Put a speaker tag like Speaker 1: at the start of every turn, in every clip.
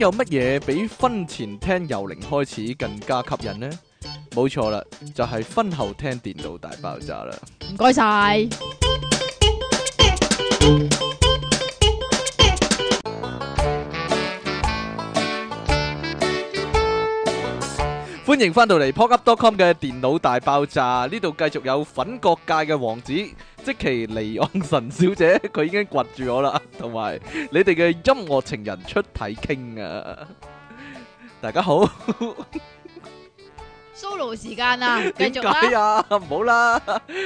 Speaker 1: 有乜嘢比婚前聽由零開始更加吸引呢？冇錯啦，就係、婚後聽電腦大爆炸啦。
Speaker 2: 唔該晒。
Speaker 1: 歡迎翻到嚟 pocket.com 嘅電腦大爆炸，呢度繼續有粉國界嘅王子，即其尼昂神小姐， 佢已經掘住我啦，同埋你哋嘅音樂情人出體傾啊！大家好，
Speaker 2: solo 時 間啦，繼
Speaker 1: 點
Speaker 2: 續
Speaker 1: 解
Speaker 2: 啦，
Speaker 1: 啊？ 唔好啦，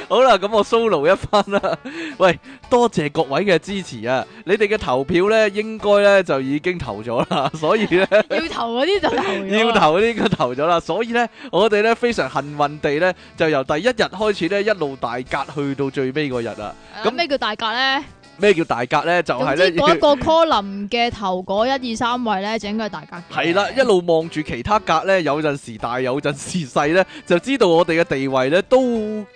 Speaker 1: 好啦，咁我 solo 一番啦。 喂，多謝各位嘅支持啊！你哋嘅投票呢，應該呢就已經投咗啦， 所以呢。
Speaker 2: 要投嗰啲就投咗啊
Speaker 1: 要
Speaker 2: 啦。
Speaker 1: 投呢個投咗啦，所以呢，我哋呢非常幸運地呢，就由第一日開始呢，一路大格去到最尾嗰日啦。
Speaker 2: 係啦
Speaker 1: 咁
Speaker 2: 咩叫大格咧？
Speaker 1: 咩叫大格呢？就
Speaker 2: 總
Speaker 1: 係、
Speaker 2: 之嗰一
Speaker 1: 呢，
Speaker 2: 個 column 嘅頭嗰一二三位咧，就應該係大格嘅。
Speaker 1: 係啦，一路望住其他格呢，有陣時大，有陣時細呢，就知道我哋嘅地位呢都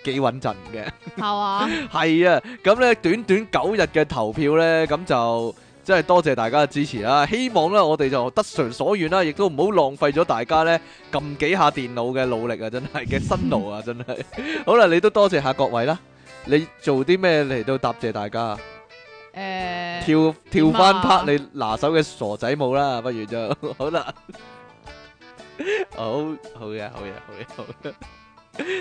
Speaker 1: 幾穩陣嘅。
Speaker 2: 係嘛？
Speaker 1: 係啊，咁咧短短九日嘅投票咧，咁就真係多謝大家嘅支持啦。希望咧我哋就得償所願啦，亦都唔好浪費咗大家咧撳幾下電腦嘅努力啊，真係嘅辛勞啊，真係。好啦，你都多謝下各位啦。你做啲咩嚟到答謝大家啊？
Speaker 2: 誒，
Speaker 1: 跳跳
Speaker 2: 點
Speaker 1: 翻
Speaker 2: 啊
Speaker 1: part 你拿手嘅傻仔舞啦，不如就 好啦。好好嘅，好嘅，好嘅，好嘅。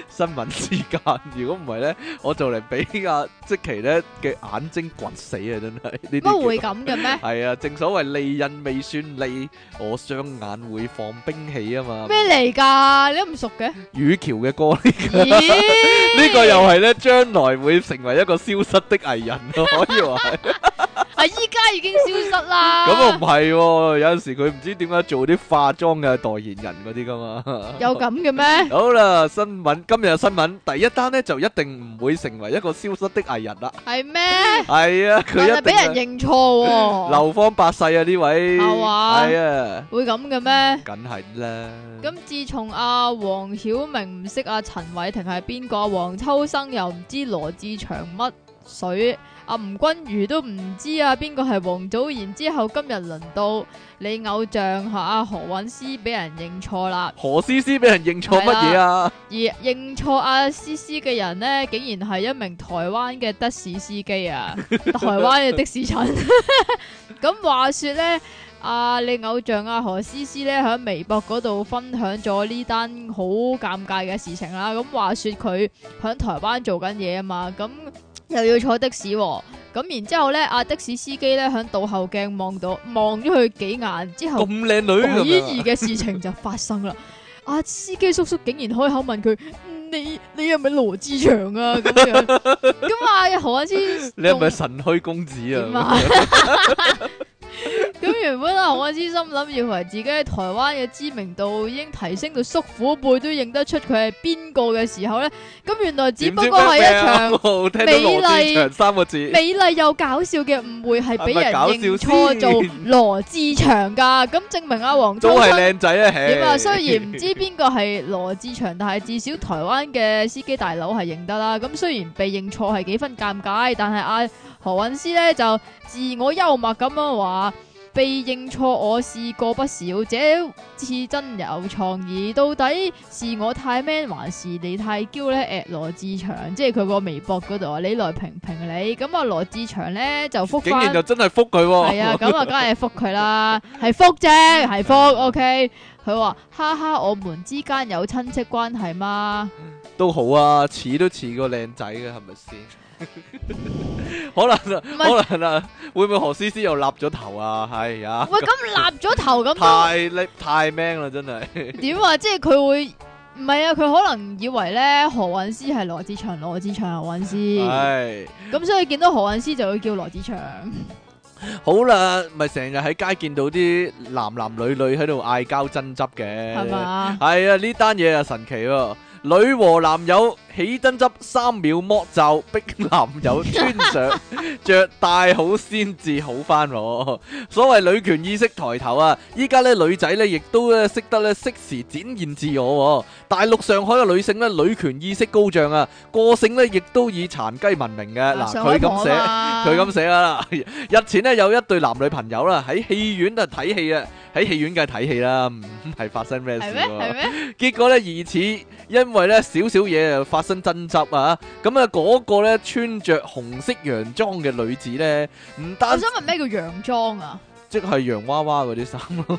Speaker 1: 新聞時間，如果唔係咧，我就嚟俾阿即奇咧嘅眼睛掘死啊！真係呢
Speaker 2: 乜
Speaker 1: 啲
Speaker 2: 會
Speaker 1: 叫
Speaker 2: 咁嘅咩？
Speaker 1: 係啊，正所謂利刃未算利，我雙眼會放兵器啊嘛。
Speaker 2: 咩嚟㗎？你都唔熟 嘅？
Speaker 1: 雨橋嘅歌呢？
Speaker 2: 咦？
Speaker 1: 呢個又係咧，將來會成為一個消失的藝人啊，可以話係。
Speaker 2: 啊！依家已經消失 啦。
Speaker 1: 咁啊唔係喎，有陣時佢唔知點解做啲化妝嘅代言人嗰啲 噶嘛。
Speaker 2: 有咁嘅咩？
Speaker 1: 好啦，新聞今日嘅新聞第一單呢，就一定唔會成為一個消失的藝人啦。
Speaker 2: 係咩？
Speaker 1: 係啊，
Speaker 2: 但
Speaker 1: 佢
Speaker 2: 係
Speaker 1: 一
Speaker 2: 俾
Speaker 1: 定係
Speaker 2: 人認錯 喎。
Speaker 1: 流芳百世啊呢位。
Speaker 2: 係嘛
Speaker 1: 係啊，
Speaker 2: 會咁嘅咩？
Speaker 1: 梗係啦。
Speaker 2: 咁自從阿黃曉明唔識阿陳偉霆係邊個，黃秋生又唔知羅志祥乜水，阿吳君如都唔知啊邊個係黃祖賢之後，今日輪到你偶像吓阿何韻詩俾人認錯啦，
Speaker 1: 何詩詩俾人認錯乜嘢啊？
Speaker 2: 而認錯阿詩詩嘅人呢，竟然係一名台灣嘅的士司機啊，台灣嘅的士陳。 咁話說呢，阿你偶像阿何詩詩呢，喺微博嗰度分享咗呢單好尷尬嘅事情啦。咁話說佢喺台灣做緊嘢啊嘛，咁又要坐的士喎。咁然之後呢，阿的士司機呢，喺倒後鏡望到望咗佢幾眼之後
Speaker 1: 咁，靚女
Speaker 2: 詭
Speaker 1: 咁樣
Speaker 2: 異
Speaker 1: 啊。
Speaker 2: 嘅事情就發生 啦！阿司機叔叔竟然開口問佢：嗯你你係咪羅志祥啊？咁 樣咁啊，何韻詩
Speaker 1: 你係咪
Speaker 2: 仲
Speaker 1: 神虛公子
Speaker 2: 點
Speaker 1: 啊？
Speaker 2: 啊？ 咁原本啊，何韻詩心諗以為自己喺台灣嘅知名度已經提升到叔父輩都認得出佢係邊個嘅時候咧，咁原來只
Speaker 1: 點
Speaker 2: 不
Speaker 1: 知
Speaker 2: 過係
Speaker 1: 咩
Speaker 2: 一
Speaker 1: 啊
Speaker 2: 場。
Speaker 1: 我聽到羅志
Speaker 2: 美
Speaker 1: 祥三個字。
Speaker 2: 美麗又搞笑嘅誤會係俾
Speaker 1: 啊係
Speaker 2: 人
Speaker 1: 咪搞笑
Speaker 2: 認錯做
Speaker 1: 先
Speaker 2: 羅志祥噶，咁證明阿黃
Speaker 1: 都
Speaker 2: 秋
Speaker 1: 係
Speaker 2: 生
Speaker 1: 靚仔啊！嘿
Speaker 2: 點啊？雖然唔知邊個係羅志祥，但係至少台灣嘅司機大佬係認得啦。咁雖然被認錯係幾分尷尬，但係阿、何韻詩咧就自我幽默咁樣話。被認錯我試過不少，這次真有創意。到底是我太 man 還是你太嬌呢？at 羅志祥，即係佢個微博嗰度啊，你來評評你。咁啊，羅志祥呢就覆
Speaker 1: 竟然
Speaker 2: 翻
Speaker 1: 就真係覆佢喎。
Speaker 2: 係啊，咁啊，梗係覆佢啦，係覆啫，係覆，OK。佢話：哈哈，我們之間有親戚關係嗎？
Speaker 1: 都好啊，似都似個靚仔嘅，係咪先？ 可能
Speaker 2: 唔係，
Speaker 1: 啊，可能啊，會唔會何詩詩又立咗頭啊？係啊，
Speaker 2: 喂，咁立咗頭咁都
Speaker 1: 太叻太 man 啦，真係。
Speaker 2: 點啊？即係佢會唔係啊？佢可能以為咧何韻詩係羅志祥，羅志祥係何韻詩，
Speaker 1: 唉，
Speaker 2: 咁所以見到何韻詩就會叫羅志祥。
Speaker 1: 好啦，咪成日喺街見到啲男男女女喺度嗌交爭執嘅，
Speaker 2: 係嘛
Speaker 1: 係啊，呢單嘢啊神奇喎，女和男友起爭執三秒剝罩，逼男友穿 上着戴好先至好翻。所謂女權意識抬頭啊，依家咧女仔咧亦都咧識得咧適時展現自我、喎。大陸上海嘅女性咧女權意識高漲啊，個性咧亦都以殘雞聞名嘅。嗱，
Speaker 2: 上 海
Speaker 1: 佢咁
Speaker 2: 婆
Speaker 1: 寫。
Speaker 2: 啊嘛
Speaker 1: 佢咁寫啦，日前呢，有一對男女朋友啦喺戲院啊睇戲啊，喺戲院梗係睇戲啦，唔係發生咩事
Speaker 2: 係咩？係
Speaker 1: 喎。
Speaker 2: 咩？
Speaker 1: 結果咧，疑似因為咧少少嘢就發生爭執啊，咁啊嗰個咧穿着紅色洋裝嘅女子咧，唔
Speaker 2: 我
Speaker 1: 單
Speaker 2: 想問咩叫洋裝 啊？
Speaker 1: 即係洋娃娃嗰啲衫咯。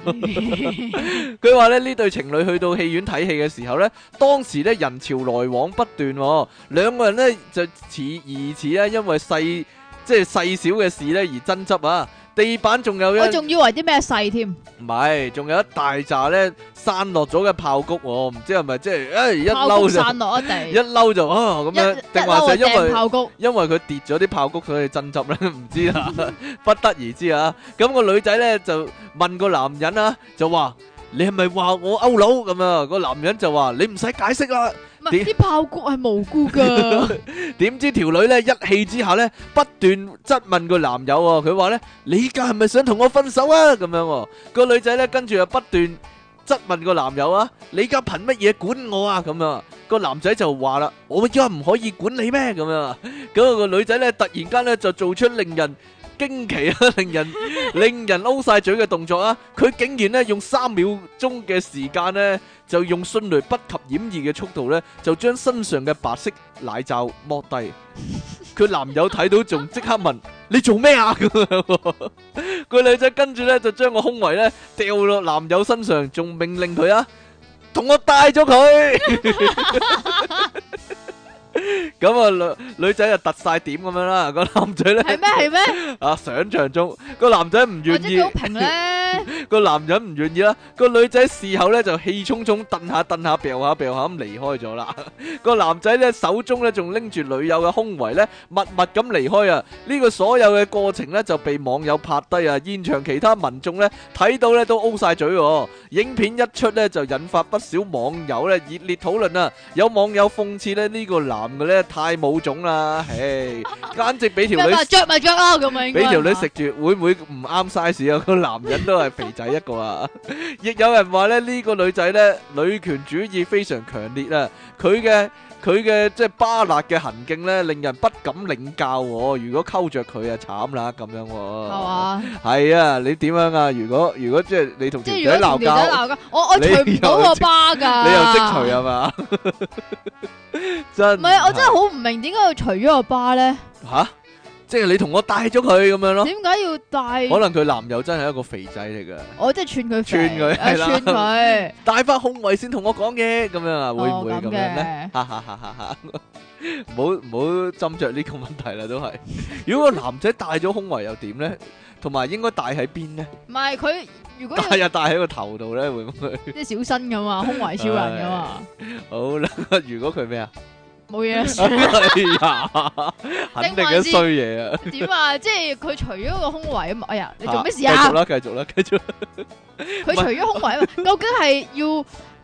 Speaker 1: 佢話咧呢對情侶去到戲院睇戲嘅時候呢，當時咧人潮來往不斷、喎，兩個人呢就似疑似咧因為細即係細小嘅事呢而爭執啊！地板仲有一
Speaker 2: 我仲以為啲咩細添，
Speaker 1: 唔係，仲有一大扎呢散落咗嘅炮谷、喎，唔知係咪即係唉一
Speaker 2: 炮谷
Speaker 1: 嬲就
Speaker 2: 散落一
Speaker 1: 一
Speaker 2: 地，
Speaker 1: 嬲就啊咁
Speaker 2: 一
Speaker 1: 樣，
Speaker 2: 一
Speaker 1: 定
Speaker 2: 嬲
Speaker 1: 還是
Speaker 2: 就
Speaker 1: 因為
Speaker 2: 掟？炮谷，
Speaker 1: 因為佢跌咗啲炮谷，所以爭 執咧，唔知啦，不得而知啊。咁、個女仔咧就問個男人啊，就話：你係咪話我勾佬咁啊？個男人就話：你唔使解釋啦。
Speaker 2: 唔係
Speaker 1: 點
Speaker 2: 啲炮谷係無辜噶，
Speaker 1: 點知條女咧一氣之下咧，不斷質問個男友喎、佢話咧：你依家係咪想同我分手啊？咁樣喎、個女仔咧跟住又不斷質問個男友啊：你依家憑乜嘢管我啊？咁樣啊個男仔就話啦：我依家唔可以管你咩？咁樣啊咁啊個女仔咧突然間咧就做出令人驚奇啊，令人 令人 O 晒嘴嘅動作啊！佢竟然咧用三秒鐘嘅時間咧，就用迅雷不及掩耳嘅速度咧，就將身上嘅白色奶罩剝低。佢男友睇到仲即刻問：你做咩啊？ 咁樣喎個女仔跟住咧就將個胸圍咧掉落男友身上，仲命令佢啊，同我戴咗佢。 咁啊女女仔就突晒點咁樣啦，個男仔咧
Speaker 2: 係咩係咩？
Speaker 1: 啊！想象中個男仔唔
Speaker 2: 或
Speaker 1: 願
Speaker 2: 者
Speaker 1: 意
Speaker 2: 佢好，平 咧，
Speaker 1: 個男人唔願意啦，個女仔事後咧就氣沖沖，蹬下蹬下，掉下掉下咁離開咗啦。 個男仔咧手中咧仲拎住女友嘅胸圍咧，默默咁離開啊！呢、個所有嘅過程咧就被網友拍低啊，現場其他民眾咧睇到咧都 O 晒嘴喎。影片一出咧就引發不少網友咧熱烈討論啊！有網友諷刺咧呢、個男嘅咧太冇種啦， 唉，簡直俾條
Speaker 2: 咩
Speaker 1: 女
Speaker 2: 話。着咪着咯咁啊，應該
Speaker 1: 俾條女
Speaker 2: 係嘛
Speaker 1: 食住，會唔會唔啱 size 啊？個男人都係肥仔一個啊！亦有人話咧，呢、個女仔咧女權主義非常強烈啊！佢嘅佢嘅即係巴辣嘅行徑咧，令人不敢領教喎、如果溝着佢啊，慘啦咁樣喎、
Speaker 2: 係嘛？
Speaker 1: 係啊，你點樣啊？如果如果即係你同
Speaker 2: 即
Speaker 1: 條
Speaker 2: 係
Speaker 1: 仔
Speaker 2: 如果同
Speaker 1: 鬧
Speaker 2: 條仔
Speaker 1: 交，
Speaker 2: 鬧交，我我除唔到個巴㗎，
Speaker 1: 你又即除？啊嘛？真
Speaker 2: 唔係啊，我真係好唔明點解要除咗個巴咧？
Speaker 1: 嚇、即係你同我帶咗佢咁樣咯。
Speaker 2: 點解要戴？
Speaker 1: 可能佢男友真係一個肥仔嚟㗎。
Speaker 2: 我即係串佢肥，
Speaker 1: 串佢
Speaker 2: 啊
Speaker 1: 係啦
Speaker 2: 串佢，
Speaker 1: 戴翻胸圍先同我講嘅，咁樣啊， 會唔會
Speaker 2: 哦
Speaker 1: 咁樣咧？
Speaker 2: 嘅？
Speaker 1: 哈哈哈哈 哈！唔好唔好斟酌呢個問題啦，都 係。如果個男仔戴咗胸圍又點咧？同埋應該戴喺邊咧？
Speaker 2: 唔係佢，如果要
Speaker 1: 戴又戴喺個頭度咧，會唔 會？
Speaker 2: 即係小新 咁啊，胸圍超人咁啊，
Speaker 1: 好啦，如果佢咩 啊？
Speaker 2: 冇嘢啦
Speaker 1: 哎
Speaker 2: 算啦。
Speaker 1: 呀，肯定嘅衰嘢啊！
Speaker 2: 點啊？即係佢除咗個胸圍啊嘛！哎呀，你做咩事
Speaker 1: 繼
Speaker 2: 啊
Speaker 1: 續？啦，繼續啦，繼續啦。
Speaker 2: 佢除咗胸圍啊嘛，究竟係要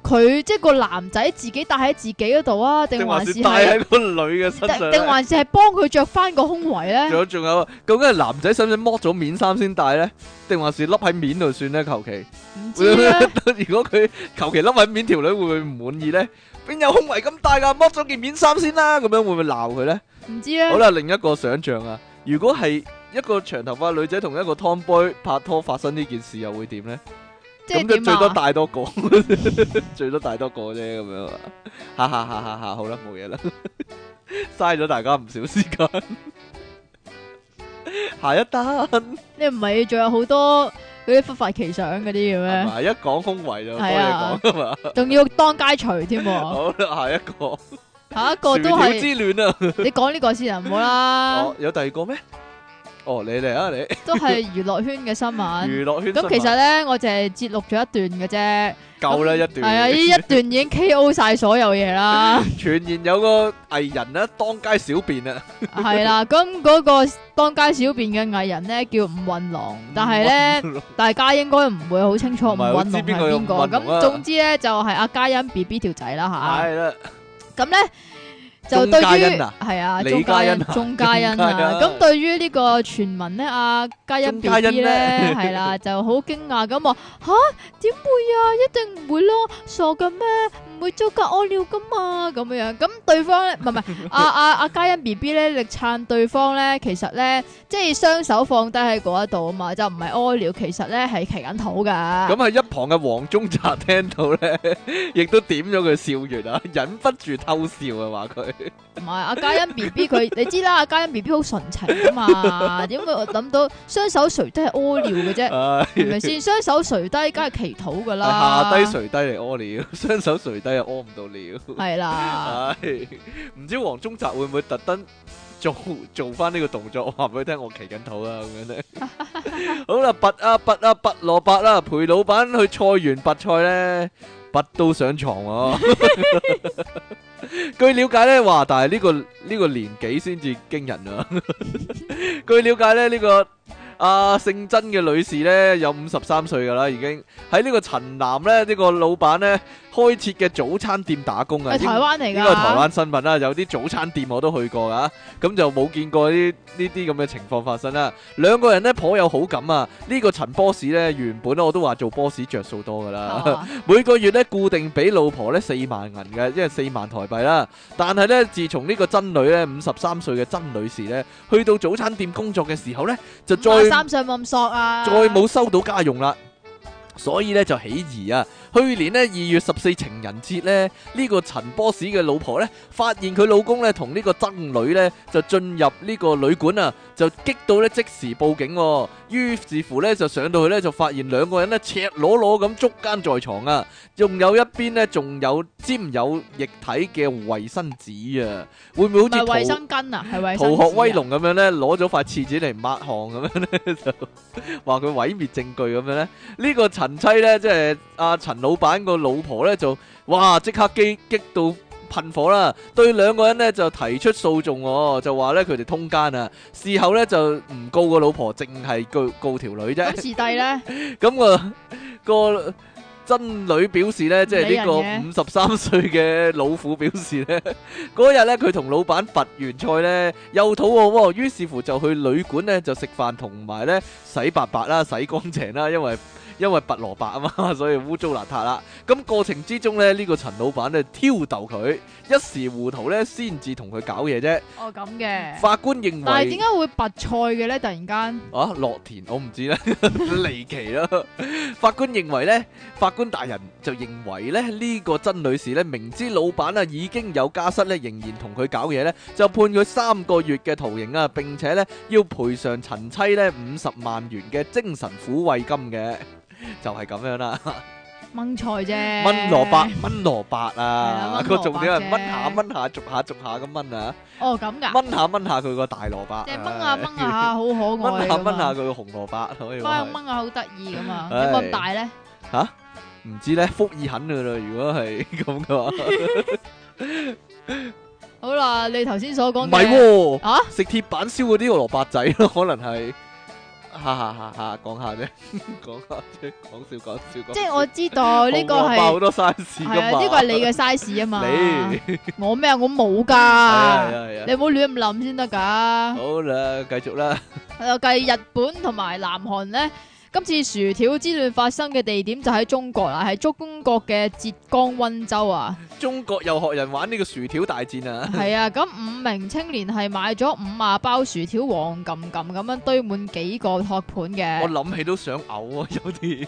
Speaker 2: 佢即係個男仔自己戴喺自己嗰度啊，
Speaker 1: 還
Speaker 2: 定還是
Speaker 1: 戴
Speaker 2: 係
Speaker 1: 喺個女嘅身上
Speaker 2: 定
Speaker 1: 咧
Speaker 2: 定？還是係幫佢着翻個胸
Speaker 1: 仲
Speaker 2: 圍咧？
Speaker 1: 有仲有，究竟係男仔使唔使剝咗面衫先戴咧？定還是笠喺面度算咧？求其。
Speaker 2: 唔 知咧，
Speaker 1: 如果佢求其笠喺面，條女會唔會唔滿意咧？邊有胸圍咁大噶？剝咗件面衫先啦，咁樣會唔會鬧佢咧？
Speaker 2: 唔知咧
Speaker 1: 好。啦，另一個想像啊，如果係一個長頭髮女仔同一個 tomboy 拍拖發生呢件事，又會點咧？
Speaker 2: 即
Speaker 1: 咁
Speaker 2: 係
Speaker 1: 就最
Speaker 2: 點
Speaker 1: 多
Speaker 2: 啊？
Speaker 1: 大多個， 最多大多個啫，咁樣啊！哈哈哈哈哈！好啦，冇 嘢啦，嘥咗大家唔少時間。 下一單
Speaker 2: 你唔係仲有好多嗰啲忽發奇想嗰啲嘅
Speaker 1: 係
Speaker 2: 咩？
Speaker 1: 咪一講胸圍就多
Speaker 2: 係啊
Speaker 1: 嘢講噶嘛？
Speaker 2: 仲要當街除添 喎，
Speaker 1: 好啦，下一個。
Speaker 2: 下一個都
Speaker 1: 薯條
Speaker 2: 係
Speaker 1: 之戀啊！
Speaker 2: 你講呢個先啊，唔好啦
Speaker 1: 哦，，有第二個咩？哦，你嚟啊，你
Speaker 2: 都係娛樂圈嘅新 聞。
Speaker 1: 娛樂圈
Speaker 2: 啊咁其實咧，我就係截錄咗一段嘅啫，
Speaker 1: 夠啦一
Speaker 2: 係 啊，呢
Speaker 1: 段，
Speaker 2: 一段已經 K.O. 晒所有嘢啦。
Speaker 1: 傳言有個藝人咧當街小便啊，
Speaker 2: 系啦，咁嗰個當街小便嘅藝人咧叫伍允龍，但係咧大家應該唔會好清楚伍允龍係
Speaker 1: 唔係好知邊
Speaker 2: 邊
Speaker 1: 個伍
Speaker 2: 個。
Speaker 1: 允龍啊
Speaker 2: 啊咁總之咧就係阿嘉欣 B B 條仔啦
Speaker 1: 係啦，
Speaker 2: 吓，咁咧就
Speaker 1: 鍾嘉
Speaker 2: 對於
Speaker 1: 欣啊
Speaker 2: 係啊，
Speaker 1: 李
Speaker 2: 鍾
Speaker 1: 嘉
Speaker 2: 嘉
Speaker 1: 欣
Speaker 2: 欣、
Speaker 1: 啊
Speaker 2: 鍾嘉欣
Speaker 1: 鍾嘉欣
Speaker 2: 啊，咁對於呢個傳聞咧，阿嘉欣
Speaker 1: 鍾嘉
Speaker 2: B
Speaker 1: 欣
Speaker 2: B 咧
Speaker 1: 咧
Speaker 2: 係 啦，就好驚訝咁話吓點會啊？一定唔會咯，傻嘅咩？唔會租隔屙尿噶嘛咁樣樣。咁對方 咧，唔係唔係，阿阿阿嘉欣 B B 咧力撐對方咧，其實咧即係雙手放低喺嗰一度啊嘛，就唔係屙尿，其實咧係騎緊肚噶。
Speaker 1: 咁喺一旁嘅黃宗澤聽到咧， 亦都點咗佢笑穴啊，忍不住偷笑啊，話佢
Speaker 2: 唔係阿嘉欣 B B 佢，你知啦，阿嘉欣 B B 好純情噶 嘛，點會諗到雙手垂低係屙尿嘅啫？
Speaker 1: 唉
Speaker 2: 係咪先？雙手垂低，梗係祈禱噶啦。
Speaker 1: 下低垂低嚟屙尿，雙手垂低又啊屙唔到尿。
Speaker 2: 係啦，
Speaker 1: 唉，唔知黃宗澤會唔會特登做做翻呢個動作？我話俾佢聽，我騎緊肚啊，咁樣咧。好啦，拔啊拔啊拔蘿蔔啦，陪老闆去菜園拔菜咧，拔到上床 啊！據了解咧，話但係呢 個呢個年紀先至驚人啊！據了解咧，呢個阿姓曾嘅女士咧有五十三歲噶 啦，已經喺呢個陳南咧呢個老闆咧開設嘅早餐店打工啊，
Speaker 2: 係台灣嚟
Speaker 1: 呢個係
Speaker 2: 㗎。
Speaker 1: 台灣新聞啦，有啲早餐店我都去過噶，咁就冇見過呢呢啲咁嘅情況發生啦。兩個人呢，頗有好感啊！呢、個陳 boss 呢，原本我都話做 boss 着數多噶啦，
Speaker 2: 係嘛
Speaker 1: 每個月呢，固定俾老婆呢四萬銀嘅，即係四萬台幣啦。但係呢，自從呢個真女呢，五十三歲嘅真女士呢，去到早餐店工作嘅時候呢，就再
Speaker 2: 五十三上暗索啊！
Speaker 1: 再冇收到家用啦。所以咧就起疑啊！去年呢，二月十四情人節呢，呢、個陳 boss 嘅老婆呢，發現佢老公呢同呢個曾女呢就進入呢個旅館啊，就激到呢即時報警、喎。於是乎呢，就上到去呢，就發現兩個人呢赤裸裸咁捉奸在床啊，仲有一邊呢，仲有沾有液體嘅衛生紙啊，會唔會好
Speaker 2: 唔係
Speaker 1: 似
Speaker 2: 衛
Speaker 1: 陶
Speaker 2: 生巾啊，係衛生紙
Speaker 1: 逃
Speaker 2: 啊。
Speaker 1: 學威龍咁樣咧，攞咗塊廁紙嚟抹汗咁樣咧，就話佢毀滅證據咁樣咧。呢、個陳妻咧，即係阿陳老闆個老婆咧，就哇即刻激激到噴火啦，對兩個人咧就提出訴訟、喎，就話咧佢哋通奸啊。事後咧就唔告個老婆，淨係告告條女啫
Speaker 2: 咁。時弟咧，
Speaker 1: 咁個個真女表示咧，即係呢個五十三歲嘅老虎表示咧，嗰日咧佢同老闆拔完菜咧，又肚餓喎，於是乎就去旅館咧就食飯，同埋咧洗白白啦，洗乾淨啦，因為。因為拔蘿蔔啊嘛， 所以污糟邋遢啦。咁過程之中咧，呢、個陳老闆咧挑逗佢，一時糊塗咧先至同佢搞嘢啫。
Speaker 2: 哦咁嘅。
Speaker 1: 法官認為，
Speaker 2: 但係點解會拔菜嘅咧？突然間
Speaker 1: 啊，落田我唔知啦， 離奇啦！法官認為呢，法官大人就認為咧，呢、個曾女士呢，明知老闆啊已經有家室呢，仍然同佢搞嘢呢，就判佢三個月嘅徒刑啊！並且呢，要賠償陳妻呢五十萬元嘅精神撫慰金嘅， 就係、咁樣啦。
Speaker 2: 掹菜啫。
Speaker 1: 炆蘿蔔，。炆蘿蔔啊
Speaker 2: 啊！炆
Speaker 1: 個
Speaker 2: 蘿蔔
Speaker 1: 重點係
Speaker 2: 啫
Speaker 1: 炆下炆下，逐下逐下咁炆啊！
Speaker 2: 哦咁㗎，
Speaker 1: 炆下炆下佢個大蘿蔔，
Speaker 2: 即係掹下掹下，好啊可
Speaker 1: 炆
Speaker 2: 愛
Speaker 1: 下
Speaker 2: 㗎嘛。
Speaker 1: 炆下佢個紅蘿蔔可以話
Speaker 2: 掹
Speaker 1: 係。
Speaker 2: 掹啊，好得意噶嘛，
Speaker 1: 唉
Speaker 2: 有冇咁大咧？
Speaker 1: 唔知咧，福爾肯噶啦，如果係 咁嘅話，
Speaker 2: 好啦，你頭先所
Speaker 1: 唔
Speaker 2: 講
Speaker 1: 係
Speaker 2: 嘅
Speaker 1: 喎，
Speaker 2: 啊，
Speaker 1: 食鐵板燒嗰啲蘿蔔仔咯，可能係， 哈哈哈哈，講下啫， 講下啫，講笑講笑講笑，
Speaker 2: 即係我 知道呢個
Speaker 1: 紅蘿蔔好啊
Speaker 2: 係
Speaker 1: 多 size
Speaker 2: 係
Speaker 1: 噶
Speaker 2: 啊，
Speaker 1: 嘛，
Speaker 2: 呢個係你嘅 size 啊嘛。
Speaker 1: 你
Speaker 2: 我咩啊？我冇
Speaker 1: 係啊係
Speaker 2: 噶，
Speaker 1: 啊係啊啊
Speaker 2: 你唔好亂咁諗先得噶。
Speaker 1: 好啦，繼續啦，
Speaker 2: 又計日本同埋南韓呢，今次薯條之亂發生嘅地點就喺中國啦，係中國嘅浙江溫州啊。
Speaker 1: 中國又學人玩呢個薯條大戰啊，
Speaker 2: 係啊，咁五名青年係買咗五啊包薯條，黃冚冚咁樣堆滿幾個托盤
Speaker 1: 我
Speaker 2: 嘅。
Speaker 1: 諗起都想嘔啊，有啲，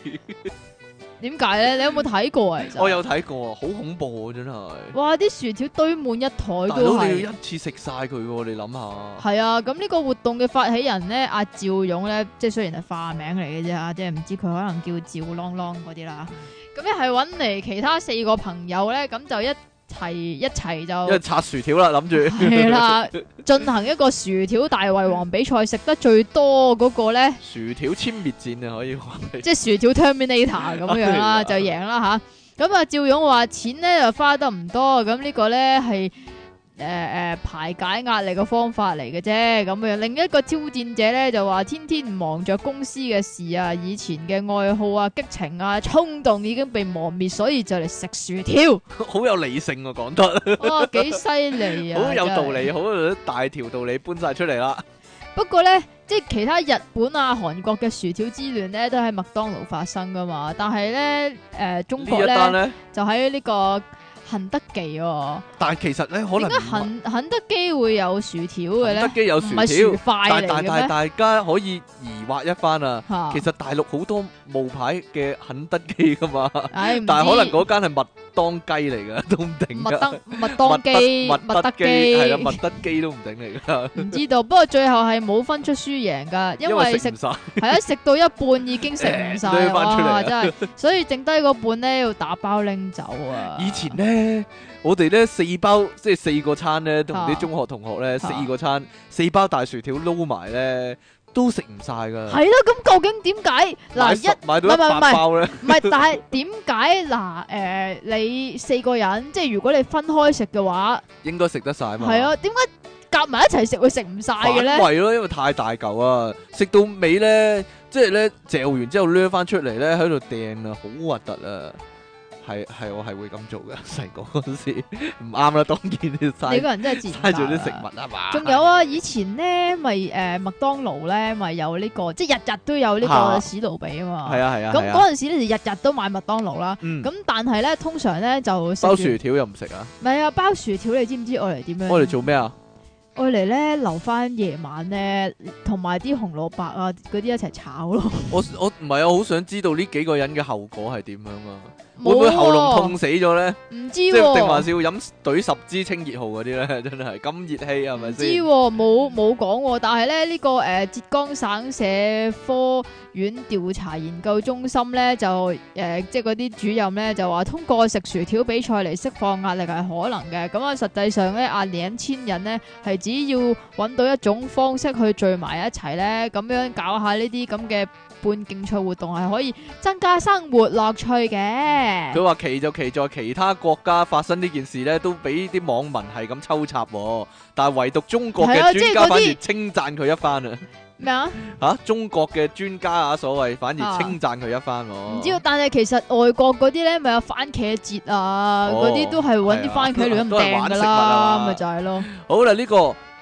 Speaker 2: 點解呢？你有冇睇過啊？其實
Speaker 1: 我有睇過，好恐怖啊，真係，
Speaker 2: 哇！啲薯條堆滿一台
Speaker 1: 大
Speaker 2: 都
Speaker 1: 佬你
Speaker 2: 係
Speaker 1: 要。一次食晒佢喎，你諗下，
Speaker 2: 係啊，咁呢個活動嘅發起人咧，阿趙勇咧，即係雖然係化名嚟嘅啫嚇，即係唔知佢可能叫趙啷啷嗰啲啦。咁咧係揾嚟其他四個朋友咧，咁就一齊一齊
Speaker 1: 因為
Speaker 2: 就
Speaker 1: 拆薯條啦，諗住。
Speaker 2: 係啦，進行一個薯條大胃王比賽，食得最多嗰個咧，
Speaker 1: 薯條殲滅戰啊，可以話係
Speaker 2: 即係薯條 Terminator 咁樣
Speaker 1: 係啊
Speaker 2: 啦，就贏啦吓。咁啊，趙勇話錢咧就花得唔多，咁呢個咧係。诶诶排解壓力嘅方法嚟嘅啫，咁樣另一個挑戰者咧就話天天忙着公司嘅事啊，以前嘅愛好啊、激情啊、衝動已經被磨滅，所以就嚟食薯 條。
Speaker 1: 好有理性啊，講得
Speaker 2: 哇，幾犀利 啊！
Speaker 1: 好有
Speaker 2: 真係
Speaker 1: 道理，好大條道理搬晒出嚟啦。
Speaker 2: 不過呢，即係其他日本啊、韓國嘅薯條之亂呢，都喺麥當勞發生噶嘛。但係呢，诶、中
Speaker 1: 呢
Speaker 2: 國
Speaker 1: 一單
Speaker 2: 呢，
Speaker 1: 咧，
Speaker 2: 就喺呢個肯德基喎。
Speaker 1: 但係其實咧可
Speaker 2: 點
Speaker 1: 能
Speaker 2: 解
Speaker 1: 唔
Speaker 2: 肯肯德基會有薯條嘅
Speaker 1: 肯德
Speaker 2: 呢？
Speaker 1: 基有
Speaker 2: 唔
Speaker 1: 薯
Speaker 2: 係薯
Speaker 1: 條，
Speaker 2: 塊
Speaker 1: 但
Speaker 2: 嚟
Speaker 1: 但
Speaker 2: 嘅
Speaker 1: 但
Speaker 2: 咩？
Speaker 1: 大家可以疑惑一番啊。
Speaker 2: 嚇
Speaker 1: 其實大陸好多冒牌嘅肯德基噶嘛，
Speaker 2: 唉，唔
Speaker 1: 但係
Speaker 2: 知
Speaker 1: 可能嗰間係麥當雞嚟噶， 都唔定
Speaker 2: 麥
Speaker 1: 噶。
Speaker 2: 當麥當機
Speaker 1: 麥
Speaker 2: 麥
Speaker 1: 德
Speaker 2: 德
Speaker 1: 基係啦，
Speaker 2: 基
Speaker 1: 麥德基都唔定嚟噶，
Speaker 2: 唔知道，不過最後係冇分出輸贏噶，因
Speaker 1: 因
Speaker 2: 為
Speaker 1: 為
Speaker 2: 食
Speaker 1: 食唔晒。
Speaker 2: 係啊，食到一半已經食唔晒
Speaker 1: 誒，孭
Speaker 2: 哇
Speaker 1: 返出嚟啊
Speaker 2: 真係，所以剩低嗰半咧要打包拎走啊！
Speaker 1: 以前咧，我哋咧四包即係四個餐咧，同啲
Speaker 2: 啊
Speaker 1: 中學同學咧四
Speaker 2: 啊
Speaker 1: 個餐，四包大薯條撈埋咧，都食唔晒噶。
Speaker 2: 係啦，咁究竟點解
Speaker 1: 啊買
Speaker 2: 嗱
Speaker 1: 十
Speaker 2: 一
Speaker 1: 買
Speaker 2: 唔
Speaker 1: 到一
Speaker 2: 係唔係唔
Speaker 1: 百
Speaker 2: 係
Speaker 1: 包咧，
Speaker 2: 唔係？但係點解嗱誒你四個人即係如果你分開食嘅話，
Speaker 1: 應該食得晒嘛。
Speaker 2: 係啊，點解夾埋一齊食會食唔晒
Speaker 1: 反
Speaker 2: 嘅咧？
Speaker 1: 胃咯，因為太大嚿啊，食到尾咧，即係咧嚼完之後掠翻出嚟咧，喺度掟啊，好核突啊！係係，我係會咁做嘅， 細個嗰陣時唔啱啦，當然你
Speaker 2: 你
Speaker 1: 嘥
Speaker 2: 個人真係自
Speaker 1: 嘥
Speaker 2: 然
Speaker 1: 咗啲食物啊嘛。
Speaker 2: 仲有啊，以前咧咪誒麥當勞咧咪有呢、個，即係日日都有呢
Speaker 1: 嚇
Speaker 2: 個史奴比啊嘛。
Speaker 1: 係啊係啊，
Speaker 2: 咁
Speaker 1: 係啊
Speaker 2: 嗰陣時咧就日日都買麥當勞啦。
Speaker 1: 嗯
Speaker 2: 咁但係咧通常咧就食
Speaker 1: 包
Speaker 2: 住
Speaker 1: 薯，條又唔食啊，
Speaker 2: 唔係啊包薯條，你知唔知愛嚟點樣？
Speaker 1: 我哋做咩啊？
Speaker 2: 愛嚟咧留翻夜晚咧，同埋啲紅蘿蔔啊嗰啲一齊炒咯。
Speaker 1: 我我唔係啊，我好想知道呢幾個人嘅後果係點樣啊？會
Speaker 2: 冇
Speaker 1: 唔會喉嚨
Speaker 2: 喎
Speaker 1: 痛死咗咧？
Speaker 2: 唔知
Speaker 1: 即係定還
Speaker 2: 喎，
Speaker 1: 是要飲懟十支清熱號嗰啲咧？ 真係咁熱氣係咪
Speaker 2: 唔知
Speaker 1: 先？
Speaker 2: 喎，冇冇講喎。但係咧呢個誒浙江省社科院調查研究中心咧就誒即係嗰啲主任咧就話通過食薯條比賽嚟釋放壓力係可能嘅。咁啊實際上咧壓兩千人咧係只要揾到一種方式去聚埋一齊咧，咁樣搞下呢啲咁嘅半競賽活動係可以增加生活樂趣嘅。
Speaker 1: 佢話奇就奇在其他國家發生呢件事咧，都俾啲網民係咁抽插喎，但係唯獨中國嘅
Speaker 2: 係啊即係
Speaker 1: 專家
Speaker 2: 嗰啲
Speaker 1: 反而稱讚佢一番啊！
Speaker 2: 咩啊？
Speaker 1: 嚇，中國嘅專家啊，所謂反而
Speaker 2: 啊
Speaker 1: 稱讚佢一番喎。
Speaker 2: 唔知道，啊但係其實外國嗰啲咧，咪有番茄節啊，
Speaker 1: 哦
Speaker 2: 嗰啲、都係揾
Speaker 1: 係啊
Speaker 2: 啲番茄亂咁
Speaker 1: 都係玩
Speaker 2: 掟
Speaker 1: 食
Speaker 2: 噶
Speaker 1: 物啊嘛
Speaker 2: 啦，咪就係咯。
Speaker 1: 好啦，呢、個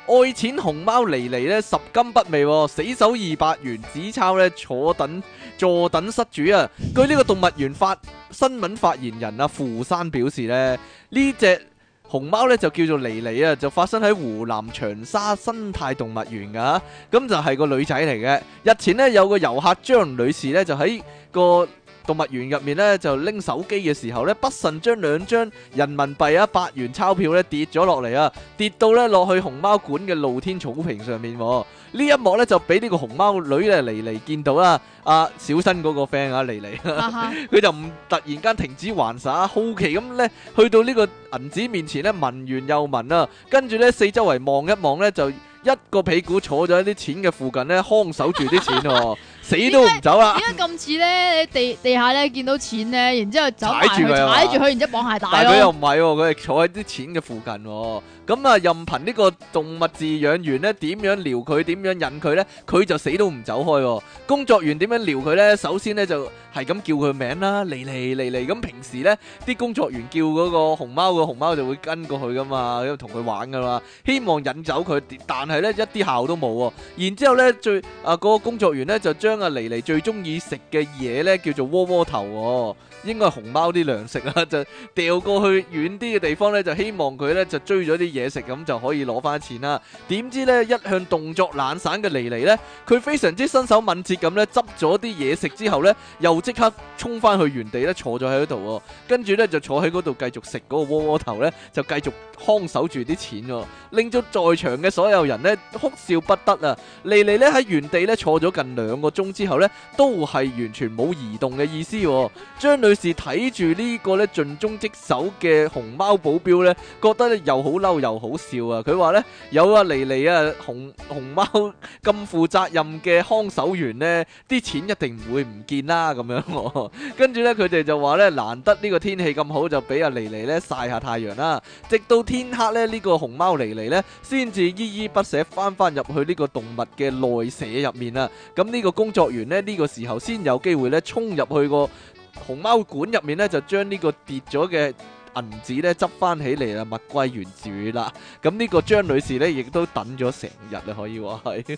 Speaker 1: 愛錢熊貓嚟嚟咧，十金不昧、喎，死守二百元紙鈔咧，坐等坐等失主啊！據呢個動物園發新聞發言人啊傅山表示咧，呢只熊貓咧就叫做嚟嚟啊，就發生喺湖南長沙生態動物園噶，咁就係個女仔嚟嘅。日前呢，有個遊客張女士咧就喺個動物園入面咧就拎手機嘅時候咧，不慎將兩張人民幣啊百元鈔票咧跌咗落嚟啊！跌到咧落去熊貓館嘅露天草坪上面、喎。呢一幕咧就俾呢個熊貓女咧嚟嚟見到啦。阿、小新嗰個 friend 啊嚟嚟，
Speaker 2: 哈哈
Speaker 1: 佢就唔突然間停止玩耍，好奇咁咧去到呢個銀紙面前咧聞完又聞啦，跟住咧四周圍望一望咧就一個屁股坐咗喺啲錢嘅附近咧，看守住啲錢、喎，死都唔走啊啦。
Speaker 2: 點解咁似咧？你地地下咧見到錢咧，然之後走埋
Speaker 1: 踩
Speaker 2: 去
Speaker 1: 住佢啊嘛
Speaker 2: 踩住佢，然之後綁鞋
Speaker 1: 但係佢
Speaker 2: 帶
Speaker 1: 又
Speaker 2: 咯。
Speaker 1: 唔係喎，佢係坐喺啲錢嘅附近喎。咁啊，任憑呢個動物飼養員咧點樣撩佢，點樣引佢咧，佢就死都唔走開喎。工作員點樣撩佢咧？首先咧就係咁叫佢名啦，嚟嚟嚟嚟。咁平時咧啲工作員叫嗰個熊貓，個熊貓就會跟過去噶嘛，因為同佢玩噶嘛，希望引走佢，但係咧一啲效都冇喎。然之後咧最啊嗰、個工作員咧就將阿嚟嚟最中意食嘅嘢咧叫做窩窩頭喎，應該係熊貓啲糧食啦，就。掉過去遠啲嘅地方呢，就希望佢呢就追咗啲嘢食，咁就可以攞翻錢啦。點知呢，一向動作懶散嘅妮妮呢，佢非常之身手敏捷咁呢，執咗啲嘢食之後呢，又即刻衝翻去原地呢，坐咗喺度喎，跟住呢，就坐喺嗰度繼續食嗰個窩窩頭呢，就繼續看守住啲錢喎，令到在場嘅所有人呢，哭笑不得啊！妮妮呢喺原地呢，坐咗近兩個鐘鐘之後呢，都係完全冇移動嘅意思、喎。張女士睇住呢個呢盡忠職守嘅熊貓保鏢呢，覺得呢又好嬲又好笑啊！佢話呢，有啊妮妮啊熊熊貓咁負責任嘅看守員呢，啲錢一定唔會唔見啦咁樣、喎。跟住呢，佢哋就話呢，難得呢個天氣咁好，就俾阿妮妮呢曬下太陽啦。直到天黑咧，呢、個熊貓妮妮呢，先至依依不捨翻翻入去呢個動物嘅內舍入面啦。咁呢個工作員呢，呢、個時候先有機會呢，衝入去個熊貓館入面呢，就將呢個跌咗嘅。銀紙咧執翻起嚟啦，物歸原主啦。咁呢個張女士呢，亦都等咗成日啦，可以話係。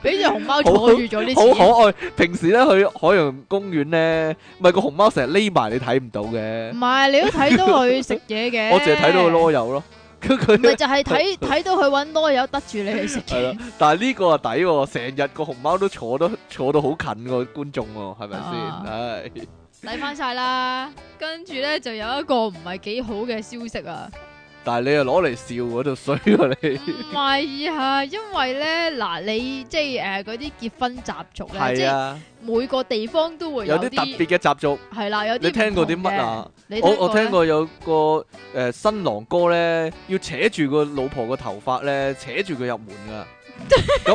Speaker 2: 俾只熊貓坐住咗呢
Speaker 1: 好
Speaker 2: 次，
Speaker 1: 可愛。平時咧去海洋公園咧，咪個熊貓成日匿埋，你睇唔到嘅
Speaker 2: 唔。係你都睇到佢食嘢嘅，
Speaker 1: 我淨係睇到個囉柚咯。佢佢
Speaker 2: 咪就係睇睇到佢揾啰柚得住你去 食
Speaker 1: 係啦
Speaker 2: 嘢，，
Speaker 1: 但係呢個啊抵喎，成日個熊貓都坐得坐到好近個觀眾喎，係咪
Speaker 2: 啊
Speaker 1: 先？唉，
Speaker 2: 睇翻晒啦。跟住咧就有一個唔係幾好嘅消息啊，
Speaker 1: 但係你又攞嚟笑嗰度衰喎你，
Speaker 2: 唔係啊，因為咧嗱你即係誒嗰啲結婚習俗咧，即
Speaker 1: 係
Speaker 2: 係
Speaker 1: 啊，
Speaker 2: 每個地方都會
Speaker 1: 有
Speaker 2: 啲
Speaker 1: 啲特別嘅習俗，
Speaker 2: 係啦，有啲
Speaker 1: 你聽過啲
Speaker 2: 唔同
Speaker 1: 乜啊？
Speaker 2: 嘅？你
Speaker 1: 我我聽
Speaker 2: 聽過
Speaker 1: 過有個誒新郎哥咧，要扯住個老婆個頭髮咧，扯住佢入門噶，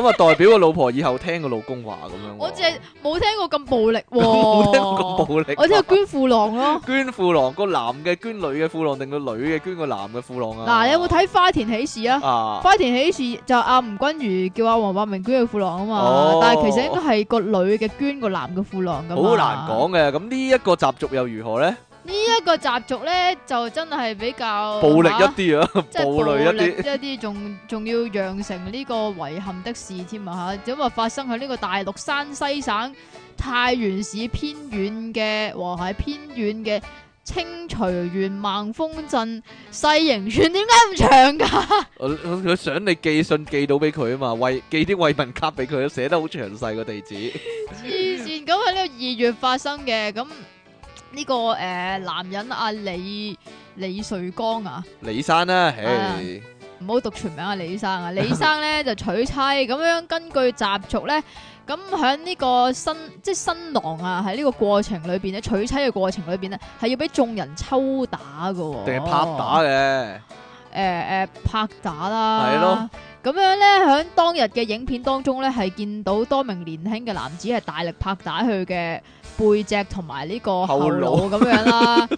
Speaker 1: 咁啊代表個老婆以後聽個老公話咁樣喎。
Speaker 2: 咩，我淨係冇聽過咁暴力喎，
Speaker 1: 冇聽過咁暴力
Speaker 2: 我聽
Speaker 1: 話。
Speaker 2: 過捐褲浪 咯。
Speaker 1: 捐褲浪，個男嘅捐女嘅褲浪，定個女嘅捐個男嘅褲浪啊？
Speaker 2: 嗱，你有冇睇《花田喜事》啊？
Speaker 1: 啊？
Speaker 2: 花田喜事就阿吳君如叫阿黃百鳴捐佢褲浪啊嘛，
Speaker 1: 哦
Speaker 2: 但係其實應該係個女嘅捐個男嘅褲浪噶嘛。
Speaker 1: 好難。講嘅，咁呢一個習俗又如何呢？
Speaker 2: 呢一個習俗咧就真係比較
Speaker 1: 暴力一
Speaker 2: 嚇
Speaker 1: 啲啊，
Speaker 2: 即係
Speaker 1: 暴
Speaker 2: 暴
Speaker 1: 力一
Speaker 2: 力
Speaker 1: 啲，
Speaker 2: 一啲，仲仲要釀成呢個遺憾的事添啊嚇！因為發生喺呢個大陸山西省太原市偏遠嘅，和係偏遠嘅清徐縣孟豐鎮西營村，點解咁長㗎？
Speaker 1: 我我佢想你寄信寄到俾佢啊嘛，慰寄啲慰問卡俾佢，寫得好詳細個地址。
Speaker 2: 黐線！咁喺呢個二月發生嘅，咁呢、個誒、呃男人阿、李李瑞剛啊，
Speaker 1: 李生啦，
Speaker 2: 啊
Speaker 1: 唉，
Speaker 2: 唔好讀全名啊，李生啊，李生咧 就娶妻咁樣，根據習俗咧，咁喺呢個新即係新郎啊，喺呢個過程裏邊咧，娶妻嘅過程裏邊咧，係要俾眾人抽打噶、喎，
Speaker 1: 定係拍打嘅，
Speaker 2: 誒誒、拍打啦，
Speaker 1: 係咯。
Speaker 2: 咁樣咧，喺當日嘅影片當中咧，係見到多名年輕嘅男子係大力拍打佢嘅背脊同埋呢個後腦咁樣 啦。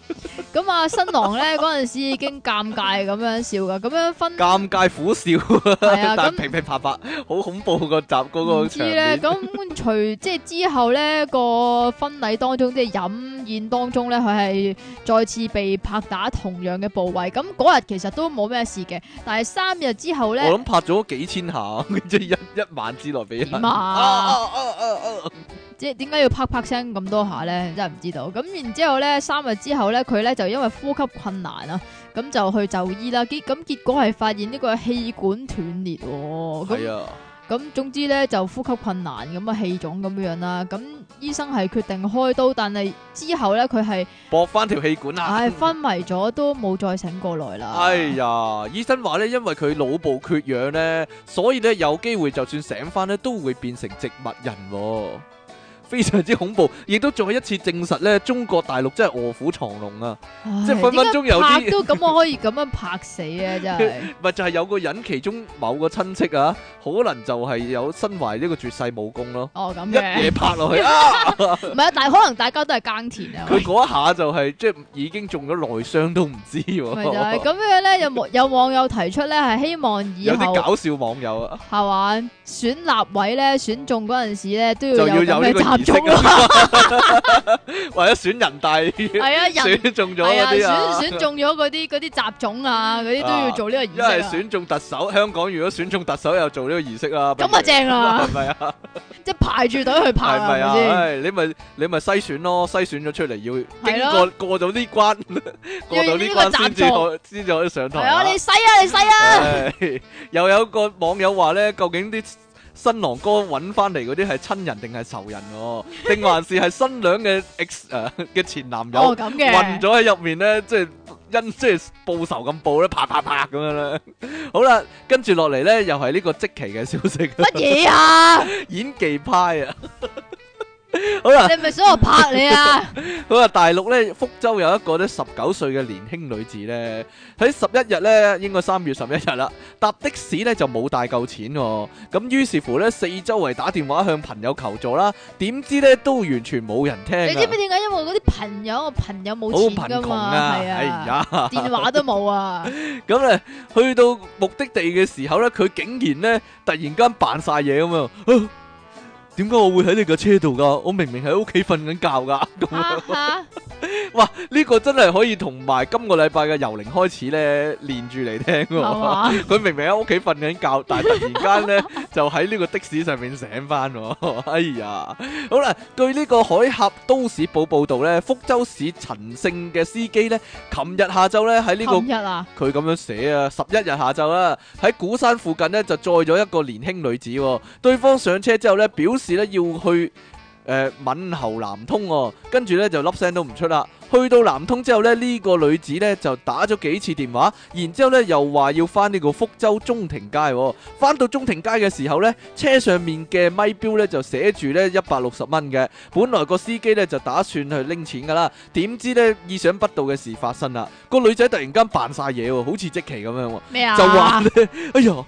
Speaker 2: 咁啊，新郎咧嗰陣時已經尷尬咁樣笑噶，咁樣 分
Speaker 1: 尷尬苦笑，
Speaker 2: 係啊，
Speaker 1: 但
Speaker 2: 咁
Speaker 1: 係噼噼啪啪，好恐怖個集嗰
Speaker 2: 唔
Speaker 1: 個
Speaker 2: 知
Speaker 1: 場
Speaker 2: 咧，
Speaker 1: 面。
Speaker 2: 咁隨 即係之後咧個婚禮當中，即係飲宴當中咧，佢係再次被拍打同樣嘅部位。咁嗰日其實都冇咩事嘅，但係三日之後咧
Speaker 1: 我，諗拍咗幾千下，即係一一晚之內俾人。
Speaker 2: 點
Speaker 1: 啊
Speaker 2: 啊
Speaker 1: 啊啊啊啊
Speaker 2: 即係點解要啪啪聲咁多下咧？真係唔知道。咁然之後咧，三日之後咧，佢咧就因為呼吸困難啊，咁就去就醫啦。結咁結果係發現呢個氣管斷裂喎。哦咁
Speaker 1: 係啊，
Speaker 2: 咁總之咧就呼吸困難咁啊氣腫咁樣啦，咁醫生係決定開刀，但係之後咧佢係
Speaker 1: 駁翻條氣管啊！
Speaker 2: 唉昏迷咗都冇再醒過來啦。
Speaker 1: 哎呀，醫生話咧，因為佢腦部缺氧咧，所以咧有機會就算醒翻咧，都會變成植物人、喎，非常之恐怖。亦都仲有一次證實咧，中國大陸真係卧虎藏龍啊！
Speaker 2: 唉，
Speaker 1: 即係分分鐘有啲
Speaker 2: 點解拍都 咁，我可以咁樣拍死啊！真係
Speaker 1: 咪就係有個人其中某個親戚啊，可能就係有身懷呢個絕世武功咯，
Speaker 2: 哦咁
Speaker 1: 一
Speaker 2: 嘅
Speaker 1: 嘢，拍落去啊！
Speaker 2: 唔係啊，但係可能大家都係耕田啊。
Speaker 1: 佢嗰一下就係、即係已經中咗內傷都唔知喎、
Speaker 2: 咪就係咁樣咧，有 網有網友提出咧，係希望以
Speaker 1: 有
Speaker 2: 後
Speaker 1: 啲搞笑網友啊，
Speaker 2: 係嘛選立委咧，選中嗰陣時咧都
Speaker 1: 就要
Speaker 2: 要
Speaker 1: 有呢
Speaker 2: 咁嘅
Speaker 1: 個儀式
Speaker 2: 習俗咯。
Speaker 1: 啊， 或者選人大。
Speaker 2: 係啊，人
Speaker 1: 選中咗
Speaker 2: 係
Speaker 1: 嗰
Speaker 2: 啊，
Speaker 1: 啲啊，
Speaker 2: 選選中咗嗰啲嗰啲雜種啊，嗰啲都要做呢個
Speaker 1: 一係
Speaker 2: 儀式啊。
Speaker 1: 選中特首，香港如果選中特首又做呢個儀式啊，
Speaker 2: 咁啊正 啦，
Speaker 1: 係咪啊？
Speaker 2: 即係排住隊去拍
Speaker 1: 係
Speaker 2: 啊，
Speaker 1: 咪啊？
Speaker 2: 係咪先？
Speaker 1: 唉你咪你咪篩選咯，篩選咗出嚟要
Speaker 2: 係
Speaker 1: 經
Speaker 2: 咯
Speaker 1: 過過到呢關， 過到呢關先至可先至可以上台
Speaker 2: 係啊，
Speaker 1: 啊
Speaker 2: 你。洗啊，你洗啊！
Speaker 1: 唉 又有個網友話咧，究竟啲新郎哥揾翻嚟嗰啲係親人定係仇人 喎？定還是係新娘嘅 ex 誒嘅前男友
Speaker 2: 哦咁
Speaker 1: 混
Speaker 2: 嘅，
Speaker 1: 咗喺入面咧，即係因即係報仇咁報咧，啪啪啪咁樣啦。 好啦，跟住落嚟咧，又係呢個即期嘅消息，
Speaker 2: 乜嘢啊？
Speaker 1: 演技派啊！ 好啦，
Speaker 2: 你咪想我 拍你啊？
Speaker 1: 佢話大陸咧福州有一個咧十九歲嘅年輕女子咧，喺十一日咧，應該三月十一日啦，搭的士咧就冇帶夠錢喎、咁於是乎咧四周圍打電話向朋友求助啦，點知咧都完全冇人聽
Speaker 2: 你知唔知
Speaker 1: 啊，
Speaker 2: 點解？因為嗰啲朋友，我朋友
Speaker 1: 好
Speaker 2: 冇錢
Speaker 1: 貧
Speaker 2: 噶
Speaker 1: 窮
Speaker 2: 嘛，
Speaker 1: 啊，
Speaker 2: 係
Speaker 1: 哎
Speaker 2: 啊，
Speaker 1: 呀！
Speaker 2: 電話都冇啊，
Speaker 1: 咁咧，去到目的地嘅時候咧，佢竟然咧突然間扮晒嘢咁啊！啊點解我會喺你架車度噶？我明明喺屋企瞓緊覺噶。 咁啊
Speaker 2: 吓吓，
Speaker 1: 哇！呢、個真係可以同埋今個禮拜嘅由零開始咧連住嚟聽
Speaker 2: 係
Speaker 1: 喎。
Speaker 2: 嘛？
Speaker 1: 佢明明喺屋企瞓緊覺，但係突然間 咧就喺呢個的士上面醒翻喎。 哎呀，好啦，據呢個海峽都市報報導咧，福州市陳姓嘅司機咧，琴日下晝咧喺呢個
Speaker 2: 琴日啊，
Speaker 1: 佢咁樣寫啊，十一日下晝啦，喺鼓山附近呢，就載咗一個年輕女子、喎。對方上車之後呢，表示呢要去誒、呃、閩侯南通、喎。跟住呢就粒聲都唔出啦。去到南通之後呢，呢、個女子呢就打咗幾次電話，然之後呢又話要翻呢個福州中庭街、喎。翻到中庭街嘅時候呢，車上面嘅咪錶呢就寫住呢一百六十蚊嘅，本來個司機呢就打算去拎錢噶啦。點知呢，意想不到嘅事發生啦！個女仔突然間扮晒嘢喎，好似即期咁樣喎，
Speaker 2: 咩啊？
Speaker 1: 就話咧：哎呀，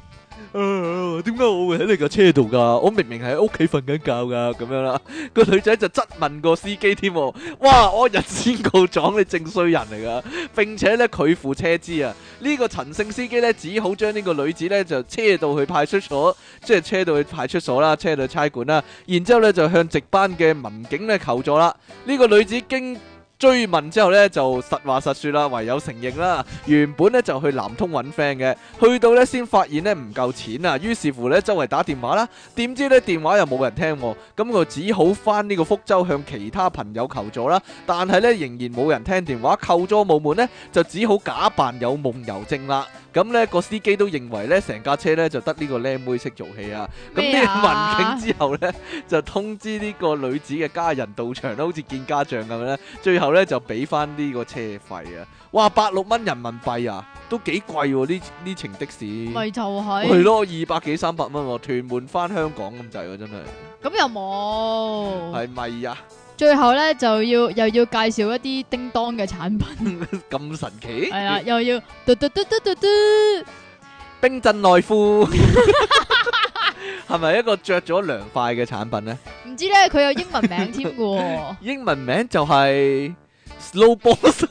Speaker 1: 呃點、解我會喺你架車度㗎？我明明喺屋企瞓緊覺㗎，咁樣啦。個女仔就質問個司機添喎，哇！我人先告狀，你正衰人嚟㗎！並且咧拒付車資啊！呢、個陳姓司機咧只好將呢個女子咧就車到去派出所，即係車到去派出所啦，車到去差館啦，然之後咧就向值班嘅民警咧求助啦。呢、個女子經追問之後呢，就實話實説啦，唯有承認啦。原本呢，就去南通揾 friend 嘅，去到呢，先發現呢唔夠錢啊，於是乎呢，周圍打電話啦，點知呢電話又冇人聽喎，咁我只好翻呢個福州向其他朋友求助啦。但係呢，仍然冇人聽電話，扣咗冇門呢，就只好假扮有夢遊症啦。咁
Speaker 2: 哦
Speaker 1: 呢個司機都認為呢，成架車呢，就得呢個靚妹識做戲啊。咁
Speaker 2: 咩啊
Speaker 1: 呢民警之後呢，就通知呢個女子嘅家人到場啦，好似見家長咁樣咧。最後咧就俾翻呢個車費啊！哇，百六蚊人民幣啊，都幾貴喎！呢呢程的士
Speaker 2: 咪就
Speaker 1: 係
Speaker 2: 係，
Speaker 1: 咯，二百幾三百蚊喎，屯門翻香港咁滯喎，真係
Speaker 2: 咁又冇，
Speaker 1: 係咪啊？
Speaker 2: 最後咧就要又要介紹一啲叮當嘅產品，
Speaker 1: 咁神奇？
Speaker 2: 係 啊啦，又要嘟嘟嘟嘟嘟嘟，
Speaker 1: 冰鎮內褲 係咪一個着咗涼快嘅產品呢？，
Speaker 2: 唔知咧佢有英文名添嘅喎
Speaker 1: 英文名就係 Slow Balls，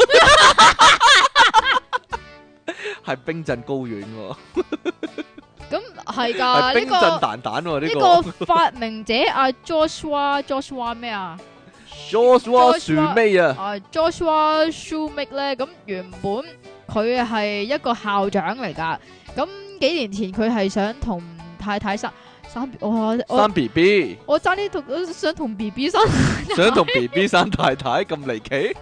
Speaker 1: 係冰鎮高丸喎，
Speaker 2: 咁係
Speaker 1: 係
Speaker 2: 㗎，
Speaker 1: 冰
Speaker 2: 啊呢
Speaker 1: 鎮
Speaker 2: 個
Speaker 1: 蛋蛋喎，呢
Speaker 2: 呢
Speaker 1: 個
Speaker 2: 個發明者阿 Joshua Joshua 咩啊？
Speaker 1: Joshua 樹尾啊！
Speaker 2: 啊 Joshua Shumick 咧，咁原本佢係一個校長嚟噶，咁幾年前佢係想同太太生生，我我
Speaker 1: 生 B B，
Speaker 2: 我爭啲同想同 B B 生，
Speaker 1: 想同 B B 生太太咁離奇，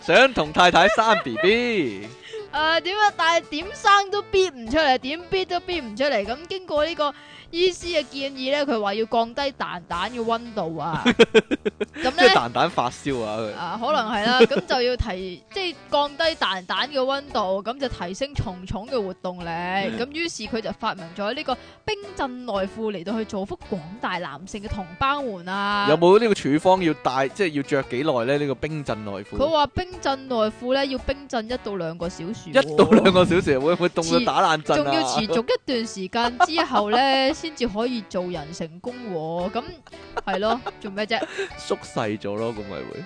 Speaker 1: 想同太太生 B B，
Speaker 2: 誒點啊？但係點生都逼唔出嚟，點逼都逼唔出嚟。咁經過呢個醫師嘅建議咧，佢話要降低蛋蛋嘅温 度啊，咁
Speaker 1: 即係
Speaker 2: 咧。
Speaker 1: 蛋蛋發燒啊佢。
Speaker 2: 啊，可能 係啦，咁就要提，即係降低蛋蛋嘅温度，咁就提升蟲蟲嘅活動力。
Speaker 1: 嗯
Speaker 2: 咁於是佢就發明咗呢個冰鎮內褲嚟到去造福廣大男性嘅同胞們啊！
Speaker 1: 有冇呢個處方要帶，即係要着幾耐咧？呢個冰鎮內
Speaker 2: 佢
Speaker 1: 褲，
Speaker 2: 話冰鎮內褲咧要冰鎮一到兩個小時喎，
Speaker 1: 一到兩個小時會唔會凍
Speaker 2: 持
Speaker 1: 到打冷震
Speaker 2: 仲要持
Speaker 1: 啊？
Speaker 2: 續一段時間之後咧，先至可以做人成功喎。咁 係咯，做咩啫？
Speaker 1: 縮細咗咯，咁咪會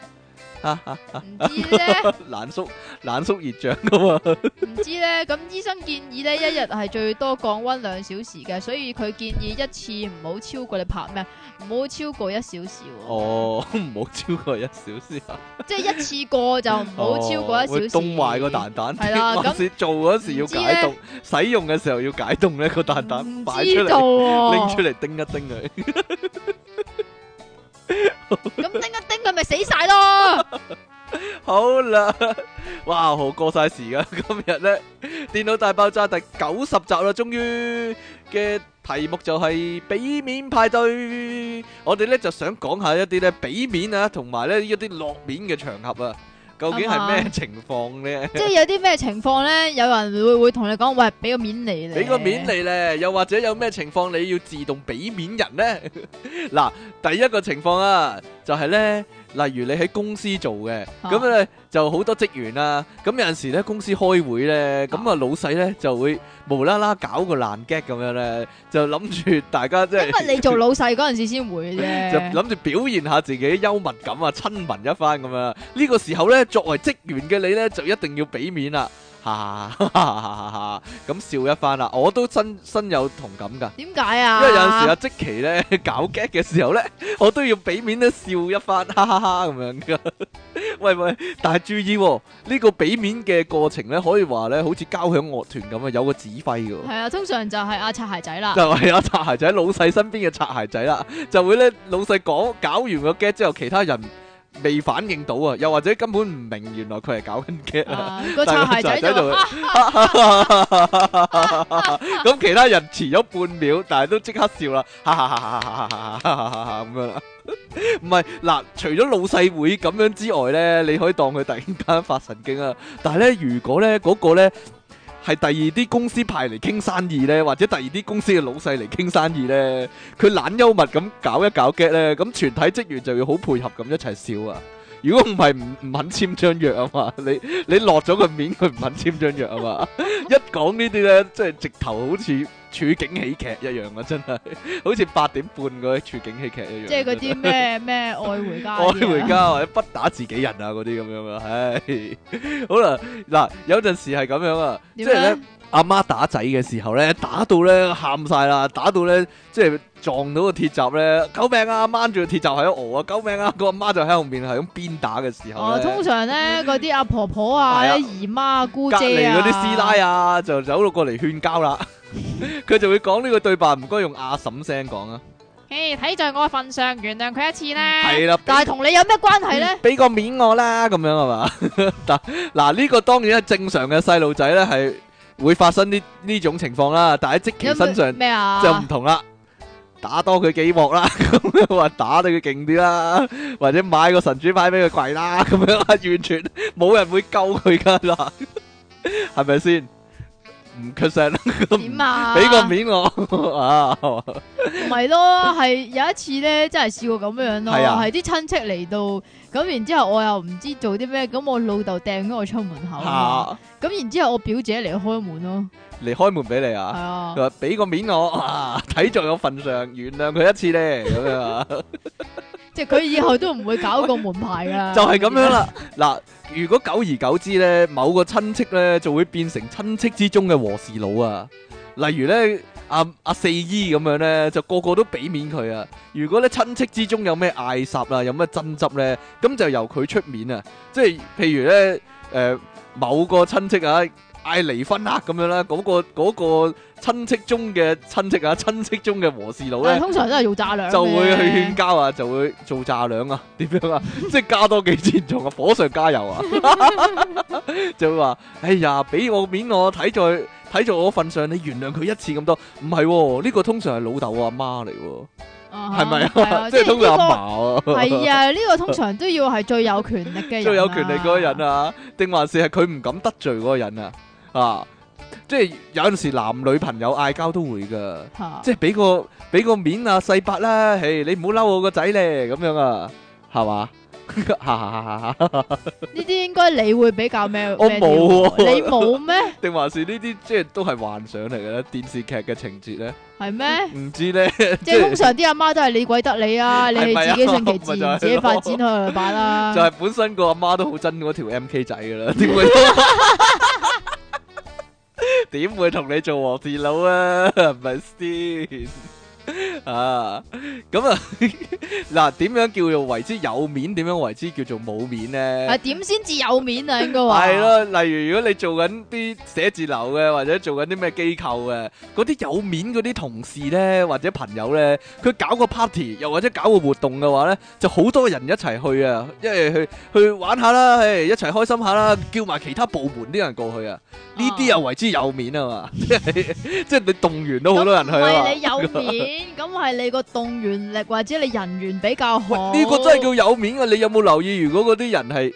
Speaker 2: 唔知咧。
Speaker 1: 冷縮冷縮熱 脹噶嘛？
Speaker 2: 唔知咧，咁醫生建議咧一日係最多降温兩小時嘅，所以佢建議一次唔好超過你拍咩，唔好超過一小時喎，
Speaker 1: 哦，唔好超過一小時啊！
Speaker 2: 即係一次過就唔好超過一小
Speaker 1: 哦會
Speaker 2: 時。
Speaker 1: 凍壞個蛋蛋，
Speaker 2: 係 啦咁
Speaker 1: 還是做嗰時要解凍，使用嘅時候要解凍咧個蛋蛋
Speaker 2: 唔
Speaker 1: 擺出
Speaker 2: 知
Speaker 1: 嚟
Speaker 2: 道。喎、
Speaker 1: 拎出嚟叮一叮佢。
Speaker 2: 咁叮一叮佢咪死 晒咯。
Speaker 1: 好啦，哇，好過晒時噶， 今日呢，電腦大爆炸第九十集啦，終於嘅題目就係俾面派對。我哋呢就想講下一啲呢俾面啊，同埋呢一啲落面嘅場合啊。究竟係
Speaker 2: 啊
Speaker 1: 咩
Speaker 2: 嘛
Speaker 1: 情況咧？
Speaker 2: 即係有啲咩情況咧，有人會會同你講，喂，俾個面你咧，
Speaker 1: 俾個面你咧，又或者有咩情況你要自動俾面人咧？ 嗱，第一個情況啊，就係咧，例如你喺公司做嘅，
Speaker 2: 啊
Speaker 1: 咁咧就好多職員啦，咁有陣時咧公司開會咧，咁啊老細咧就會無啦啦搞個爛 gag 咁樣咧，就諗住大家即係。
Speaker 2: 因為你做老細嗰陣時先會啫，
Speaker 1: 就諗住表現下自己幽默感啊，親民一番咁樣。呢、個時候呢，作為職員嘅你呢，就一定要俾面啦，哈哈哈哈哈咁笑一番啦。我都身身有同感噶，
Speaker 2: 點解
Speaker 1: 因
Speaker 2: 啊？
Speaker 1: 為有陣時阿即奇呢 搞 gag 嘅時候呢，我都要俾面咧笑一番，哈哈哈咁樣噶。喂喂，但係注意喎、呢、個俾面嘅過程呢，可以話呢好似交響樂團咁啊，有個指揮嘅喎。
Speaker 2: 係啊，通常就係阿擦鞋仔啦，
Speaker 1: 就係阿擦鞋仔老細身邊嘅擦鞋仔啦，就會咧老細講搞完個 get 之後，其他人未反應到啊，又或者根本唔明原來佢係搞緊 get 啊，
Speaker 2: 啊個擦鞋仔
Speaker 1: 但係個
Speaker 2: 就啊
Speaker 1: 擦咁其他人遲咗半秒，但係都即刻笑啦，哈哈哈哈哈哈哈哈哈咁樣啦。唔係嗱，除咗老細會咁樣之外咧，你可以當佢突然間發神經啊。 但係咧，如果咧嗰個咧係第二啲公司派嚟傾生意咧，或者第二啲公司嘅老細嚟傾生意咧，佢懶幽默咁搞一搞 get 咧，咁全體職員就要好配合咁一齊笑啊！如果唔係唔唔肯簽張約啊嘛， 你你落咗個面，佢唔肯簽張約啊嘛， 一講呢啲咧，即係直頭好似處境喜劇一樣啊！真係好似八點半嗰啲處境喜劇一樣。啊
Speaker 2: 即係嗰啲 咩咩愛回家
Speaker 1: 愛
Speaker 2: 嗰啲啊，
Speaker 1: 回家或者哎不打自己人啊嗰啲咁樣啊，唉， 好啦，嗱有陣時係咁樣啊，即
Speaker 2: 點哦
Speaker 1: 係
Speaker 2: 咧
Speaker 1: 咧？阿媽打仔嘅時候咧，打到咧喊晒啦，打到咧即係撞到個鐵閘咧，救命啊！掹住個鐵閘喺度熬啊，救命啊！個阿媽就喺後面係咁鞭打嘅時候
Speaker 2: 哦，
Speaker 1: 咧
Speaker 2: 通。常咧嗰啲阿婆婆
Speaker 1: 係啊
Speaker 2: 啊、姨媽啊、姑
Speaker 1: 隔
Speaker 2: 姐
Speaker 1: 離
Speaker 2: 啊、
Speaker 1: 嗰啲師奶啊，就走到過嚟勸交啦。佢就會講呢個對白，唔該用阿嬸聲講啊。
Speaker 2: 诶，睇在我份上，原諒佢一次啦。
Speaker 1: 係啦，俾
Speaker 2: 但係同你有咩關係咧？
Speaker 1: 俾個面我啦，咁樣係嘛？ 但嗱呢個當然係正常嘅細路仔咧，係會發生呢呢種情況啦。但喺即
Speaker 2: 有
Speaker 1: 其
Speaker 2: 冇
Speaker 1: 身上
Speaker 2: 咩啊？
Speaker 1: 就唔同啦，打多佢幾鑊啦，咁樣話打得佢勁啲啦，或者買個神主牌俾佢跪啦，咁樣啦，完全冇人會救佢噶啦，係咪先？唔出聲，
Speaker 2: 點啊？
Speaker 1: 俾個面我 啊！
Speaker 2: 唔係咯，係有一次咧，真係試過咁樣咯，
Speaker 1: 係啊
Speaker 2: 係啲親戚嚟到，咁然之後我又唔知做啲咩，咁我老豆掟咗我出門口啊嘛，
Speaker 1: 嚇
Speaker 2: 咁然之後我表姐嚟開門咯，
Speaker 1: 嚟開門俾你啊！
Speaker 2: 係啊
Speaker 1: 佢，話俾個面我啊，睇在我份上，原諒佢一次咧，咁樣啊，
Speaker 2: 即係佢以後都唔會搞個門牌 啊噶啦，
Speaker 1: 就係咁樣啦。嗱，如果久而久之咧，某個親戚咧就會變成親戚之中嘅和事佬啊。例如咧，阿、阿四姨咁樣咧，就個個都俾面佢啊。如果咧親戚之中有咩嗌霎啊，有咩爭執咧，咁就由佢出面啊。即係譬如咧，誒、某個親戚啊嗌離婚啦咁樣啦，嗰、個嗰、個親戚中嘅親戚啊，親戚中嘅和事佬咧
Speaker 2: 但係。通常都係做炸兩
Speaker 1: 就會去勸交啊，就會做炸兩啊， 點樣 啊？即係加多幾錢仲啊，火上加油啊！ 就會話：哎呀，俾我面我，睇在睇在我份上，你原諒佢一次咁多。唔係喎，呢、個通常係老豆阿媽嚟喎，
Speaker 2: 係
Speaker 1: 係咪啊？
Speaker 2: 啊？
Speaker 1: 即係通常
Speaker 2: 呢個
Speaker 1: 阿 嫲啊，
Speaker 2: 係啊，呢個通常都要係最有權力嘅人啊，
Speaker 1: 最有權力嗰個 人啊，定還是係佢唔敢得罪嗰個人啊？啊，即係有陣時男女朋友嗌交都會㗎。
Speaker 2: 嚇，
Speaker 1: 即係俾個俾個面啊細伯啦，嘿，你唔好嬲我個仔咧，咁樣啊，係嘛？
Speaker 2: 呢啲應該你會比較咩？
Speaker 1: 我
Speaker 2: 咩
Speaker 1: 冇啊喎
Speaker 2: 料你冇 咩？
Speaker 1: 定還是呢啲即係都係幻想嚟嘅咧？電視劇嘅情節咧，
Speaker 2: 係咩？
Speaker 1: 唔知咧，
Speaker 2: 即係通常啲阿媽都係你鬼得你啊！你
Speaker 1: 係咪
Speaker 2: 係
Speaker 1: 啊
Speaker 2: 自己順其自
Speaker 1: 咪就係咯
Speaker 2: 然，自己發展去咪擺啦。
Speaker 1: 就係本身個阿媽都好憎嗰條 M K 仔噶 啦，點會 都點會同你做和事佬啊？ 係咪先啊？ 咁啊，嗱，點樣叫做為之有面？點樣為之叫做冇面咧？
Speaker 2: 係啊點先至有面啊？應該話
Speaker 1: 係。咯，例如如果你做緊啲寫字樓嘅，或者做緊啲咩機構嘅，嗰啲有面嗰啲同事咧，或者朋友咧，佢搞個 party，又或者搞個活動嘅話咧，就好多人一齊去啊，一係去去玩下啦，誒一齊開心下啦，叫埋其他部門啲人過去啊，呢啲又為之有面啊嘛， 即係即係你動員都好多人去
Speaker 2: 咁唔
Speaker 1: 啊
Speaker 2: 係
Speaker 1: 嘛。
Speaker 2: 你有面，咁係你個動員力或者你人緣比較好。
Speaker 1: 呢個真係叫有面啊！你有冇留意？如果嗰啲人係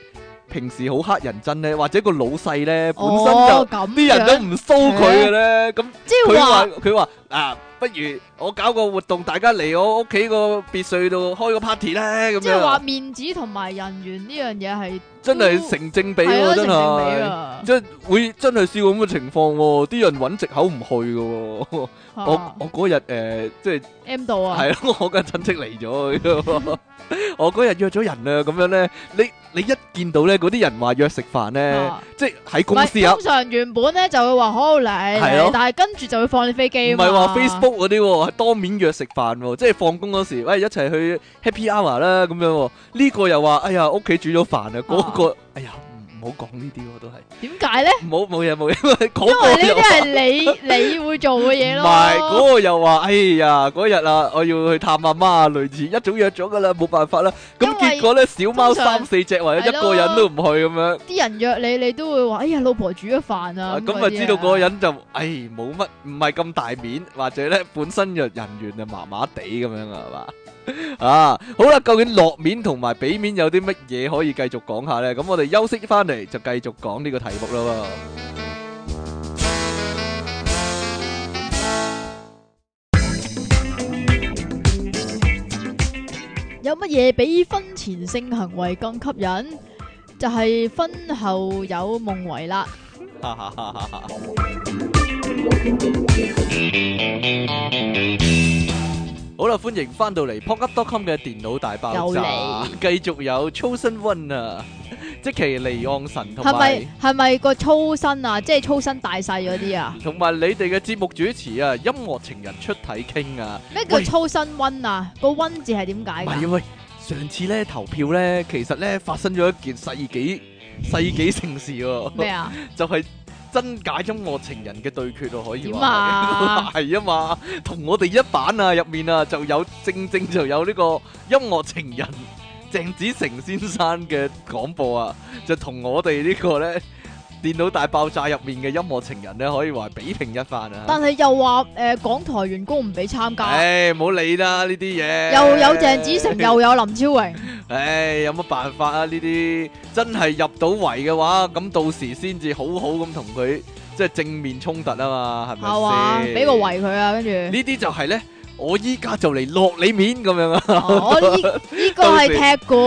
Speaker 1: 平時好黑人憎咧，或者個老細咧本身
Speaker 2: 哦
Speaker 1: 就
Speaker 2: 咁
Speaker 1: 啲人都
Speaker 2: 樣
Speaker 1: 唔騷佢嘅咧，咁
Speaker 2: 即
Speaker 1: 佢
Speaker 2: 係
Speaker 1: 話
Speaker 2: 話
Speaker 1: 佢話啊，不如我搞個活動，大家嚟我屋企個別墅度開個 party 咧，咁
Speaker 2: 即係話
Speaker 1: 樣
Speaker 2: 面子同埋人緣呢樣嘢係
Speaker 1: 真係成正比
Speaker 2: 係
Speaker 1: 喎，
Speaker 2: 咯，
Speaker 1: 真
Speaker 2: 成正比
Speaker 1: 係。
Speaker 2: 啊！
Speaker 1: 即係會真係試過咁嘅情況喎，啲人揾藉口唔去嘅喎。我
Speaker 2: 啊
Speaker 1: 我嗰日誒，即係
Speaker 2: M 度啊，
Speaker 1: 係咯，我嘅親戚嚟咗，我嗰日約咗人啦，咁樣咧，你你一見到咧嗰啲人話約食飯咧，
Speaker 2: 啊
Speaker 1: 即係喺
Speaker 2: 唔
Speaker 1: 公司
Speaker 2: 係
Speaker 1: 啊
Speaker 2: 通，常原本咧就會話好嚟，
Speaker 1: 係咯
Speaker 2: 嚟但係跟住就會放你飛
Speaker 1: 唔
Speaker 2: 機啊嘛。
Speaker 1: 係話 Facebook 嗰啲喎，係當面約食飯喎，即係放工嗰時，喂一齊去 Happy Hour 啦咁樣喎，呢個又話哎呀屋企煮咗飯啊，嗰個哎呀唔唔好講呢啲喎都係，
Speaker 2: 點解咧？
Speaker 1: 唔好冇嘢冇嘢， 嗰
Speaker 2: 因
Speaker 1: 個
Speaker 2: 為呢
Speaker 1: 又
Speaker 2: 啲係你你會做嘅嘢
Speaker 1: 唔係
Speaker 2: 咯。
Speaker 1: 嗰個又話，哎呀，嗰日啊，我要去探阿媽啊，類似一早約咗噶啦，冇辦法啦。咁
Speaker 2: 因為
Speaker 1: 結果咧，小貓
Speaker 2: 通常
Speaker 1: 三四隻或者一個人都唔去咁樣，
Speaker 2: 啲人約你，你都會話：哎呀，老婆煮咗飯啊！
Speaker 1: 咁
Speaker 2: 嗰
Speaker 1: 咪
Speaker 2: 啲
Speaker 1: 知道嗰個
Speaker 2: 啊
Speaker 1: 人就，哎，冇乜，唔係咁大面，或者咧本身就人緣就麻麻地咁樣啊，係嘛？啊，好啦，究竟落面同埋俾面有啲乜嘢可以繼續講下咧？咁我哋休息翻嚟就繼續講呢個題目啦喎。
Speaker 2: 有乜嘢比婚前性行為更吸引？就係、婚後有夢遺啦。
Speaker 1: 哈哈哈哈哈！好啦，歡迎翻到嚟 p o c k e t c o m 嘅電腦大爆
Speaker 2: 又
Speaker 1: 炸，繼續有 Chosen One à. 啊，即其離岸神同
Speaker 2: 係咪
Speaker 1: 埋
Speaker 2: 係咪個粗身啊？即係粗身大細嗰啲啊？
Speaker 1: 同埋你哋嘅節目主持啊，音樂情人出體傾啊，
Speaker 2: 咩叫
Speaker 1: 喂
Speaker 2: 粗身温啊？個温字係點解
Speaker 1: 唔係
Speaker 2: 㗎？
Speaker 1: 啊喂，上次咧投票咧，其實咧發生咗一件世紀世紀盛事
Speaker 2: 咩
Speaker 1: 喎，
Speaker 2: 啊？
Speaker 1: 就係真假音樂情人嘅對決咯，可以
Speaker 2: 點
Speaker 1: 話係。
Speaker 2: 啊？
Speaker 1: 系啊嘛，同我哋一版啊入面啊就有正正就有呢個音樂情人鄭子誠先生嘅廣播啊，就同我哋呢個咧電腦大爆炸入面嘅音樂情人咧，可以話比拼一番啊！
Speaker 2: 但係又話誒、呃港台員工唔俾參加，
Speaker 1: 唉，唔好理啦呢啲嘢，
Speaker 2: 又有鄭子 誠，又有林超榮，
Speaker 1: 唉，有乜辦法啊？呢啲真係入到圍嘅話，咁到時先至好好咁同佢即係正面衝突啊嘛，係
Speaker 2: 係嘛？
Speaker 1: 咪先？
Speaker 2: 俾個圍佢啊，跟住
Speaker 1: 呢啲就係咧，我依家就嚟落你面咁樣啊！
Speaker 2: 我 哦呢呢個
Speaker 1: 到時
Speaker 2: 係踢
Speaker 1: 入去音
Speaker 2: 館，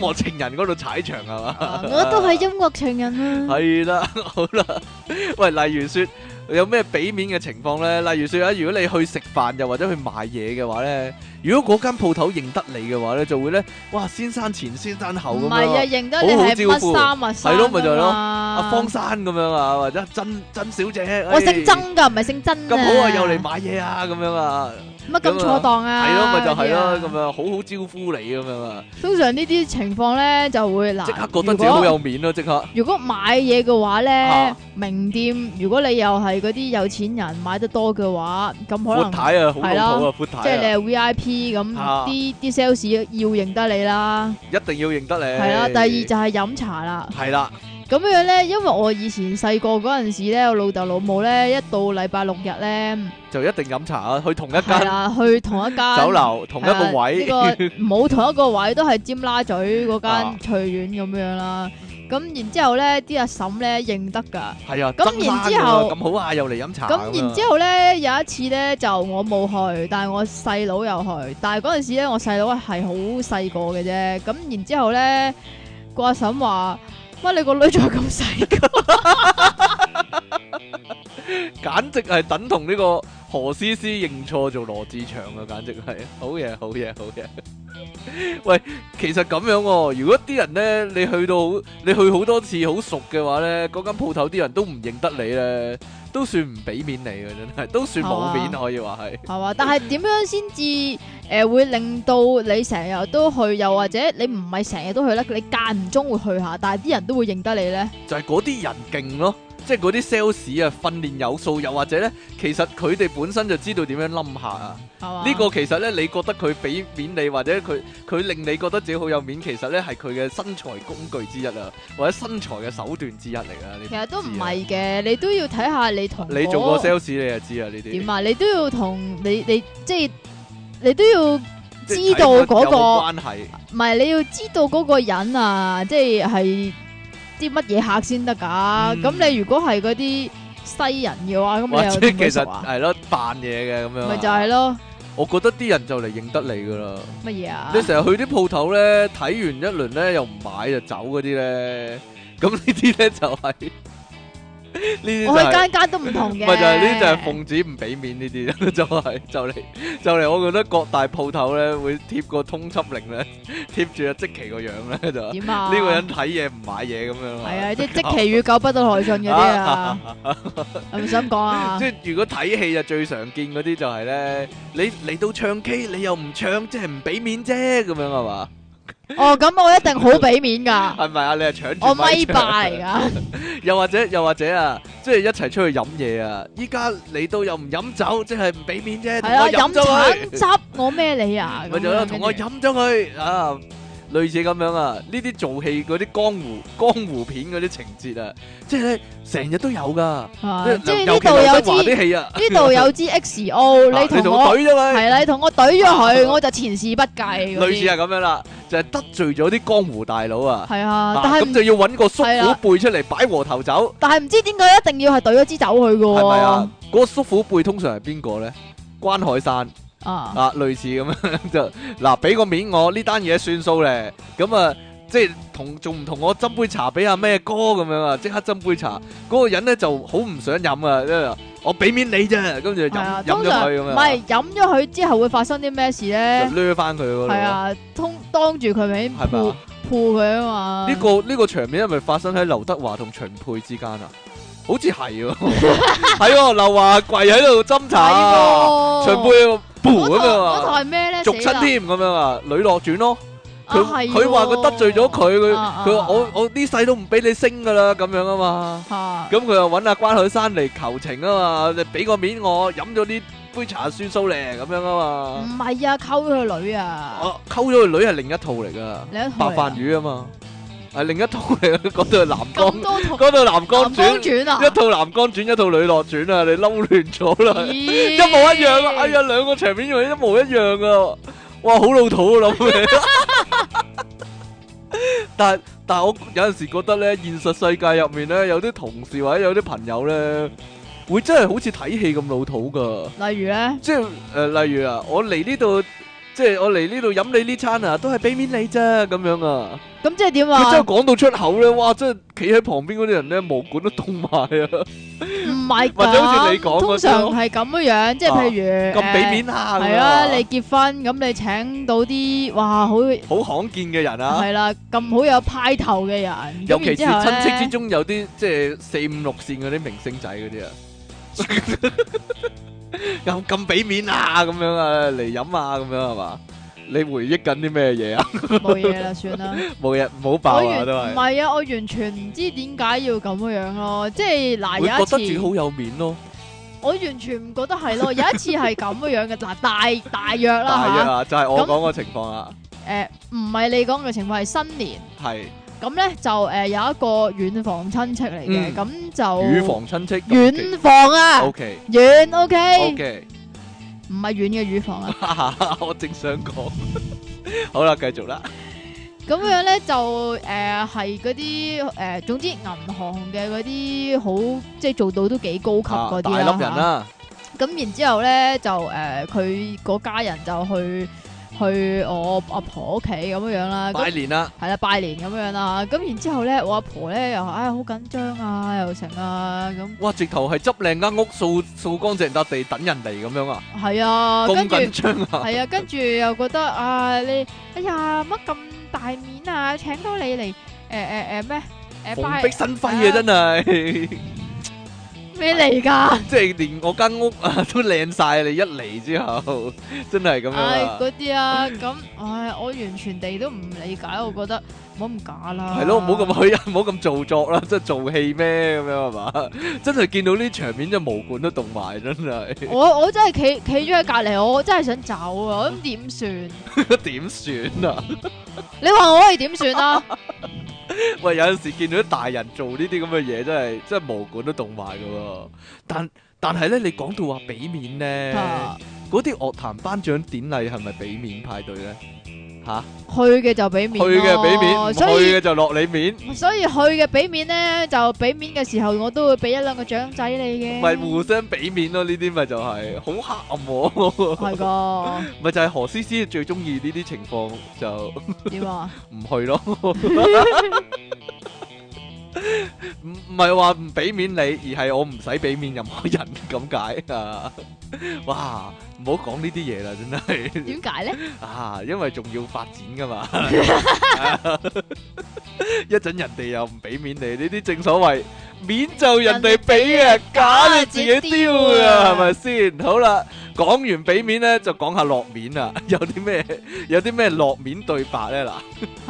Speaker 1: 樂情人嗰度踩場係嘛？
Speaker 2: 啊我都係音樂情人啊！
Speaker 1: 嗯係啦， 好啦，喂，例如說有咩俾面嘅情況咧？例如說啊，如果你去食飯又或者去買嘢嘅話咧，如果嗰間鋪頭認得你嘅話咧，就會咧，哇，先生前先生後咁
Speaker 2: 唔係啊，
Speaker 1: 樣，
Speaker 2: 認得你係乜啊衫乜
Speaker 1: 好好招呼係
Speaker 2: 衫
Speaker 1: 咯咪就係咯阿
Speaker 2: 阿
Speaker 1: 方啊生咁樣啊，或者曾曾小姐，
Speaker 2: 我姓
Speaker 1: 哎，
Speaker 2: 曾㗎，啊唔係姓真
Speaker 1: 咁好啊，又嚟買嘢啊，咁樣啊，
Speaker 2: 乜咁錯當啊？
Speaker 1: 係咯，咪就係咯，咁
Speaker 2: 嗰啲啊
Speaker 1: 樣好好招呼你咁樣啊，
Speaker 2: 通常呢啲情況咧就會嗱，
Speaker 1: 即刻覺得自己好有面咯，即刻。
Speaker 2: 如果買嘢嘅話咧
Speaker 1: 啊，
Speaker 2: 名店如果你又係嗰啲有錢人買得多嘅話，咁可
Speaker 1: 闊
Speaker 2: 能
Speaker 1: 太啊，好老土啊，闊
Speaker 2: 即
Speaker 1: 太
Speaker 2: 係
Speaker 1: 啊，
Speaker 2: 你係 VIP 咁，
Speaker 1: 啊
Speaker 2: 啲啲 sales 要認得你啦。
Speaker 1: 一定要認得你。
Speaker 2: 係啦，第二就係飲茶啦。
Speaker 1: 係啦，
Speaker 2: 咁樣咧，因為我以前細個嗰陣時咧，我老豆老母咧一到禮拜六日咧，
Speaker 1: 就一定飲茶啊，去同一
Speaker 2: 係
Speaker 1: 間
Speaker 2: 啦，去同一間
Speaker 1: 酒樓同一個位，
Speaker 2: 係啊 呢個冇同一個位，都係尖啦咀嗰
Speaker 1: 啊
Speaker 2: 間翠苑咁樣啦。咁然之後咧，啲阿嬸咧認得㗎。
Speaker 1: 係啊，
Speaker 2: 咁
Speaker 1: 爭
Speaker 2: 然
Speaker 1: 生
Speaker 2: 之
Speaker 1: 㗎
Speaker 2: 後
Speaker 1: 咁好啊，又嚟飲茶樣啊。
Speaker 2: 咁然之後咧，有一次咧就我冇去，但係我細佬又去。但係嗰陣時咧，我細佬係好細個嘅啫。咁然之後咧，個阿嬸話：乜你個女仲係咁細 個？
Speaker 1: 簡直係等同呢個何詩詩認錯做羅志祥啊，簡直係好嘢，好嘢，好嘢。喂，其實咁樣喎，如果啲人咧，你去到好，你去好多次好熟嘅話咧，嗰間鋪頭啲人都唔認得你咧，都算唔俾面你嘅， 真係都算冇面
Speaker 2: 係嘛
Speaker 1: 可以話係。
Speaker 2: 係嘛？但係點樣先至誒會令到你成日都去，又或者你唔係成日都去咧，你間唔中會去下，但係啲人都會認得你咧。
Speaker 1: 就係嗰啲人勁咯，即係嗰啲 sales 啊，訓練有素，又或者咧，其實佢哋本身就知道點樣冧客啊。
Speaker 2: 係嘛？
Speaker 1: 呢個其實咧，你覺得佢俾面你，或者佢佢令你覺得自己好有面，其實咧係佢嘅身材工具之一啊，或者身材嘅手段之一嚟啊。你
Speaker 2: 其實都唔
Speaker 1: 知啊，
Speaker 2: 係嘅，你都要睇下你同
Speaker 1: 你做過
Speaker 2: 嗰
Speaker 1: sales 你就知啊呢啲
Speaker 2: 點。啊？你都要同你你即係你都要
Speaker 1: 即
Speaker 2: 知
Speaker 1: 係
Speaker 2: 道
Speaker 1: 睇
Speaker 2: 嗰
Speaker 1: 有
Speaker 2: 個
Speaker 1: 冇關係
Speaker 2: 唔係你要知道嗰個人啊，即係係啲乜嘢客先得噶。
Speaker 1: 嗯
Speaker 2: 咁、你如果係嗰啲西人嘅話，咁
Speaker 1: 或
Speaker 2: 你又
Speaker 1: 者其
Speaker 2: 點會熟
Speaker 1: 實
Speaker 2: 啊？
Speaker 1: 係咯扮嘢嘅咁樣啊。
Speaker 2: 咪就係咯，
Speaker 1: 我覺得啲人就嚟認得你噶啦。
Speaker 2: 乜嘢啊
Speaker 1: 你？成日去啲鋪頭咧，睇完一輪咧又唔買就走嗰啲咧，咁呢啲咧就係呢啲就
Speaker 2: 我去
Speaker 1: 係
Speaker 2: 間間都唔同
Speaker 1: 咪
Speaker 2: 嘅，
Speaker 1: 就係呢啲就係奉旨唔俾面呢啲， 就係就嚟就嚟，我覺得各大鋪頭咧會貼個通緝令咧， 貼住阿積淇個樣咧就話呢
Speaker 2: 點啊？
Speaker 1: 個人睇嘢唔買嘢咁樣
Speaker 2: 係啊，即係即其與狗不得內進嗰啲啊， 係咪想講啊？
Speaker 1: 即係如果睇戲就最常見嗰啲就係咧，你嚟到唱 K 你又唔唱，即係唔俾面啫咁樣係嘛？
Speaker 2: 哦，咁我一定好俾面噶，
Speaker 1: 係咪啊？你係搶住
Speaker 2: 我
Speaker 1: 咪
Speaker 2: 咪
Speaker 1: 唱
Speaker 2: 霸嚟噶，
Speaker 1: 又或者又或者啊，即係一齊出去飲嘢啊！依家嚟到又唔飲酒，即係唔俾面啫，同
Speaker 2: 係啊，
Speaker 1: 我飲
Speaker 2: 飲
Speaker 1: 咗
Speaker 2: 橙
Speaker 1: 佢，
Speaker 2: 汁我咩你啊？
Speaker 1: 咪就係
Speaker 2: 咁樣
Speaker 1: 咯同我
Speaker 2: 跟住
Speaker 1: 飲咗佢啊！類似咁樣啊，呢啲做戲嗰啲江湖江湖片嗰啲情節啊，即係咧成日都有噶，
Speaker 2: 啊
Speaker 1: 係
Speaker 2: 即係
Speaker 1: 尤
Speaker 2: 呢
Speaker 1: 其
Speaker 2: 度
Speaker 1: 劉
Speaker 2: 有
Speaker 1: 德華
Speaker 2: 支
Speaker 1: 啲戲啊，
Speaker 2: 呢度有支 XO，
Speaker 1: 啊
Speaker 2: 你同
Speaker 1: 我
Speaker 2: 我
Speaker 1: 懟咗佢，
Speaker 2: 係啦，你同我懟 咗佢，我就前事不計。
Speaker 1: 類似係，啊咁樣啦，就係得罪咗啲江湖大佬啊，
Speaker 2: 係啊，
Speaker 1: 啊
Speaker 2: 但係
Speaker 1: 咁
Speaker 2: 唔
Speaker 1: 就要揾個叔
Speaker 2: 係啦
Speaker 1: 父輩出嚟擺和頭酒，
Speaker 2: 但係唔知點解一定要係懟咗支酒佢噶
Speaker 1: 係
Speaker 2: 喎？
Speaker 1: 咪啊？嗰個叔父輩通常係邊個咧？關海山。
Speaker 2: 啊？
Speaker 1: 啊，類似咁樣 就嗱，俾個面我呢單嘢算數咧，咁啊，即係同仲唔同我斟杯茶俾阿咩哥咁樣啊，即刻斟杯茶，嗰、個人咧就好唔想飲啊，因為我俾面你啫，跟住就
Speaker 2: 係啊，
Speaker 1: 飲
Speaker 2: 通
Speaker 1: 飲咗
Speaker 2: 常
Speaker 1: 佢咁
Speaker 2: 唔
Speaker 1: 樣
Speaker 2: 係飲咗佢之後會發生啲咩事咧
Speaker 1: 啊，？就掠翻佢嗰度
Speaker 2: 係
Speaker 1: 啊。
Speaker 2: 啊，通當住佢咪
Speaker 1: 係咪
Speaker 2: 潑
Speaker 1: 啊？
Speaker 2: 潑佢啊嘛。
Speaker 1: 呢、個呢、個場面係咪發生喺劉德華同秦沛之間啊？好似係 喎，係喎，劉華跪喺度斟茶，
Speaker 2: 係喎
Speaker 1: 秦沛噗
Speaker 2: 嗰台
Speaker 1: 咁樣
Speaker 2: 嗰
Speaker 1: 啊，
Speaker 2: 台咩咧？
Speaker 1: 逐親添咁樣啊，《女落傳》咯。
Speaker 2: 啊
Speaker 1: 佢
Speaker 2: 係
Speaker 1: 佢話
Speaker 2: 喎
Speaker 1: 佢得罪咗佢，佢
Speaker 2: 啊啊
Speaker 1: 佢話我我呢世都唔俾你升噶啦咁樣啊嘛，
Speaker 2: 嚇
Speaker 1: 咁佢又揾阿關海山嚟求情啊嘛，你俾個面我飲咗呢杯茶算數咧咁樣啊
Speaker 2: 唔
Speaker 1: 嘛，
Speaker 2: 係啊，溝咗佢女啊，
Speaker 1: 我溝咗個女係另一套嚟噶，
Speaker 2: 你一台
Speaker 1: 白
Speaker 2: 啊
Speaker 1: 飯魚啊嘛，係另一套嚟㗎，嗰套係南
Speaker 2: 咁
Speaker 1: 江，
Speaker 2: 多同
Speaker 1: 嗰套係南江
Speaker 2: 南江
Speaker 1: 轉，
Speaker 2: 轉啊，
Speaker 1: 一套南江轉，一套女落轉啊，你嬲亂咗啦。
Speaker 2: 咦
Speaker 1: 一模一
Speaker 2: 嗯
Speaker 1: 樣啊！哎呀，兩個場面用一模一樣啊！哇，好老土啊諗嘅。 但但係我有陣時覺得咧，現實世界入面咧，有啲同事或者有啲朋友咧，會真係好似睇戲咁老土噶。
Speaker 2: 例如咧，
Speaker 1: 即係誒、呃例如啊，我嚟呢度，即係我嚟呢度飲你呢餐啊，都係俾面你啫咁樣啊。
Speaker 2: 咁即係點
Speaker 1: 佢
Speaker 2: 啊？
Speaker 1: 真係講到出口咧，哇！真係企喺旁邊嗰啲人咧，毛管都凍埋啊，
Speaker 2: 唔係
Speaker 1: 或者好似
Speaker 2: 咁
Speaker 1: 你講嗰啲
Speaker 2: 通常係咁樣樣，即係譬如
Speaker 1: 咁俾面啊！
Speaker 2: 誒
Speaker 1: 咁
Speaker 2: 係
Speaker 1: 樣
Speaker 2: 啊，你結婚咁你請到啲哇好
Speaker 1: 好罕見嘅人啊。
Speaker 2: 係啦，咁好有派頭嘅人，
Speaker 1: 尤其是親戚之中
Speaker 2: 中
Speaker 1: 有啲即係四五六線嗰啲明星仔嗰啲啊， 咁咁俾面啊咁樣啊嚟飲啊咁樣係嘛？你回憶緊啲咩嘢啊？
Speaker 2: 冇嘢啦，算啦。
Speaker 1: 冇嘢，冇
Speaker 2: 我
Speaker 1: 爆啊
Speaker 2: 完
Speaker 1: 都
Speaker 2: 唔
Speaker 1: 係，
Speaker 2: 係啊，我完全唔知點解要咁樣樣咯，即係嗱
Speaker 1: 會覺得
Speaker 2: 有
Speaker 1: 自
Speaker 2: 一
Speaker 1: 己
Speaker 2: 次。
Speaker 1: 好有面咯，
Speaker 2: 我完全唔覺得係咯，有一次係咁樣嘅，嗱大大約
Speaker 1: 大約
Speaker 2: 啦
Speaker 1: 啊，就係我
Speaker 2: 咁
Speaker 1: 講個情況啊，
Speaker 2: 嚇，誒唔係你講嘅情況係新年，
Speaker 1: 係
Speaker 2: 咁咧就誒、有一個遠房親戚嚟嘅，
Speaker 1: 嗯
Speaker 2: 咁、就
Speaker 1: 乳房親戚
Speaker 2: 遠房啊，
Speaker 1: ，O K
Speaker 2: 遠 OK，
Speaker 1: O K，
Speaker 2: 唔係遠嘅乳房啊，
Speaker 1: 我正想講， 好啦，繼續啦，
Speaker 2: 咁樣咧就誒係嗰啲誒總之銀行嘅嗰啲好即係做到都幾高級
Speaker 1: 啊
Speaker 2: 嗰
Speaker 1: 大
Speaker 2: 啲
Speaker 1: 粒
Speaker 2: 啦
Speaker 1: 人
Speaker 2: 嚇
Speaker 1: 啦，
Speaker 2: 咁然之後咧就誒佢嗰家人就去去我阿婆屋企咁樣樣啦，咁
Speaker 1: 拜年啦，
Speaker 2: 係啦拜年咁樣啦，咁然之後咧我阿婆咧又唉好緊張啊又成啊咁
Speaker 1: 哇，直頭係執靚間屋，掃掃乾淨笪地等人嚟咁樣啊！
Speaker 2: 係啊，
Speaker 1: 咁
Speaker 2: 跟住
Speaker 1: 緊張啊！
Speaker 2: 係啊，跟住又覺得啊你哎呀乜咁大面啊，請到你嚟誒誒誒咩誒
Speaker 1: 蓬
Speaker 2: 拜
Speaker 1: 荜生輝啊，真 係，
Speaker 2: 咩嚟㗎？
Speaker 1: 即係連我間屋 啊都靚晒，你一嚟之後，真係咁樣
Speaker 2: 唉
Speaker 1: 啊！
Speaker 2: 嗰啲啊咁唉我完全地都唔理解，我覺得唔好咁假啦，
Speaker 1: 係咯，唔好咁虛啊，唔好咁做作啦，即係做戲咩咁樣係嘛？真係見到呢場面就毛管都凍埋，真 係
Speaker 2: 我我真係企企咗喺隔離，我真係想走啊！
Speaker 1: 嗯
Speaker 2: 我咁點算？
Speaker 1: 點算啊？
Speaker 2: 你話我可以點 算啊？
Speaker 1: 喂，有陣時見到啲大人做呢啲咁嘅嘢，真係 à, 真係毛管都凍埋噶喎。但但係咧，你講到話俾面咧，
Speaker 2: 啊
Speaker 1: 嗰啲樂壇頒獎典禮係咪俾面派對咧？吓、
Speaker 2: 去嘅就俾
Speaker 1: 去
Speaker 2: 面咯，
Speaker 1: 嘅俾面，唔去
Speaker 2: 所以
Speaker 1: 嘅就落你面，
Speaker 2: 所以去嘅俾面咧，就俾面嘅時候，我都會俾一兩個獎仔你嘅，
Speaker 1: 咪互相俾面咯。呢啲咪就係好黑暗 喎、
Speaker 2: 係噶，
Speaker 1: 咪就係何思思最中意呢啲情況就。
Speaker 2: 點啊？
Speaker 1: 唔去 咯，唔唔係話唔俾面你，而係我唔使俾面任 何人咁解啊！哇，唔好講呢啲嘢啦，真係
Speaker 2: 點解咧？
Speaker 1: 啊，因為仲要發展噶 嘛，一陣人哋又唔俾面你，呢啲正所謂面就人哋 俾嘅，假你自己丟啊，係咪先？好啦，講完俾面咧，就講下落面 啊，有啲咩有啲咩落面對白咧嗱。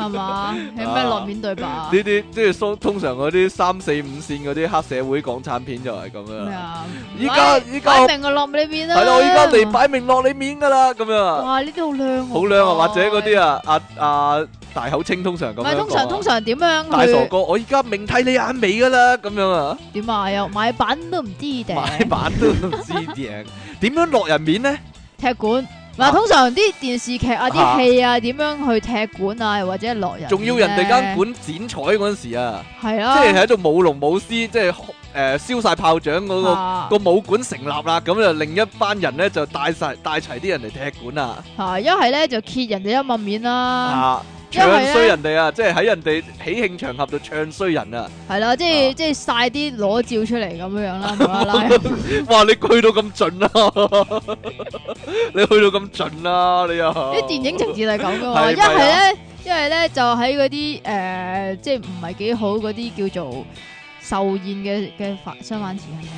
Speaker 2: 係 嘛？有咩落面對白啊？
Speaker 1: 呢啲即係通通常嗰啲三四五線嗰啲黑社會港產片就係咁樣
Speaker 2: 咩
Speaker 1: 啦。
Speaker 2: 啊？
Speaker 1: 依家
Speaker 2: 擺
Speaker 1: 依家我
Speaker 2: 擺明我落你面啦，
Speaker 1: 係啦，我依家嚟擺明落你面噶啦，咁樣啊，
Speaker 2: 哇！呢啲好靚啊，
Speaker 1: 好靚啊，或者嗰啲啊，阿阿大口清通常咁
Speaker 2: 唔
Speaker 1: 樣講啊
Speaker 2: 係通常通常點
Speaker 1: 大傻
Speaker 2: 樣去
Speaker 1: 哥，我依家明睇你眼尾噶啦，咁樣啊，
Speaker 2: 點啊？又買板都唔知定
Speaker 1: 買版都唔知 贏，點樣落人面咧？
Speaker 2: 踢館。
Speaker 1: 啊
Speaker 2: 嗱，通常啲電視劇啊、
Speaker 1: 啊
Speaker 2: 啲戲啊，點樣去踢館啊，又或者落人，
Speaker 1: 仲要人哋間館剪彩嗰陣時啊，
Speaker 2: 係
Speaker 1: 即
Speaker 2: 啦，
Speaker 1: 係喺度舞龍舞獅，即係誒燒晒炮仗嗰個。
Speaker 2: 啊
Speaker 1: 個武館成立啦，咁就另一班人咧就帶晒帶齊啲人嚟踢館啦，
Speaker 2: 啊，一係咧就揭人哋一物面啦，
Speaker 1: 啊，
Speaker 2: 因為
Speaker 1: 唱
Speaker 2: 呢
Speaker 1: 衰人哋啊，即係喺人哋喜慶場合度唱衰人啊！
Speaker 2: 係啦，即係
Speaker 1: 啊
Speaker 2: 即係晒啲裸照出嚟咁樣樣 啦，無啦啦，
Speaker 1: 哇，你去到咁盡啦，你去到咁盡啦，你又啊
Speaker 2: 啲電影情節係咁噶嘛，
Speaker 1: 係
Speaker 2: 一
Speaker 1: 咪啊
Speaker 2: 係咧，一係咧就喺嗰啲誒，即係唔係幾好嗰啲叫做壽宴嘅嘅反相反詞係咪？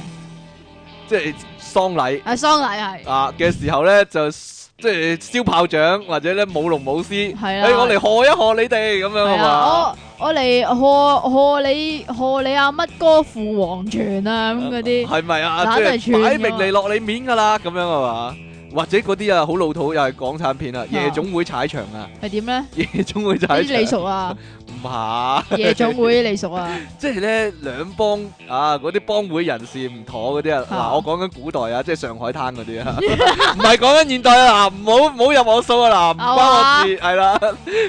Speaker 1: 即係喪禮
Speaker 2: 啊，喪禮係
Speaker 1: 啊嘅時候咧，就即係燒炮仗或者咧舞龍舞獅，
Speaker 2: 係啦
Speaker 1: 哎，我嚟賀一賀你哋咁樣啊
Speaker 2: 係
Speaker 1: 嘛，
Speaker 2: 啊，我我嚟賀賀你賀你阿乜哥父皇權啊咁嗰啲，
Speaker 1: 係咪啊？
Speaker 2: 懶
Speaker 1: 即
Speaker 2: 係
Speaker 1: 係
Speaker 2: 串
Speaker 1: 擺
Speaker 2: 㗎
Speaker 1: 明嚟落你面噶啦，咁樣啊嘛？或者嗰啲啊好老土，又係港產片啊，夜總會踩場啊，
Speaker 2: 係點咧？
Speaker 1: 夜總會踩
Speaker 2: 啲
Speaker 1: 場，
Speaker 2: 你熟啊，
Speaker 1: 唔係，
Speaker 2: 夜總會你 熟啊，
Speaker 1: 即係咧兩幫啊嗰啲幫會人士唔妥嗰啲啊，
Speaker 2: 啊
Speaker 1: 嗱我講緊古代啊，即係上海灘嗰啲啊，唔係講緊現代啊，嗱唔好唔好入我數啊，嗱唔關我事，係啦，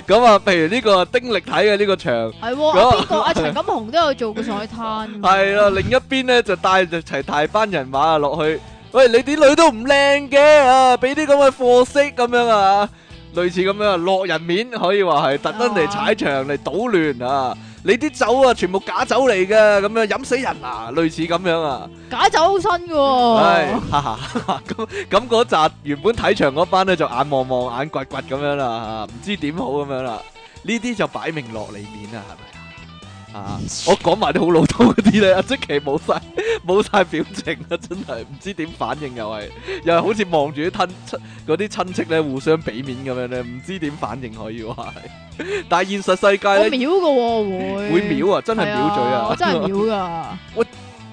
Speaker 1: 咁啊，譬如呢個丁力睇嘅呢個場。
Speaker 2: 係喎，
Speaker 1: 嗰
Speaker 2: 啊邊個阿陳錦鴻都有做過上海灘，
Speaker 1: 系啦，啊另一邊咧就帶就齊大班人馬啊落去，喂，你啲女都唔靚嘅啊，俾啲咁嘅貨色咁樣啊，類似咁樣啊，落人面可以話係特登嚟踩場嚟搗亂啊，你啲酒啊全部假酒嚟嘅，咁樣飲死人啊，類似咁樣啊，
Speaker 2: 假酒好新嘅
Speaker 1: 唉
Speaker 2: 喎，，
Speaker 1: 哈哈哈咁咁嗰扎原本睇場嗰班咧就眼望望眼掘掘咁樣啦，啊唔知點好咁樣啦，呢啲就擺明落你面啦，係咪啊？啊！我講埋啲好老土嗰啲咧，阿即奇冇晒 冇晒表情啊， 真係唔知點反應又係，又係好似望住啲親戚嗰啲親戚咧互相俾面咁樣咧，唔知點反應可以話係。但係現實世
Speaker 2: 我
Speaker 1: 界咧
Speaker 2: 秒嘅喎會，
Speaker 1: 會秒啊，真係
Speaker 2: 係
Speaker 1: 秒嘴啊，
Speaker 2: 哦我真 係秒噶，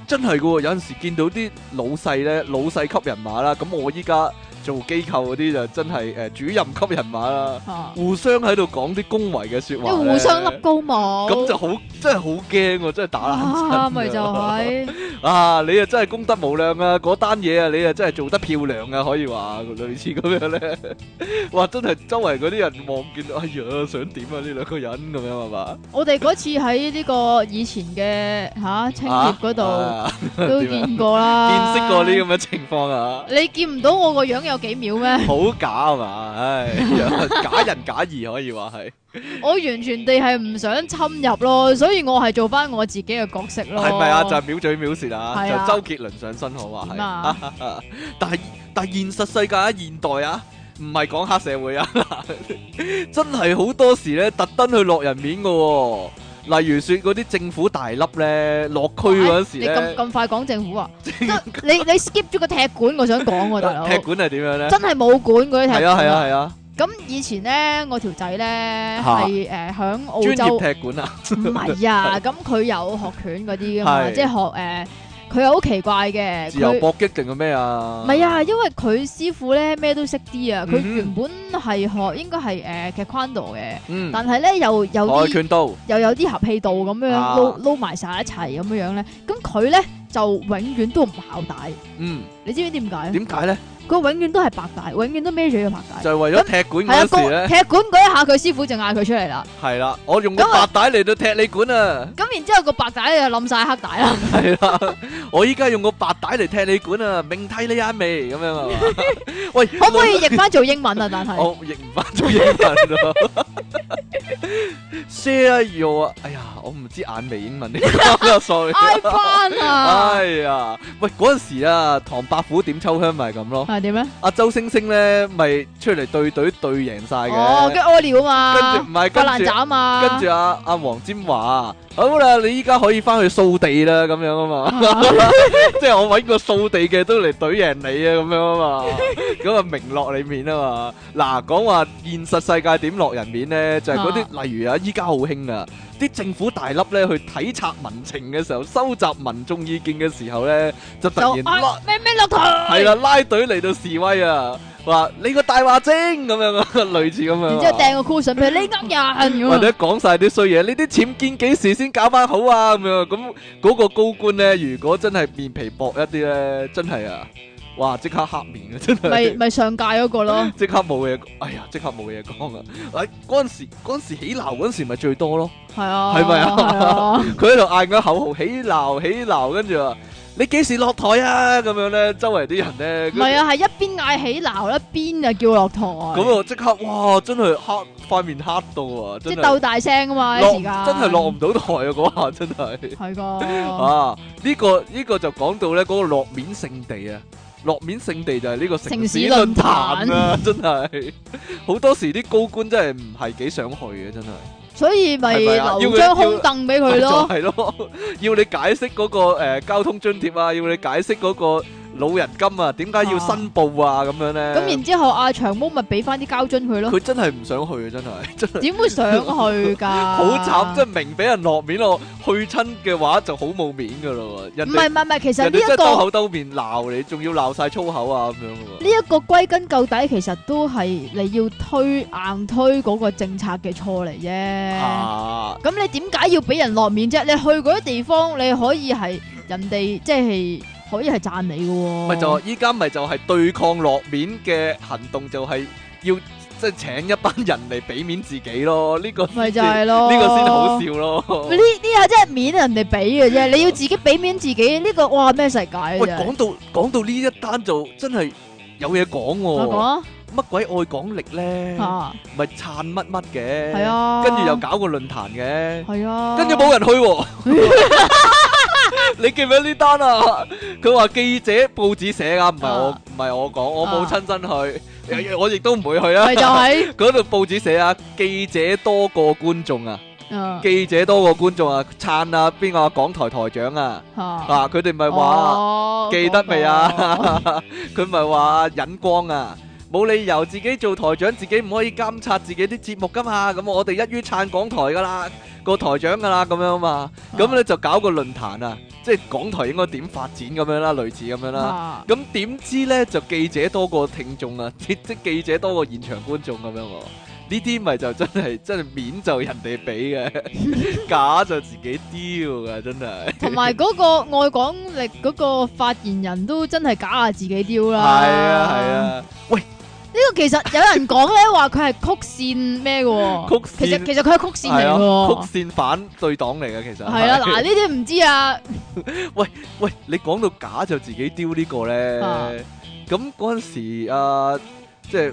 Speaker 1: 真係噶喎，有陣時見到啲老細咧，老細級人馬啦，咁我依家做機構嗰啲就真係誒、呃主任級人馬啦，
Speaker 2: 嚇
Speaker 1: 互相喺度講啲恭維嘅説
Speaker 2: 即
Speaker 1: 話
Speaker 2: 係
Speaker 1: 呢
Speaker 2: 互相笠高帽，
Speaker 1: 咁就好真係好驚喎，真係打冷震
Speaker 2: 啊
Speaker 1: 啊
Speaker 2: 咪就係
Speaker 1: 啊！你啊真係功德無量啊！嗰單嘢啊，你啊真係做得漂亮啊，可以話類似咁樣咧。 哇！真係周圍嗰啲人望見到，哎呀，想點啊？呢兩個人咁樣係嘛？
Speaker 2: 我哋嗰次喺呢個以前嘅嚇青
Speaker 1: 啊
Speaker 2: 協嗰度
Speaker 1: 啊
Speaker 2: 都
Speaker 1: 點啊
Speaker 2: 見過啦，
Speaker 1: 見識過呢咁嘅情況啊！
Speaker 2: 你見唔到我個樣有幾秒咩？
Speaker 1: 好假啊嘛，唉，假人假義可以話係，
Speaker 2: 我完全地係唔想侵入咯，所以我係做翻我自己嘅角色咯。
Speaker 1: 係咪啊？就係秒嘴秒舌啊，
Speaker 2: 係啊
Speaker 1: 就周杰倫上身可話
Speaker 2: 點
Speaker 1: 係，
Speaker 2: 啊？
Speaker 1: 但係但係現實世界啊，現代啊，唔係講黑社會啊， 真係好多時咧特登去落人面噶、喎。例如說嗰啲政府大粒咧，落區嗰陣時
Speaker 2: 哎你咁
Speaker 1: 咧，
Speaker 2: 咁快講政 府啊？得你你 skip 咗個踢館，我想講喎，大佬。
Speaker 1: 踢館係點樣咧？
Speaker 2: 真係冇管嗰啲踢
Speaker 1: 係
Speaker 2: 館
Speaker 1: 啊係啊係啊，
Speaker 2: 咁以前咧，我條仔咧
Speaker 1: 嚇
Speaker 2: 係誒響澳
Speaker 1: 專
Speaker 2: 洲，
Speaker 1: 業踢館啊，
Speaker 2: 唔係啊，咁佢有學拳嗰啲噶嘛，
Speaker 1: 係
Speaker 2: 即係學誒，呃佢又好奇怪嘅，
Speaker 1: 自由
Speaker 2: 佢
Speaker 1: 搏擊定係咩啊？
Speaker 2: 唔係啊，因為佢師傅咧咩都識啲啊，佢
Speaker 1: 嗯
Speaker 2: 原本係學應該係誒劇框度嘅，
Speaker 1: 嗯，
Speaker 2: 但係咧又有
Speaker 1: 跆
Speaker 2: 啲
Speaker 1: 拳道
Speaker 2: 又有啲合氣道咁樣
Speaker 1: 啊
Speaker 2: 撈撈埋晒一齊咁樣樣咧，咁佢咧就永遠都唔考帶，
Speaker 1: 嗯，
Speaker 2: 你知唔知點解啊？
Speaker 1: 點解咧？
Speaker 2: 佢永遠都係白帶，永遠都孭住個白帶。
Speaker 1: 就係為咗踢館
Speaker 2: 係啊，
Speaker 1: 嗰時
Speaker 2: 個
Speaker 1: 咧，
Speaker 2: 踢館嗰一下，佢師傅就嗌佢出嚟啦。
Speaker 1: 係啦，我用個
Speaker 2: 咁啊
Speaker 1: 白帶嚟到踢你館 啊，
Speaker 2: 咁然之後個白帶就冧晒黑帶 啦。
Speaker 1: 係啦，我依家用個白帶嚟踢你館啊，命替你眼眉咁樣啊嘛，喂，
Speaker 2: 可唔可以譯翻做英文啊？但係
Speaker 1: 我譯唔翻做英文 咯。Share your，哎呀，我唔知眼眉英文點講啊，sorry。
Speaker 2: I 班啊，
Speaker 1: 哎呀，喂，嗰陣時啊，唐伯虎點秋香咪係咁咯。
Speaker 2: 係點咧？
Speaker 1: 阿周星星咧，咪出嚟對隊對贏晒
Speaker 2: 哦，
Speaker 1: 嘅。
Speaker 2: 跟屙尿
Speaker 1: 跟
Speaker 2: 啊
Speaker 1: 住唔
Speaker 2: 嘛，
Speaker 1: 係
Speaker 2: 發爛
Speaker 1: 跟住
Speaker 2: 渣。啊 嘛，
Speaker 1: 跟住阿阿黃沾華，好啦，你依家可以翻去掃地啦，咁樣啊 嘛，即係我揾個掃地嘅都嚟懟贏你啊，咁樣啊嘛，咁啊明落你面啊嘛。嗱，講話現實世界點落人面咧，就係嗰啲例如啊，依家好興啊，啲政府大粒咧去體察民情嘅時候，收集民眾意見嘅時候咧，就突
Speaker 2: 就
Speaker 1: 然
Speaker 2: 哎
Speaker 1: 拉
Speaker 2: 咩咩落台，
Speaker 1: 係啦，拉隊嚟到示威啊，話你個大話精咁樣啊， 類似咁樣啊。
Speaker 2: 然之後掟個 cushion 俾你你呃人
Speaker 1: 或
Speaker 2: 咁
Speaker 1: 者
Speaker 2: 啊，
Speaker 1: 講晒啲衰嘢，呢啲僭建幾時先搞翻好啊？咁樣咁嗰個高官咧，如果真係面皮薄一啲咧，真係啊，哇！即刻黑面啊，真
Speaker 2: 咪
Speaker 1: 係
Speaker 2: 咪上屆嗰個咯，
Speaker 1: 即刻冇嘢，哎呀，即刻冇嘢講啊！哎，嗰陣時嗰陣時起鬧嗰陣時咪最多咯，
Speaker 2: 係啊，
Speaker 1: 係咪啊
Speaker 2: 係啊？
Speaker 1: 佢喺度嗌緊口號起鬧起鬧，跟住話你幾時落台啊？咁樣咧，周圍啲人咧，
Speaker 2: 唔係啊，係一邊嗌起鬧，一邊就叫落台，
Speaker 1: 咁啊即刻哇，真係黑塊面黑到啊，
Speaker 2: 即
Speaker 1: 真係
Speaker 2: 係鬥大聲啊嘛，
Speaker 1: 落
Speaker 2: 啲時
Speaker 1: 真
Speaker 2: 間
Speaker 1: 係落唔到台啊！嗰下真係。
Speaker 2: 係個
Speaker 1: 啊！呢、個呢、個就講到咧嗰個落面聖地啊，落面聖地就係呢個城市論壇啊， 真係好多時啲高官真係唔係幾想去嘅，真係
Speaker 2: 所以咪
Speaker 1: 係咪啊
Speaker 2: 留
Speaker 1: 要佢
Speaker 2: 張空凳俾佢咯，
Speaker 1: 就係咯，要你解釋嗰、個、呃、交通津貼啊，要你解釋嗰個老人金啊，點解要申報啊咁樣咧？
Speaker 2: 咁然之後阿長毛咪俾翻啲膠樽佢咯，
Speaker 1: 佢真係唔想去嘅，真係 真係
Speaker 2: 點會上去㗎？
Speaker 1: 好慘，真係明俾人落面咯，去親嘅話就好冇面噶咯喎，人
Speaker 2: 唔
Speaker 1: 哋
Speaker 2: 係唔係唔係，其實
Speaker 1: 人
Speaker 2: 呢
Speaker 1: 哋真
Speaker 2: 一
Speaker 1: 係兜
Speaker 2: 個
Speaker 1: 口兜面鬧你，仲要鬧晒粗口啊咁樣嘅喎。
Speaker 2: 呢一個歸根究底，其實都係你要推硬推嗰個政策嘅錯嚟啫。
Speaker 1: 啊，
Speaker 2: 咁你點解要俾人落面啫？你去嗰啲地方，你可以係人哋即係可以係讚你嘅喎。
Speaker 1: 咪就依家咪就係對抗落面嘅行動，就係要即係請一班人嚟俾面自己咯。 呢、個
Speaker 2: 咪就
Speaker 1: 係
Speaker 2: 係咯，
Speaker 1: 呢個先好。笑咯。
Speaker 2: 呢呢下真係面人哋俾嘅啫，你要自己俾面自己。呢個哇咩世界啊
Speaker 1: 喂，
Speaker 2: 真係
Speaker 1: 講到講到呢一單就真係有嘢講
Speaker 2: 我
Speaker 1: 喎。
Speaker 2: 講
Speaker 1: 乜鬼愛港力咧？
Speaker 2: 啊，
Speaker 1: 咪撐乜乜嘅。
Speaker 2: 係。啊，
Speaker 1: 跟住又搞個論壇嘅。
Speaker 2: 係啊，
Speaker 1: 跟住冇人去 喎。你記唔記得呢單啊？佢話記者報紙寫噶，唔係我
Speaker 2: 啊
Speaker 1: 唔係我講，我冇
Speaker 2: 啊
Speaker 1: 親身去，我亦都唔會去啦
Speaker 2: 咪。就係、
Speaker 1: 嗰度報紙寫啊，記者多過觀眾啊，
Speaker 2: 啊
Speaker 1: 記者多過觀眾啊，撐啊邊個啊港台台長啊，
Speaker 2: 啊
Speaker 1: 啊佢哋咪話
Speaker 2: 哦
Speaker 1: 記得未
Speaker 2: 嗰個
Speaker 1: 啊？佢咪話引光啊，冇理由自己做台長，自己唔可以監察自己啲節目噶嘛，咁我哋一於撐港台噶啦，個台長噶啦咁樣嘛， 咁咧就搞個論壇啊，即係港台應該點發展咁樣啦，類似咁樣啦。
Speaker 2: 啊
Speaker 1: 咁點知呢？就記者多過聽眾啊， 即即記者多過現場觀眾咁樣喎。呢啲咪就真係 真係面就人哋俾嘅， 假就自己丟㗎，真係。
Speaker 2: 同埋嗰個愛港力嗰個發言人都真係假下自己丟
Speaker 1: 係
Speaker 2: 啦。
Speaker 1: 啊係。啊，
Speaker 2: 呢個其實有人講咧話佢係曲線咩嘅喎？
Speaker 1: 曲線
Speaker 2: 其實其實佢係曲線嚟
Speaker 1: 係
Speaker 2: 嘅
Speaker 1: 啊
Speaker 2: 喎。
Speaker 1: 曲線反對黨嚟嘅其實。
Speaker 2: 係啦，啊嗱呢啲唔知啊，
Speaker 1: 喂，你講到假就自己丟呢個
Speaker 2: 啊
Speaker 1: 呢，咁嗰陣時啊，即係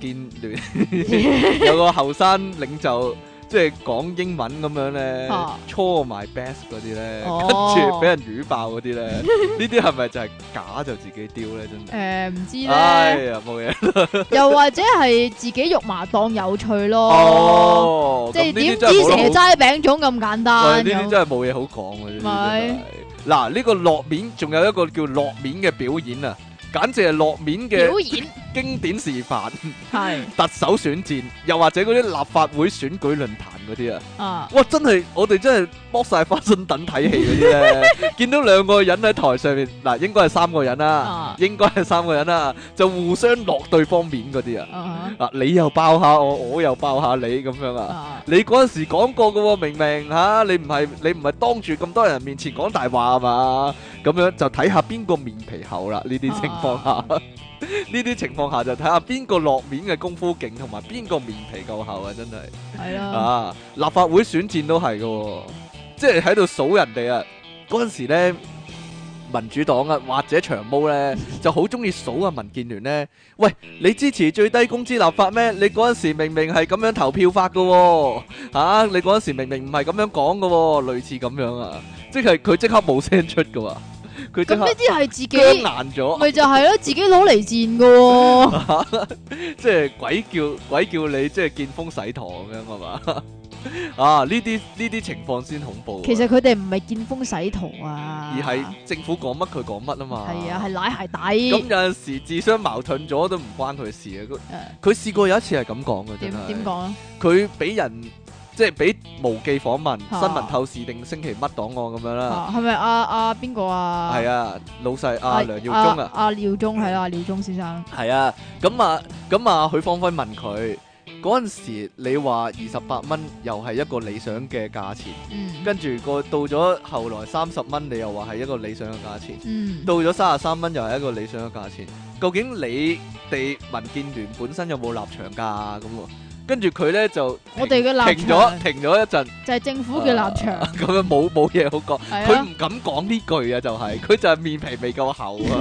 Speaker 1: 民建 聯有個後生領袖，即係講英文咁樣呢
Speaker 2: 啊，
Speaker 1: 搓埋 best 嗰啲呢，
Speaker 2: 哦
Speaker 1: 跟住俾人語爆嗰啲 呢，呢啲係咪就係假就自己丟呢？真係，
Speaker 2: 誒唔知
Speaker 1: 哎
Speaker 2: 咧，
Speaker 1: 呀冇嘢，
Speaker 2: 又或者係自己肉麻當有趣咯，
Speaker 1: 哦，
Speaker 2: 即係
Speaker 1: 咁呢
Speaker 2: 點
Speaker 1: 啲
Speaker 2: 知
Speaker 1: 真係冇得好
Speaker 2: 蛇齋餅粽咁簡
Speaker 1: 喂
Speaker 2: 單
Speaker 1: 呢啲
Speaker 2: 咁。
Speaker 1: 真係冇嘢好講嘅，呢啲
Speaker 2: 咪
Speaker 1: 真係嗱，呢個落面仲有一個叫落面嘅表演啊，簡直係落面嘅
Speaker 2: 表演
Speaker 1: 經典示範。
Speaker 2: 係
Speaker 1: 特首選戰，又或者嗰啲立法會選舉論壇嗰啲啊，
Speaker 2: 啊，
Speaker 1: 哇！真係我哋真係剝晒花生等睇戲嗰啲咧，見到兩個人喺台上面，嗱應該係三個人啦
Speaker 2: 啊，
Speaker 1: 應該係三個人啦，就互相落對方面嗰啲啊，
Speaker 2: 啊
Speaker 1: 啊你又爆下我，我又爆下你咁樣啊。
Speaker 2: 啊
Speaker 1: 你嗰陣時講過嘅喎，明明嚇你唔係你唔係當住咁多人面前講大話啊嘛，咁樣就睇下邊個面皮厚啦。呢啲情況下， 呢啲情況下就睇下邊個落面嘅功夫勁，同埋邊個面皮夠厚啊！真係。
Speaker 2: 系啦，
Speaker 1: 啊，立法會選戰都係嘅喎、即係喺度數人哋啊！嗰陣時咧，民主黨啊或者長毛咧就好中意數啊民建聯咧。喂，你支持最低工資立法咩？你嗰陣時明明係咁樣投票法嘅喎、啊你嗰陣時明明唔係咁樣講嘅喎，類似咁樣啊，即係佢即刻冇聲出嘅喎、佢即
Speaker 2: 咁呢
Speaker 1: 刻
Speaker 2: 啲係自己，
Speaker 1: 僵硬咗。
Speaker 2: 咪就係咯，自己攞嚟賤噶喎。
Speaker 1: 即係鬼叫鬼叫你即係見風使舵咁樣係嘛？ 啊呢啲呢啲情況先恐怖啊，
Speaker 2: 其實佢哋唔係見風使舵啊，
Speaker 1: 而係政府講乜佢講乜啊嘛。
Speaker 2: 係啊，係舐
Speaker 1: 咁
Speaker 2: 鞋
Speaker 1: 有
Speaker 2: 底。
Speaker 1: 陣時自相矛盾咗都唔關佢事嘅。佢
Speaker 2: 誒
Speaker 1: 佢試過有一次係咁講嘅，真
Speaker 2: 點點
Speaker 1: 係。
Speaker 2: 講啊？
Speaker 1: 佢俾人即係俾無記訪問、
Speaker 2: 啊
Speaker 1: 新聞透視定星期乜檔案咁樣啦。
Speaker 2: 啊係咪阿阿邊個啊？
Speaker 1: 係啊，老細阿梁耀忠啊。
Speaker 2: 阿廖忠係啦，阿廖忠先生
Speaker 1: 係啊，咁啊，咁啊，許芳輝問佢嗰陣時，你話二十八蚊又係一個理想嘅價錢，
Speaker 2: 嗯
Speaker 1: 跟住個到咗後來三十蚊，你又話係一個理想嘅價錢，
Speaker 2: 嗯
Speaker 1: 到咗三十三蚊又係一個理想嘅價錢。究竟你哋民建聯本身有冇立場㗎？咁喎，跟住佢咧就
Speaker 2: 我哋嘅立
Speaker 1: 停
Speaker 2: 場
Speaker 1: 咗，停咗一陣，
Speaker 2: 就係政府嘅立場，
Speaker 1: 咁樣冇冇嘢好講。
Speaker 2: 係
Speaker 1: 佢
Speaker 2: 啊
Speaker 1: 唔敢講呢句啊，就係、佢就係面皮未夠厚 啊，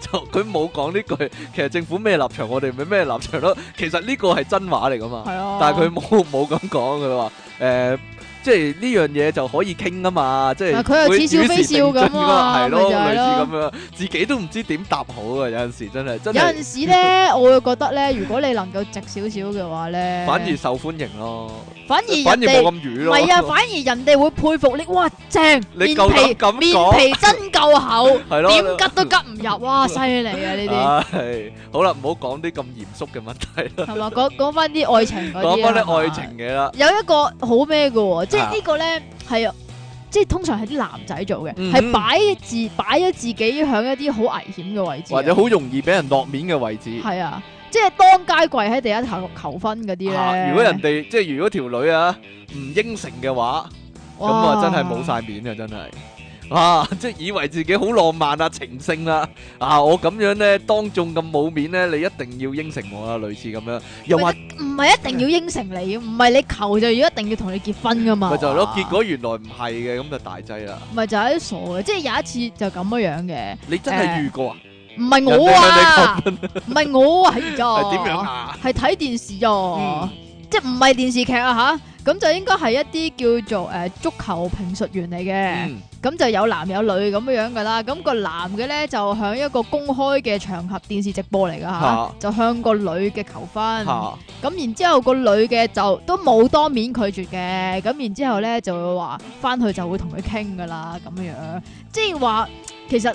Speaker 1: 就佢冇講呢句。其實政府咩立場，我哋咪咩立場咯。其實呢個係真話嚟噶嘛，
Speaker 2: 係啊，
Speaker 1: 但係佢冇冇咁講，佢話誒。即係呢樣嘢就可以傾啊嘛，即係
Speaker 2: 嗱佢又
Speaker 1: 會
Speaker 2: 似笑
Speaker 1: 與時
Speaker 2: 非笑
Speaker 1: 並
Speaker 2: 咁啊
Speaker 1: 進㗎嘛係
Speaker 2: 咪
Speaker 1: 咯，
Speaker 2: 就
Speaker 1: 類
Speaker 2: 係
Speaker 1: 似
Speaker 2: 咯
Speaker 1: 咁樣，自己都唔知點答好啊！有陣時真係真
Speaker 2: 有
Speaker 1: 係
Speaker 2: 陣時咧，我會覺得咧，如果你能夠直少少嘅話咧，
Speaker 1: 反而受歡迎咯，
Speaker 2: 反而人
Speaker 1: 反而冇
Speaker 2: 哋
Speaker 1: 咁瘀
Speaker 2: 唔
Speaker 1: 咯。
Speaker 2: 係啊，反而人哋會佩服你，哇正，
Speaker 1: 你
Speaker 2: 面
Speaker 1: 夠膽
Speaker 2: 皮
Speaker 1: 咁
Speaker 2: 面
Speaker 1: 講
Speaker 2: 皮真 夠厚，
Speaker 1: 係咯
Speaker 2: 點吉都吉唔入， 哇犀利啊呢
Speaker 1: 唉好啦，唔好講啲咁嚴肅嘅問題啦。
Speaker 2: 啲係嘛？講講翻啲愛情嗰啲啊，
Speaker 1: 講翻
Speaker 2: 係嘛
Speaker 1: 啲愛情嘢啦，
Speaker 2: 有一個好咩嘅喎，即
Speaker 1: 啊
Speaker 2: 係呢個咧係即係通常係啲男仔做嘅，
Speaker 1: 嗯
Speaker 2: 係擺自擺咗自己喺一啲好危險嘅位置啊，
Speaker 1: 或者好容易俾人落面嘅位置。
Speaker 2: 係啊，即係當街跪喺地下求求婚嗰啲
Speaker 1: 啊
Speaker 2: 咧。
Speaker 1: 如果人哋即係如果條女啊唔應承嘅話，咁啊
Speaker 2: 哇
Speaker 1: 真係冇晒面啊，真係。啊！即係以為自己好浪漫啊、情聖啦、啊，我咁樣咧，當眾咁冇面咧，你一定要應承我啊，類似咁樣，又或
Speaker 2: 唔係一定要應承你，唔係你求就要一定要同你結婚噶嘛。
Speaker 1: 咪就係咯
Speaker 2: 哇，
Speaker 1: 結果原來唔係嘅，咁就大劑啦。
Speaker 2: 咪就係啲傻嘅，即係有一次就咁樣樣嘅，
Speaker 1: 你真係遇過啊？
Speaker 2: 唔係我啊，唔係我啊，係
Speaker 1: 係
Speaker 2: 呀，
Speaker 1: 點樣？啊？
Speaker 2: 係睇電視啊
Speaker 1: 嗯，
Speaker 2: 即係唔係電視劇啊吓，咁就應該係一啲叫做誒足球評述員嚟嘅，
Speaker 1: 嗯
Speaker 2: 咁就有男有女咁樣樣噶啦，咁個男嘅咧就喺一個公開嘅場合電視直播嚟噶
Speaker 1: 嚇
Speaker 2: 吓，就向個女嘅求婚。
Speaker 1: 嚇
Speaker 2: 咁然之後個女嘅就都冇當面拒絕嘅，咁然之後咧就會話翻去就會同佢傾噶啦，咁樣樣，即係話其實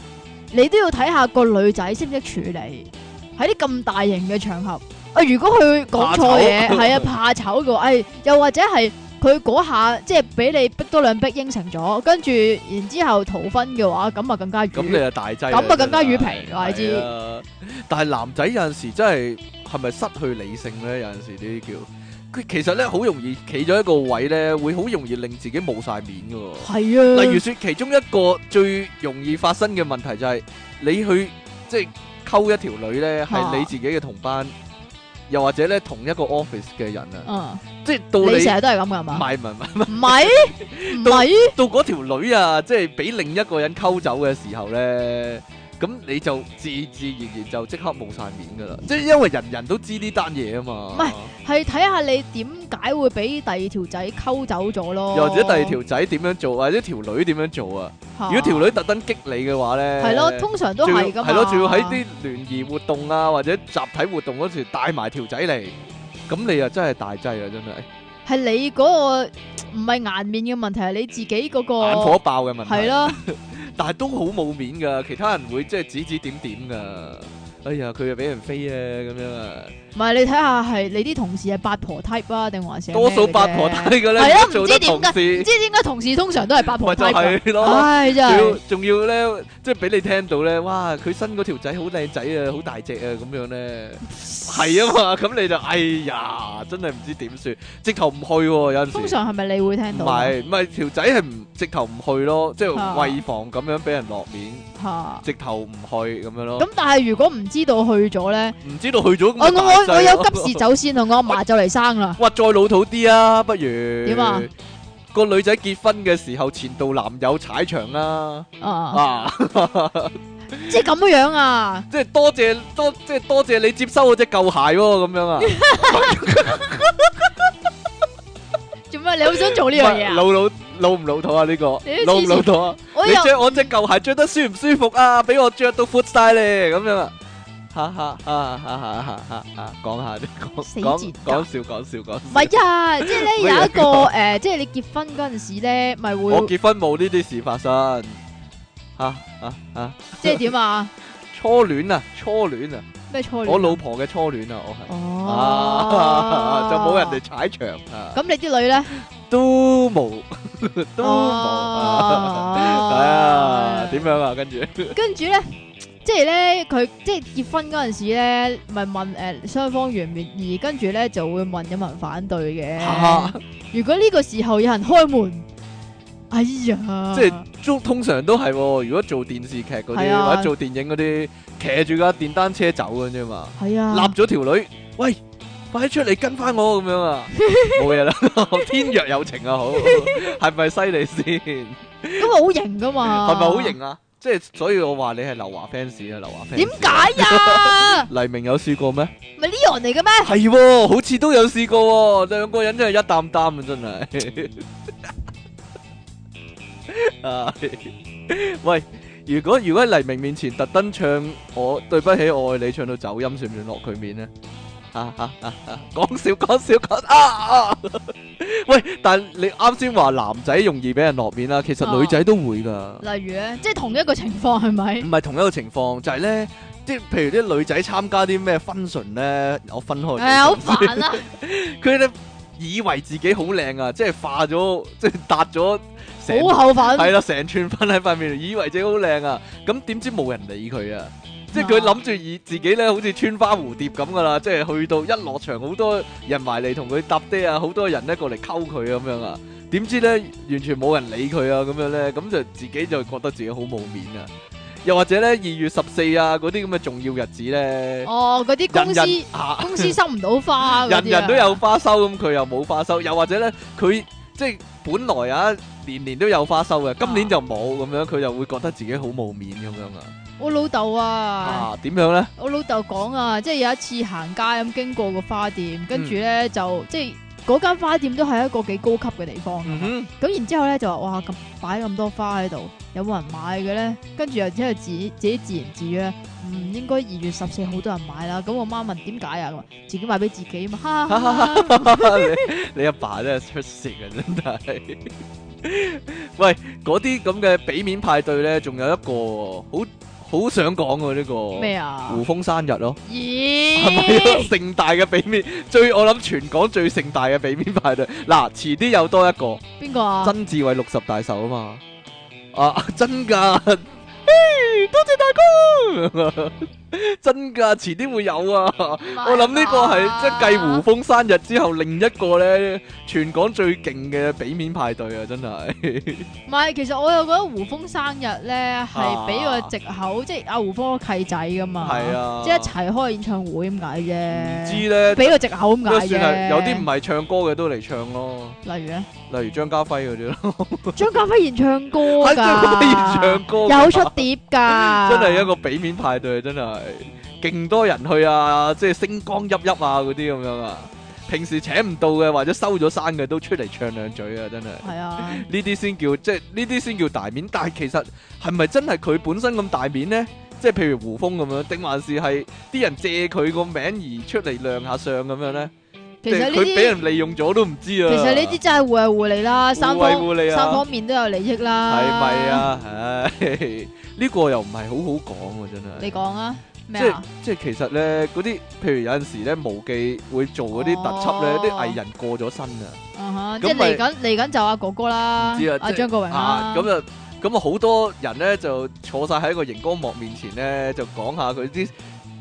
Speaker 2: 你都要睇下個女仔識唔識處理喺啲咁大型嘅場合。啊，如果佢講錯
Speaker 1: 怕
Speaker 2: 嘢，
Speaker 1: 醜
Speaker 2: 係啊怕醜嘅喎，誒、又或者係佢嗰下即係俾你逼多兩逼應承咗，跟住然之後逃婚嘅話，咁啊更加
Speaker 1: 咁你
Speaker 2: 瘀。
Speaker 1: 就大劑啦。
Speaker 2: 咁啊更加
Speaker 1: 真係
Speaker 2: 魚皮啦你知
Speaker 1: 係啊但係男仔有陣時真係係咪失去理性咧？有陣時呢啲叫佢其實咧好容易企咗一個位咧，會好容易令自己冇晒面嘅喎。
Speaker 2: 係啊，
Speaker 1: 例如説，其中一個最容易發生嘅問題就係你去即係溝一條女咧，係
Speaker 2: 啊
Speaker 1: 你自己嘅同班，又或者咧同一個 office 嘅人啊，
Speaker 2: 嗯，
Speaker 1: 即係到
Speaker 2: 你成
Speaker 1: 你。
Speaker 2: 日啊都係咁噶
Speaker 1: 唔
Speaker 2: 嘛？
Speaker 1: 係唔係唔係，
Speaker 2: 唔係唔
Speaker 1: 都
Speaker 2: 係。
Speaker 1: 到嗰條女啊，即係俾另一個人溝走嘅時候咧，咁你就自自然然就即刻冇晒面噶啦，即係因為人人都知呢單嘢啊嘛。
Speaker 2: 唔係係睇下你點解會俾第二條仔溝走咗咯，
Speaker 1: 又或者第二條仔點樣做，或者條女點樣做啊？
Speaker 2: 嚇
Speaker 1: 如果條女特登激你嘅話咧，
Speaker 2: 係哦咯，通常都
Speaker 1: 仲要
Speaker 2: 係噶嘛，
Speaker 1: 係咯，仲要喺啲聯誼活動啊，或者集體活動嗰時帶埋條仔嚟，咁你又真係大劑啦，真係
Speaker 2: 係你嗰個唔係顏面嘅問題，係你自己嗰個
Speaker 1: 眼火爆嘅問題。
Speaker 2: 係咯，
Speaker 1: 但係都好冇面噶，其他人會即係指指點點噶。哎呀，佢又俾人飛啊，咁樣啊。
Speaker 2: 唔係你睇下係你啲同事係八婆 type 啊，定還是係咩
Speaker 1: 多
Speaker 2: 嚟嘅
Speaker 1: 數八婆睇嘅咧
Speaker 2: 係啊，，
Speaker 1: 做
Speaker 2: 唔
Speaker 1: 得
Speaker 2: 知
Speaker 1: 同
Speaker 2: 點解，唔
Speaker 1: 事
Speaker 2: 知點解同事通常都係
Speaker 1: 咪
Speaker 2: 八婆
Speaker 1: 就
Speaker 2: type，
Speaker 1: 係
Speaker 2: 㗎
Speaker 1: 咯。
Speaker 2: 唉真
Speaker 1: 仲要
Speaker 2: 係
Speaker 1: 仲要咧，即係俾你聽到咧，哇！佢新嗰條仔好靚仔啊，好大隻啊，咁 樣咧，係啊嘛，咁你就哎呀，真係唔知點算，直頭唔去喎，有陣時
Speaker 2: 通。常係咪你會聽
Speaker 1: 唔
Speaker 2: 到？啊
Speaker 1: 係唔係條仔係唔直頭唔去咯，即係
Speaker 2: 啊
Speaker 1: 為防咁樣俾人落面。
Speaker 2: 吓。
Speaker 1: 直頭唔去咁樣咯。
Speaker 2: 咁但係如果唔知道去咗咧，
Speaker 1: 唔知道去咗咁
Speaker 2: 我我
Speaker 1: 咪大劑咯
Speaker 2: 我我有急事走先啊，我阿嫲就嚟生啦。
Speaker 1: 哇，再老土啲啊，不如
Speaker 2: 點啊？
Speaker 1: 個女仔結婚嘅時候，前度男友踩場啦，
Speaker 2: 啊，
Speaker 1: 啊，
Speaker 2: 即係咁樣樣啊，
Speaker 1: 即係多謝多，即係多謝你接收我只舊鞋喎，咁樣啊，
Speaker 2: 做咩？你好想 做呢樣嘢啊？
Speaker 1: 老老老唔老土啊？呢個
Speaker 2: 你都
Speaker 1: 老
Speaker 2: 黐
Speaker 1: 唔
Speaker 2: 線
Speaker 1: 老土啊？
Speaker 2: 我
Speaker 1: 你
Speaker 2: 又
Speaker 1: 着我只舊鞋着得舒唔舒服啊？俾我着到闊晒咧，咁樣啊！哈哈哈哈哈哈哈哈！講下啫，
Speaker 2: 死
Speaker 1: 講講
Speaker 2: 賤格
Speaker 1: 講笑講笑講笑。
Speaker 2: 唔 係啊，即係咧
Speaker 1: 咩啊
Speaker 2: 有一個诶，即係你結婚嗰陣時咧，咪會
Speaker 1: 我結婚冇呢啲事發生。吓啊啊！
Speaker 2: 即係點啊？
Speaker 1: 初戀啊，初戀啊，
Speaker 2: 咩初戀啊？
Speaker 1: 我老婆嘅初戀啊，我係。啊，，
Speaker 2: 哦
Speaker 1: 就冇人哋。踩場啊，
Speaker 2: 咁你哦啲女咧？
Speaker 1: 都冇， 都冇啊！啊，點
Speaker 2: 點？
Speaker 1: 樣啊？跟住
Speaker 2: 跟住咧，即係咧，佢即係結婚嗰陣時咧，咪問誒雙方圓面，而跟住咧就會問有冇人反對
Speaker 1: 嚇
Speaker 2: 嘅。如果呢個時候有人開門，哎呀，
Speaker 1: 即係都通常都係喎，如果做電視劇嗰
Speaker 2: 係
Speaker 1: 啲
Speaker 2: 啊
Speaker 1: 或者做電影嗰啲，騎住架電單車走嘅啫嘛，
Speaker 2: 係啊，
Speaker 1: 立咗條女，喂，快啲出嚟跟翻我咁樣 啊，冇嘢啦， 天若有情啊，好，係咪犀利先？
Speaker 2: 咁啊好型噶嘛，
Speaker 1: 係咪好？型啊？即係所以我話你係劉華 fans 啊，劉華 fans。
Speaker 2: 點解呀？
Speaker 1: 黎明有試過咩？
Speaker 2: 咪 Leon 嚟嘅咩？
Speaker 1: 係喎，好似都有試過喎，兩個人真係一擔擔啊，真係。 啊，喂，如果如果喺黎明面前特登唱我對不起我愛你唱到走音，算唔算落佢面呢？啊啊啊啊！講笑講笑講啊 啊！喂，但你啱先話男仔容易俾人落面啦，其實
Speaker 2: 哦
Speaker 1: 女仔都會㗎。
Speaker 2: 例如咧，即係同一個情況係咪
Speaker 1: 唔？係同一個情況，就係咧，即係譬如啲女仔參加啲咩 function 咧，我分開咗
Speaker 2: 係啊，好 煩啊！
Speaker 1: 佢咧以為自己好靚啊，即係化咗， 即係搭咗成
Speaker 2: 好厚粉，
Speaker 1: 係啦，成串粉喺塊面度，以為自己好靚啊，咁點知冇人理佢啊！即係佢諗住以自己咧，好似穿花蝴蝶咁噶啦，即係去到一落場，好多人埋嚟同佢搭爹啊，好多人咧過嚟溝佢咁樣啊，點知咧完全冇人理佢啊，咁樣咧，咁就自己就覺得自己好冇面啊！又或者咧，二月十四啊，嗰啲咁嘅重要日子咧，
Speaker 2: 哦，嗰啲
Speaker 1: 人
Speaker 2: 公司
Speaker 1: 人啊。
Speaker 2: 公司收唔到花嗰啲啊，
Speaker 1: 人人都有花收，咁佢又冇花收，又或者咧，佢即係本來啊，年年都有花收
Speaker 2: 啊
Speaker 1: 嘅，今年就冇咁樣，佢就會覺得自己好冇面咁樣啊。
Speaker 2: 我老豆啊，
Speaker 1: 啊，點樣咧？
Speaker 2: 我老豆講啊，即係有一次行街咁經過個花店，跟住咧就即係嗰間花店都係一個幾高級嘅地方。
Speaker 1: 嗯哼，
Speaker 2: 咁然之後咧就話哇咁擺咁多花喺度，有冇人買嘅咧？跟住又之後自己自己自言自語咧，嗯應該二月十四好多人買啦。咁我媽問點解啊？咁話自己買俾自己嘛，哈哈哈哈
Speaker 1: 你你阿爸真係出色啊，真係。
Speaker 2: 嗯
Speaker 1: 喂，嗰啲咁嘅俾面派對咧，仲有一個喎好好想講喎呢個
Speaker 2: 咩啊？
Speaker 1: 胡楓生日咯。係咪 啊
Speaker 2: 咦？
Speaker 1: 盛大嘅俾面，最我諗全港最盛大嘅俾面派對。嗱，遲啲有多一個，
Speaker 2: 邊個啊？
Speaker 1: 曾志偉六十大壽啊嘛，啊 真 噶，嘿多謝大哥，真噶，遲啲會有 啊！我諗呢個
Speaker 2: 哎
Speaker 1: 係即係繼胡風生日之後另一個咧，全港最勁嘅俾面派對啊！真係
Speaker 2: 唔係，其實我又覺得胡楓生日咧係俾個藉口，即係阿胡楓個契仔噶嘛，
Speaker 1: 係啊
Speaker 2: 即係一齊開演唱會咁解
Speaker 1: 唔
Speaker 2: 啫，
Speaker 1: 知咧，
Speaker 2: 俾個藉口咁
Speaker 1: 都
Speaker 2: 解
Speaker 1: 算係
Speaker 2: 啫。
Speaker 1: 有啲唔係唱歌嘅都嚟唱咯，
Speaker 2: 例如咧，
Speaker 1: 例如張家輝嗰啲咯，
Speaker 2: 張家輝現唱歌
Speaker 1: 張
Speaker 2: 㗎，
Speaker 1: 家輝唱歌㗎
Speaker 2: 啊有出碟㗎，
Speaker 1: 真係一個俾面派對，真係勁多人去啊！即係星光熠熠啊嗰啲咁樣啊，平時請唔到嘅或者收咗山嘅都出嚟唱兩嘴啊！真係呢
Speaker 2: 係啊，
Speaker 1: 啲先叫即係呢啲先叫大面，但係其實係咪真係佢本身咁大面呢？即係譬如胡風咁樣，定還是係啲人借佢個名而出嚟亮下相咁樣呢？
Speaker 2: 其實
Speaker 1: 即係
Speaker 2: 呢
Speaker 1: 佢俾
Speaker 2: 啲
Speaker 1: 人利用咗都唔知啊！
Speaker 2: 其實呢啲真係互惠互利啦，三
Speaker 1: 互惠
Speaker 2: 方
Speaker 1: 互利啊
Speaker 2: 三方面都有利益啦，
Speaker 1: 係咪？啊？唉，呢個又唔係好好講喎，真係。
Speaker 2: 你講啊，咩
Speaker 1: 即係
Speaker 2: 啊？
Speaker 1: 即係其實咧，嗰啲譬如有陣時咧，無記會做嗰啲特輯咧，
Speaker 2: 哦
Speaker 1: 啲藝人過咗身啊，
Speaker 2: 啊哈
Speaker 1: 咁
Speaker 2: Uh-huh。即係
Speaker 1: 咪
Speaker 2: 嚟緊嚟緊就阿哥哥啦
Speaker 1: 唔知啊，
Speaker 2: 阿
Speaker 1: 即係
Speaker 2: 張國榮
Speaker 1: 啊
Speaker 2: 啦，
Speaker 1: 咁啊咁啊好多人咧就坐晒喺個熒光幕面前咧，就講下佢啲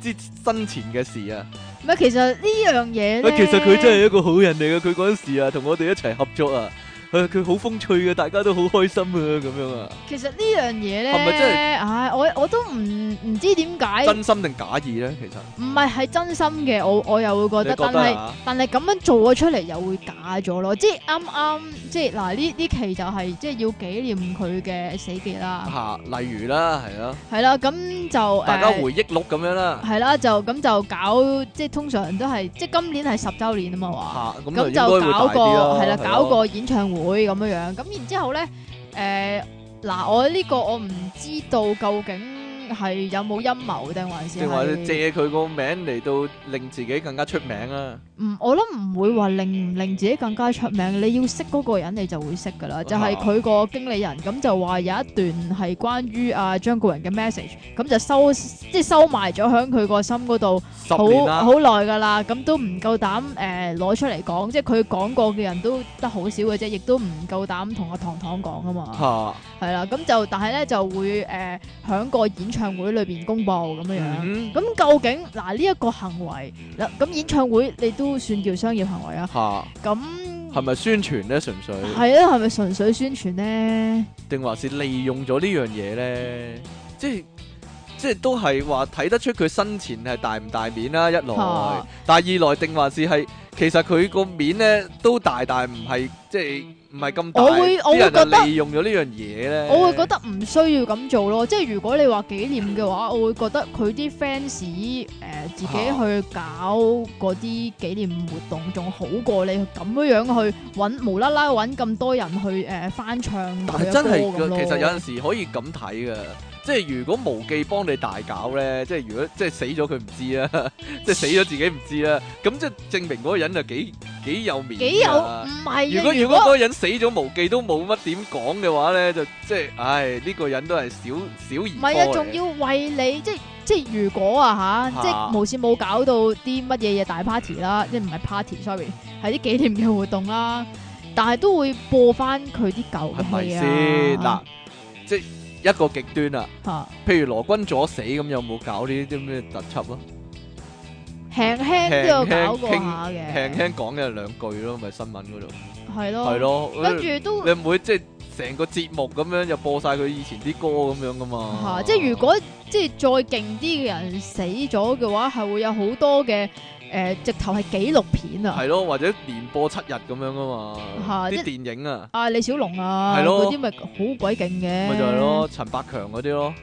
Speaker 1: 啲生前嘅事啊。
Speaker 2: 唔係，其實呢樣嘢
Speaker 1: 喂，
Speaker 2: 咧，
Speaker 1: 其實佢真係一個好人嚟嘅，佢嗰陣時啊，同我哋一齊合作啊，誒佢好風趣嘅，大家都好開心啊，咁樣啊，
Speaker 2: 其實呢樣嘢咧，
Speaker 1: 係咪真係
Speaker 2: 唉，我我都唔唔知點解，
Speaker 1: 真心定假意咧？其實
Speaker 2: 唔係係真心嘅，我我又會覺
Speaker 1: 你覺
Speaker 2: 得，但
Speaker 1: 得
Speaker 2: 係
Speaker 1: 啊？
Speaker 2: 但係咁樣做咗出嚟又會假咗咯，即係啱啱即係嗱呢呢期就係、即係要紀念佢嘅死忌啦，
Speaker 1: 嚇，例如啦，係啦，
Speaker 2: 係啦，咁就
Speaker 1: 啊大家
Speaker 2: 誒
Speaker 1: 回憶錄咁樣啦，
Speaker 2: 係啦，就咁就搞即係通常都係即係今年係十週年啊嘛話。
Speaker 1: 嚇，咁就
Speaker 2: 咁
Speaker 1: 應該會
Speaker 2: 就搞
Speaker 1: 大
Speaker 2: 個
Speaker 1: 啲啦，
Speaker 2: 係啦，搞
Speaker 1: 咯
Speaker 2: 個演唱會咁樣樣。咁然之後咧，誒、嗱，我呢個我唔知道究竟係有冇陰謀定還是
Speaker 1: 定話
Speaker 2: 係
Speaker 1: 借佢個名嚟到令自己更加出名啊？
Speaker 2: 唔，我諗唔會話
Speaker 1: 嗯
Speaker 2: 令唔令自己更加出名。你要識嗰個人，你就會識噶
Speaker 1: 啊
Speaker 2: 啦。就係佢個經理人咁就話有一段係關於阿、張國榮嘅 message，咁就收即係收埋咗喺佢個心嗰度。
Speaker 1: 十
Speaker 2: 好啊
Speaker 1: 年啦，
Speaker 2: 好耐噶啦，咁都唔夠膽誒攞出嚟講，即係佢講過嘅人都得好少嘅啫，亦都唔夠膽同阿糖糖講啊嘛，
Speaker 1: 嚇，
Speaker 2: 係啦，咁就但係咧就會誒喺、個演唱會裏邊公佈咁樣樣。
Speaker 1: 嗯
Speaker 2: 咁究竟嗱呢一個行為嗱咁演唱會你都算叫商業行為啊？
Speaker 1: 嚇，
Speaker 2: 咁
Speaker 1: 係咪宣傳咧？純粹
Speaker 2: 係啊，係咪純粹宣傳呢？
Speaker 1: 定還是利用咗呢樣嘢咧？即係即係都係話睇得出佢生前係大唔大面啦，一來
Speaker 2: 嚇，
Speaker 1: 但係二來定還是係其實佢個面咧都大，但係唔係即係唔係咁大。
Speaker 2: 我會我
Speaker 1: 啲
Speaker 2: 會
Speaker 1: 人就
Speaker 2: 覺得
Speaker 1: 利用咗呢樣嘢咧，
Speaker 2: 我會覺得唔需要咁做咯，即係如果你話紀念嘅話，我會覺得佢啲 fans 誒自己去搞嗰啲紀念活動，仲好過你咁樣樣去揾無啦啦揾咁多人去誒、呃翻唱
Speaker 1: 但
Speaker 2: 佢
Speaker 1: 係
Speaker 2: 嘅
Speaker 1: 真係
Speaker 2: 歌咁
Speaker 1: 㗎，
Speaker 2: 咯
Speaker 1: 其實有陣時可以咁睇嘅，即係如果無記幫你大搞咧，即係如果即係死咗佢唔知啦， 即係死咗自己唔知啦，咁即係證明嗰個人就幾幾有面㗎。
Speaker 2: 幾有唔係
Speaker 1: 如果
Speaker 2: 啊？
Speaker 1: 如
Speaker 2: 如
Speaker 1: 果嗰
Speaker 2: 果
Speaker 1: 個人死咗無記都冇乜點講嘅話咧，就即係唉呢個人都係小小兒
Speaker 2: 唔
Speaker 1: 科
Speaker 2: 係啊，
Speaker 1: 嚟
Speaker 2: 仲要為你即即係如果啊
Speaker 1: 嚇
Speaker 2: 吓，即係無線冇搞到啲乜嘢嘢大 party 啦，即係唔係 party，sorry，係啲紀念嘅活動啦，但係都會播翻佢啲舊
Speaker 1: 係咪
Speaker 2: 嘅戲啊。
Speaker 1: 先嗱？即係一個極端啦，
Speaker 2: 吓
Speaker 1: 譬如羅君佐死咁，有冇搞呢啲咩特輯啊？
Speaker 2: 輕輕都有搞過下嘅，
Speaker 1: 輕輕講嘅兩句咯，咪新聞嗰度
Speaker 2: 係咯，
Speaker 1: 係，咯，
Speaker 2: 跟住 都
Speaker 1: 你唔會即係成個節目咁樣就播晒佢以前啲歌咁樣噶嘛？
Speaker 2: 吓，即係如果即係再勁啲嘅人死咗嘅話，係會有好多嘅誒，直頭係紀錄片啊，
Speaker 1: 係咯，或者連播七日咁樣噶嘛？
Speaker 2: 嚇
Speaker 1: 啲
Speaker 2: 即
Speaker 1: 電影啊，
Speaker 2: 啊李小龍啊，
Speaker 1: 係咯
Speaker 2: 嗰啲咪好鬼勁嘅，
Speaker 1: 咪就係咯，，陳百強嗰啲咯，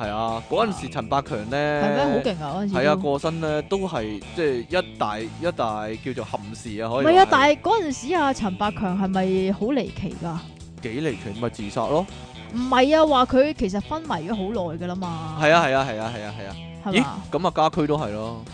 Speaker 1: 係啊，嗰陣時陳百強咧
Speaker 2: 係咩好勁啊嗰陣時都，
Speaker 1: 係啊，過身咧都係即係一大一大叫做憾事啊，
Speaker 2: 唔
Speaker 1: 可以
Speaker 2: 係啊，
Speaker 1: 話
Speaker 2: 但係嗰陣時啊，陳百強係咪好離奇㗎？
Speaker 1: 幾離奇咪自殺咯，
Speaker 2: 唔係啊，話佢其實昏迷咗好耐㗎啦嘛，
Speaker 1: 係啊係啊係啊係啊係啊，
Speaker 2: 係
Speaker 1: 咦
Speaker 2: 嘛？
Speaker 1: 咁啊家駒都係咯，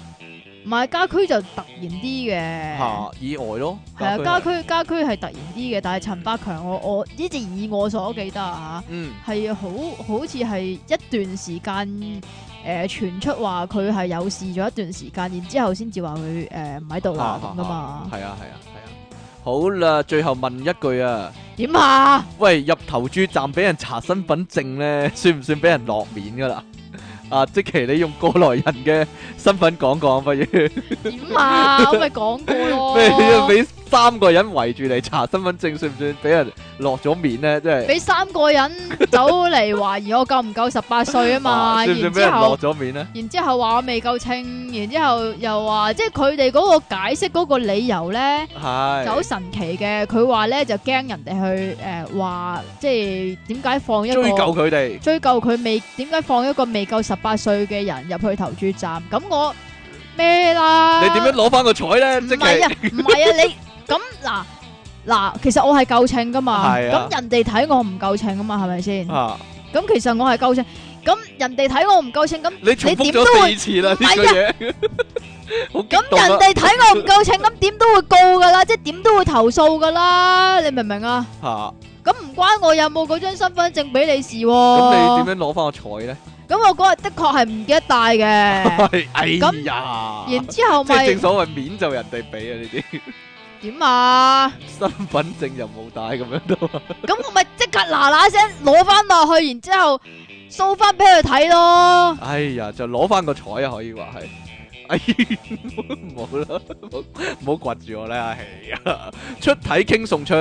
Speaker 2: 唔係家駒就突然啲嘅，
Speaker 1: 嚇意外咯，
Speaker 2: 係啊，
Speaker 1: 係
Speaker 2: 家區家區係突然啲嘅，但係陳百強我我呢隻以我所記得啊，
Speaker 1: 嗯
Speaker 2: 係好好似係一段時間誒、呃、傳出話佢係有事咗一段時間，然之後先至話佢誒唔喺度啦咁噶嘛？
Speaker 1: 係啊係啊係啊，好啦，最後問一句啊。
Speaker 2: 點啊？
Speaker 1: 喂，入投注站俾人查身份證咧， 算唔算俾人落面噶啦？ 啊，即其你用過來人嘅身份講講，不如
Speaker 2: 點啊？我咪講過
Speaker 1: 俾
Speaker 2: 咯，
Speaker 1: 俾三個人圍住你查身份證，算唔算俾人落咗面咧？即係
Speaker 2: 俾三個人走嚟懷疑我夠唔夠十八歲啊嘛，
Speaker 1: 啊算唔算
Speaker 2: 然
Speaker 1: 俾
Speaker 2: 之
Speaker 1: 人
Speaker 2: 後
Speaker 1: 落。咗面咧？
Speaker 2: 然之後話我未夠稱，然之後又話即係佢哋嗰個解釋嗰個理由咧，就好
Speaker 1: 係
Speaker 2: 神奇嘅，佢話咧就驚人哋去誒呃話、即係點解放一個
Speaker 1: 追究佢哋，
Speaker 2: 追究佢未點解放一個未夠十八歲嘅人入去投注站？咁我咩啦？
Speaker 1: 你點樣攞翻個彩咧？
Speaker 2: 啊唔
Speaker 1: 即
Speaker 2: 係
Speaker 1: 其
Speaker 2: 啊，唔係啊，你咁嗱嗱，其實我係夠稱噶嘛，
Speaker 1: 係
Speaker 2: 咁、
Speaker 1: 啊
Speaker 2: 人哋睇我唔夠稱噶嘛，係咪先？咁、
Speaker 1: 啊！
Speaker 2: 其實我係夠稱，咁人哋睇我唔夠稱，咁
Speaker 1: 你重複
Speaker 2: 你點都
Speaker 1: 咗
Speaker 2: 會
Speaker 1: 四次啦呢
Speaker 2: 唔係啊
Speaker 1: 個嘢， 好激動
Speaker 2: 咁人
Speaker 1: 啊！
Speaker 2: 哋睇我唔夠稱，咁點都會告噶啦，即係點都會投訴噶啦，你明唔明啊？
Speaker 1: 嚇，
Speaker 2: 咁唔關我有冇嗰張身份證俾你事喎、
Speaker 1: 咁你點樣攞翻個彩咧？
Speaker 2: 咁我嗰日的確係唔記得帶 嘅，
Speaker 1: 哎
Speaker 2: 咁
Speaker 1: 呀！
Speaker 2: 然之後
Speaker 1: 即係正
Speaker 2: 咪
Speaker 1: 所謂面就人哋俾啊！呢啲
Speaker 2: 點啊？
Speaker 1: 身份證又冇帶咁樣都
Speaker 2: 咁我咪即刻嗱嗱聲攞翻落去，然之後 show 翻俾佢睇 咯。
Speaker 1: 哎呀，就攞翻個彩啊，可以話係。 哎， 冇啦，冇冇掘住我啦，哎呀！出體傾送出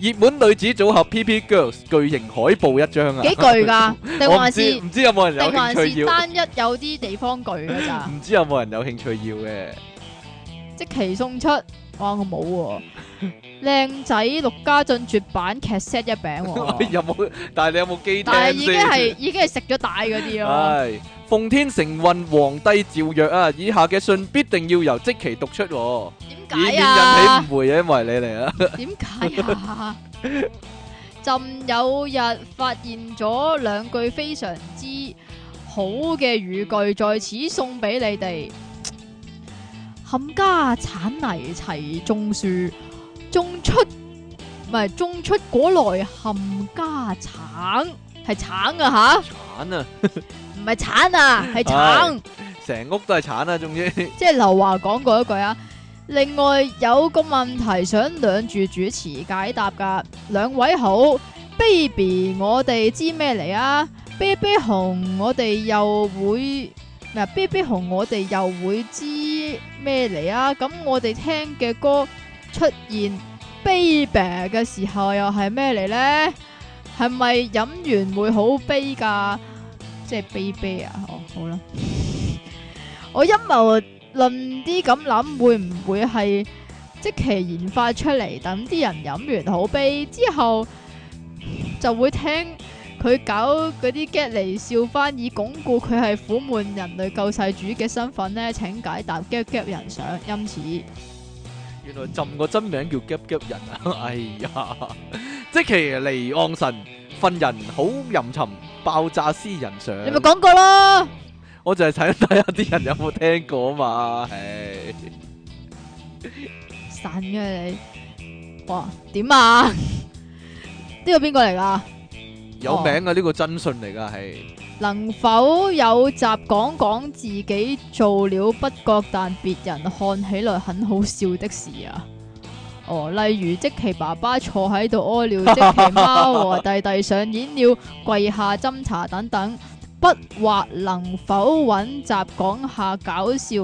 Speaker 1: 熱門女子組合 PP Girls 巨型海報一張啊！
Speaker 2: 幾 巨噶？定
Speaker 1: 我唔
Speaker 2: 還
Speaker 1: 知
Speaker 2: 是
Speaker 1: 唔知有冇人有
Speaker 2: 定還
Speaker 1: 興趣
Speaker 2: 是
Speaker 1: 要？
Speaker 2: 單一有啲地方巨㗎咋？
Speaker 1: 唔知有冇人有興趣要嘅？
Speaker 2: 即期送出，哇！我冇喎、靚仔陸家俊絕版劇 set 一餅喎、
Speaker 1: 有冇？但係你有冇機聽
Speaker 2: 但係已經
Speaker 1: 先
Speaker 2: 係已經係食咗帶嗰啲咯。
Speaker 1: 唉，奉天承運，皇帝诏曰啊！以下嘅信必定要由即其讀出、喎，
Speaker 2: 點
Speaker 1: 以免
Speaker 2: 解
Speaker 1: 引
Speaker 2: 啊
Speaker 1: 起？誤會啊！因為你嚟啊，
Speaker 2: 點解啊？朕有日發現咗兩句非常之好嘅語句，在此送俾你哋。冚家產泥齊種樹，種出唔係種出果來冚家橙，係橙啊
Speaker 1: 慘啊！
Speaker 2: 吓，唔係橙啊，係橙。
Speaker 1: 成屋都係慘啊！總之，
Speaker 2: 即係劉華講過一句啊。另外有個問題想兩住主持解答噶，兩位好，baby 我哋知咩嚟啊？baby 熊我哋又會嗱，baby 熊我哋又會知咩嚟啊？咁我哋聽嘅歌出現 baby 嘅時候又係咩嚟呢？係咪飲完會好悲噶？即係 baby 啊？哦，好啦。 我陰謀論啲咁諗，會唔會係即期研發出嚟，等啲人飲完好悲之後，就會聽佢搞嗰啲 get 嚟笑翻，以鞏固佢係苦悶人類救世主嘅身份呢？請解答 get get 人想，因此
Speaker 1: 原來朕個真名叫 Gap Gap 人啊！ 哎呀，即其離岸神，份人好吟沉，爆炸私人相。
Speaker 2: 你咪講過咯，
Speaker 1: 我就係睇睇下啲人有冇聽過啊嘛。唉，
Speaker 2: 散嘅你，哇點啊？ 呢個邊個嚟㗎？
Speaker 1: 有
Speaker 2: 哦
Speaker 1: 名啊！呢個真信嚟㗎，係
Speaker 2: 能否有集講講自己做了不覺但別人看起來很好笑的事啊？哦，例如即其爸爸坐喺度屙尿，即其媽和弟弟上演了跪下斟茶等等。不或能否揾集講下搞笑，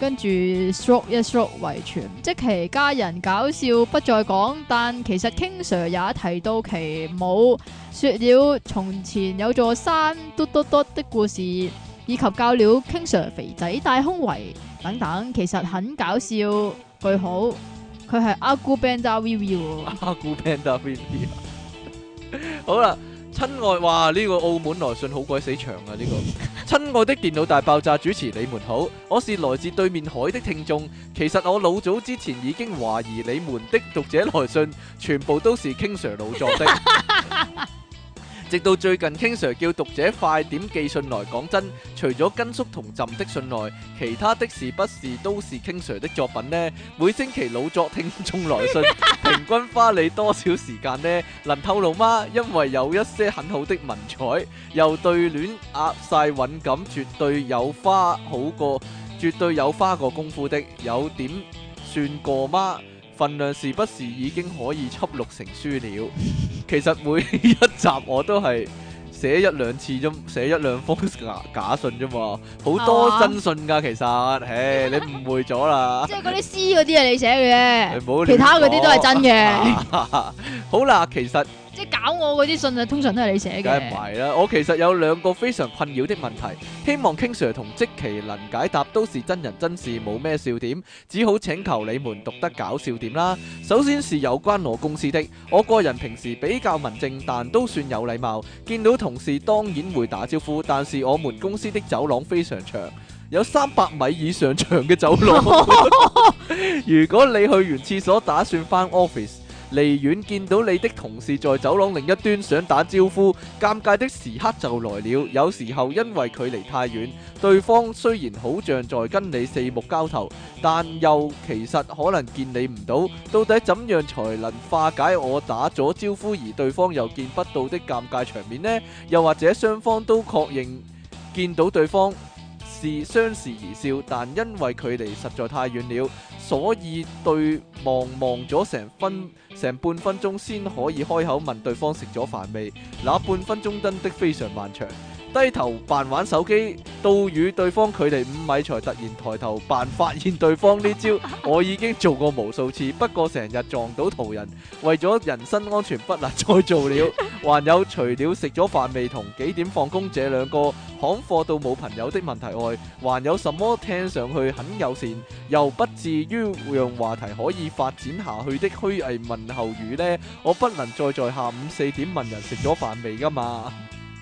Speaker 2: 跟住 stroke 一 stroke 遺傳，即其家人搞笑不再講，但其實 King Sir 也提到其母。說了從前有座山嘟嘟嘟的故事，以及教了 King Sir 肥仔戴胸圍等等，其實很搞笑。句好，佢係阿姑 Banda V V 喎，
Speaker 1: 阿古 Panda B B 啊。 好啦，親愛哇！呢、個澳門來信好鬼死長啊！呢、個親愛的電腦大爆炸主持你們好，我是來自對面海的聽眾。其實我老早之前已經懷疑你們的讀者來信全部都是 King Sir 老作的。直到最近，King Sir 叫讀者快點寄信來。講真，除咗根叔同朕的信來，其他的是不是都是 King Sir 的作品呢？每星期老作聽眾來信，平均花你多少時間呢？能透露嗎？因為有一些很好的文采，又對戀壓晒韻感，絕對有花好過，絕對有花過功夫的。有點算過嗎？份量是不是已經可以輯錄成書了？其實每一集我都係寫一兩次啫，寫一兩封假假信啫嘛，好多
Speaker 2: 係嘛
Speaker 1: 真信噶其實，唉，你誤會咗啦。
Speaker 2: 即係嗰啲詩嗰啲啊係你寫嘅啫，
Speaker 1: 你唔好亂
Speaker 2: 其他嗰啲都係真嘅。
Speaker 1: 講。 好啦，其實
Speaker 2: 即係搞我嗰啲信啊，通常都係你寫
Speaker 1: 梗係唔
Speaker 2: 嘅。
Speaker 1: 係啦，我其實有兩個非常困擾的問題，希望 King Sir 同即其能解答，都是真人真事，冇咩笑點，只好請求你們讀得搞笑點啦。首先是有關我公司的，我個人平時比較文靜，但都算有禮貌，見到同事當然會打招呼，但是我們公司的走廊非常長。有三百米以上長嘅走 廊，如果你去完廁所打算翻 office，離遠見到你的同事在走廊另一端想打招呼，尷尬的時刻就來了。有時候因為距離太遠，對方雖然好像在跟你四目交投，但又其實可能見你唔到。到底怎樣才能化解我打咗招呼而對方又見不到的尷尬場面呢？又或者雙方都確認見到對方是相視而笑，但因為距離實在太遠了。所以對望望咗成分成半分鐘先可以開口問對方食咗飯未，那半分鐘真的非常漫長。低頭扮玩手機，到與對方距離五米才突然抬頭扮發現對方呢招，我已經做過無數次，不過成日撞到途人，為咗人身安全不能再做了。還有除了食咗飯未同幾點放工這兩個行貨到冇朋友的問題外，還有什麼聽上去很友善又不至於讓話題可以發展下去的虛偽問候語呢？我不能再在下午四點問人食咗飯未噶嘛？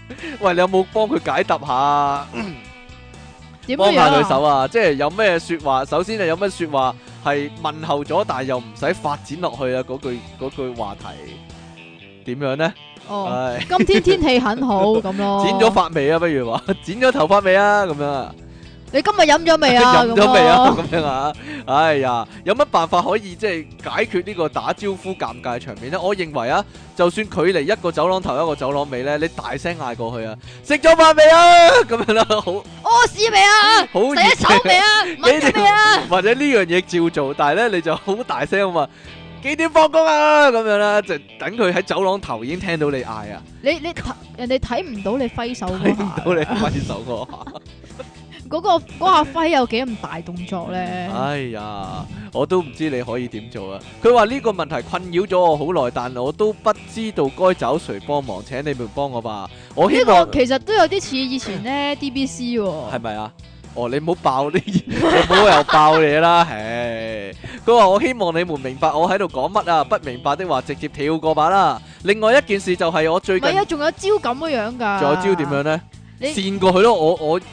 Speaker 1: 喂，你有冇幫佢解答下？
Speaker 2: 點
Speaker 1: 幫
Speaker 2: 樣
Speaker 1: 下
Speaker 2: 啊
Speaker 1: 佢手啊！即係有咩説話？首先係有咩説話係問候咗，但係又唔使發展落去啊！嗰句嗰句話題點樣呢？
Speaker 2: 哦，
Speaker 1: 唉，
Speaker 2: 今天天氣很好咁咯。
Speaker 1: 剪咗髮尾啊，不如話 剪咗頭髮未啊？咁樣啊，
Speaker 2: 你今日飲咗未啊？
Speaker 1: 飲咗未啊？
Speaker 2: 咁咯？
Speaker 1: 咁樣啊？哎呀，有乜辦法可以即係解決呢個打招呼尷尬場面呢？我認為啊，就算距離一個走廊頭一個走廊尾呢，你大聲嗌過去啊，食咗飯未啊？ 咁樣啦，好
Speaker 2: 屙屎 未啊？
Speaker 1: 好
Speaker 2: 洗咗手 未啊？
Speaker 1: 幾
Speaker 2: 聞
Speaker 1: 條
Speaker 2: 咗未啊？
Speaker 1: 或者呢樣嘢照做，但係咧你就好大聲啊嘛，幾點放工啊？咁樣啦，就等佢喺走廊頭已經聽到你嗌啊，
Speaker 2: 你你睇人哋睇唔到你揮手
Speaker 1: 睇
Speaker 2: 嗰
Speaker 1: 唔
Speaker 2: 下，
Speaker 1: 到你揮手嗰下。
Speaker 2: 嗰個嗰下揮有幾咁大動作咧？
Speaker 1: 哎呀，我都唔知你可以點做啊！佢話呢個問題困擾咗我好耐，但我都不知道該找誰幫忙，請你們幫我吧。我希
Speaker 2: 呢
Speaker 1: 望
Speaker 2: 個其實都有啲似以前咧 DBC 喎。
Speaker 1: 係咪啊？哦，你唔好爆呢，你唔好又爆嘢啦，唉！佢話我希望你們明白我喺度講乜啊，不明白的話直接跳過吧啦。另外一件事就係我最
Speaker 2: 唔
Speaker 1: 近
Speaker 2: 係啊，仲有招咁樣樣㗎。
Speaker 1: 仲有招點樣？呢？
Speaker 2: 啊你
Speaker 1: 跣過去咯，我我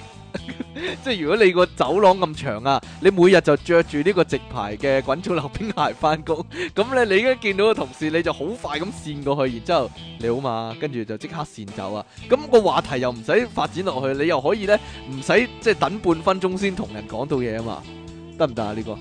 Speaker 1: 即係如果你個走廊咁長啊，你每日就着住呢個直排嘅滾草溜冰鞋翻工， 咁咧你已經見到個同事，你就好快咁跣過去，然之後你好嘛，跟住就即刻跣走啊。咁、個話題又唔使發展落去，你又可以咧唔使即係等半分鐘先同人講到嘢啊嘛，得唔得啊？呢、個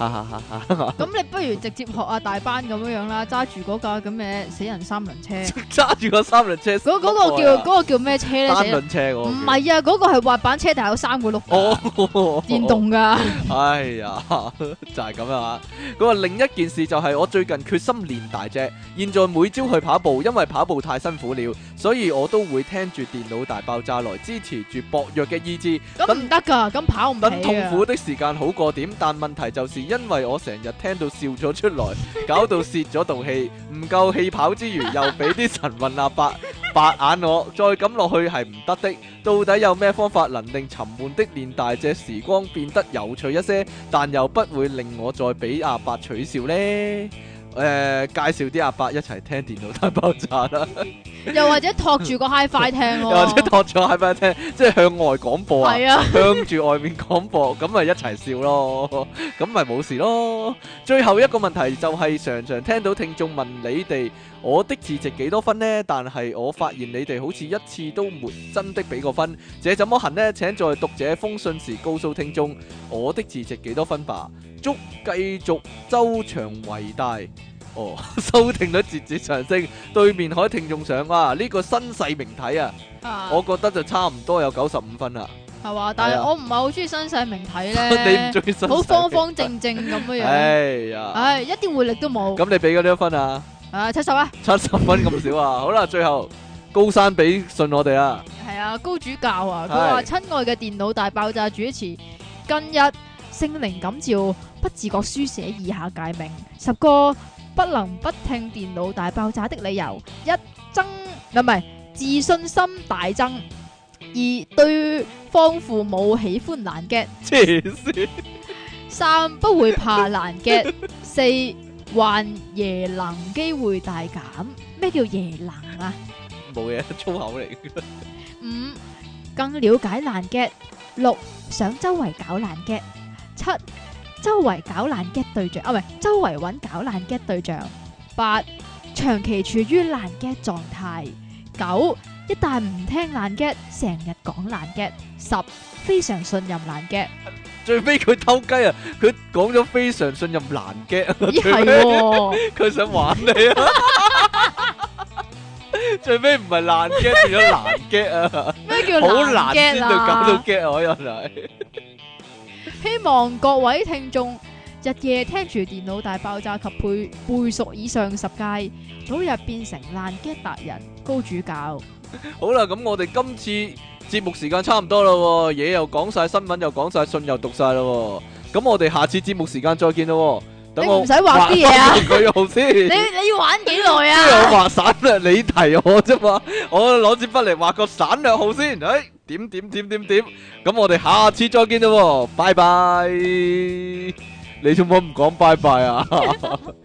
Speaker 1: 哈哈哈哈。
Speaker 2: 咁你不如直接學阿大班咁樣樣啦，揸住嗰架咁嘅死人三輪 車。
Speaker 1: 揸住個三輪車，
Speaker 2: 嗰嗰個叫嗰個叫咩車咧？死
Speaker 1: 啊單
Speaker 2: 人
Speaker 1: 輪車嗰個
Speaker 2: 唔
Speaker 1: 叫
Speaker 2: 係啊，嗰個係滑板車，但係有三個轆㗎，
Speaker 1: 哦，
Speaker 2: 電動㗎。
Speaker 1: 哎呀， 就係咁啊！佢話另一件事就係我最近決心練大隻，現在每朝去跑步，因為跑步太辛苦了，所以我都會聽住電腦大爆炸來支持住薄弱嘅意志。
Speaker 2: 咁唔得㗎，咁跑唔起
Speaker 1: 等痛
Speaker 2: 啊。
Speaker 1: 苦的時間好過點，但問題就是因為我成日聽到笑咗出來， 搞到泄咗道氣，唔夠氣跑之餘，又俾啲神運阿伯白 眼我，再咁落去係唔得的。到底有咩方法能令沉悶的練大隻時光變得有趣一些，但又不會令我再俾阿伯取笑呢？誒、介紹啲阿伯一齊聽電腦大爆炸啦，
Speaker 2: 又或者托住個 HiFi 聽
Speaker 1: 又
Speaker 2: 咯。
Speaker 1: 或者托咗喺咪聽，即係向外廣播啊！
Speaker 2: 係啊，
Speaker 1: 向住外面廣播，咁咪一齊笑咯，咁咪冇事咯。最後一個問題就係常常聽到聽眾問你哋我的字值幾多分呢？但係我發現你哋好似一次都沒真的俾過分，這怎麼行呢？請在讀者封信時告訴聽眾我的字值幾多分吧。祝繼續周長為大。哦， 收聽率節節上升，對面海聽眾上哇，呢、個新世名體啊，
Speaker 2: 啊
Speaker 1: 我覺得就差唔多有九十五分啦。
Speaker 2: 係嘛？但
Speaker 1: 係啊
Speaker 2: 係我唔係好中意新世名體
Speaker 1: 你唔
Speaker 2: 咧，
Speaker 1: 中意新
Speaker 2: 好
Speaker 1: 世
Speaker 2: 方
Speaker 1: 紀
Speaker 2: 方正正咁樣樣。
Speaker 1: 哎呀，
Speaker 2: 唉，一啲活力都冇。
Speaker 1: 咁你俾咗幾多分啊？
Speaker 2: 啊，七十啊，
Speaker 1: 七十分咁少啊！好啦，最後高山俾信我哋啊，
Speaker 2: 係啊，高主教啊，佢
Speaker 1: 係
Speaker 2: 話：親愛嘅電腦大爆炸主持，近日聖靈感召，不自覺書寫以下界名：十個不能不聽電腦大爆炸的理由，一增唔係自信心大增，二對方父母喜歡難 get。
Speaker 1: 黐線！
Speaker 2: 三不會怕難嘅，四患耶能機會大減。咩叫耶能啊？
Speaker 1: 冇嘢，粗口嚟嘅。
Speaker 2: 五更了解難嘅，六想周圍搞難嘅，七周圍搞難嘅對象啊，唔係周圍揾搞難嘅對象。八長期處於難嘅狀態。九一旦唔聽難嘅，成日講難嘅。十非常信任難嘅。
Speaker 1: 最尾佢偷雞啊！佢講咗非常信任難嘅，
Speaker 2: 咦係喎，
Speaker 1: 佢想玩你啊！ 最尾唔係難嘅，變咗難 嘅啊！
Speaker 2: 咩叫
Speaker 1: 好難
Speaker 2: 難
Speaker 1: 先
Speaker 2: 嘅
Speaker 1: 到
Speaker 2: 啊？
Speaker 1: 搞到 get 我又係。
Speaker 2: 希望各位聽眾日夜聽住電腦大爆炸及背背熟以上十屆，早日變成爛 g 達人高主教。
Speaker 1: 好啦，咁我哋今次節目時間差唔多啦喎，嘢又講晒，新聞又講晒，信又讀晒啦喎。咁我哋下次節目時間再見啦喎。等
Speaker 2: 你
Speaker 1: 我
Speaker 2: 唔使畫啲嘢啊
Speaker 1: 畫翻佢好先。
Speaker 2: 你你要玩幾耐
Speaker 1: 因為我畫
Speaker 2: 啊？
Speaker 1: 省略，你提我啫嘛。我攞支筆嚟畫個省略號先。哎，點點點點點。咁我哋下次再見啦喎，拜拜。你做乜唔講拜拜 啊？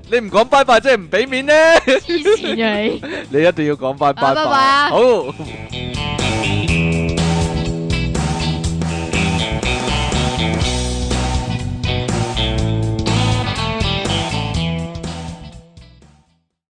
Speaker 1: 你唔講拜拜，即係唔俾面呢？
Speaker 2: 黐線啊你！
Speaker 1: 你一定要講拜拜
Speaker 2: 啊拜拜啊
Speaker 1: 好。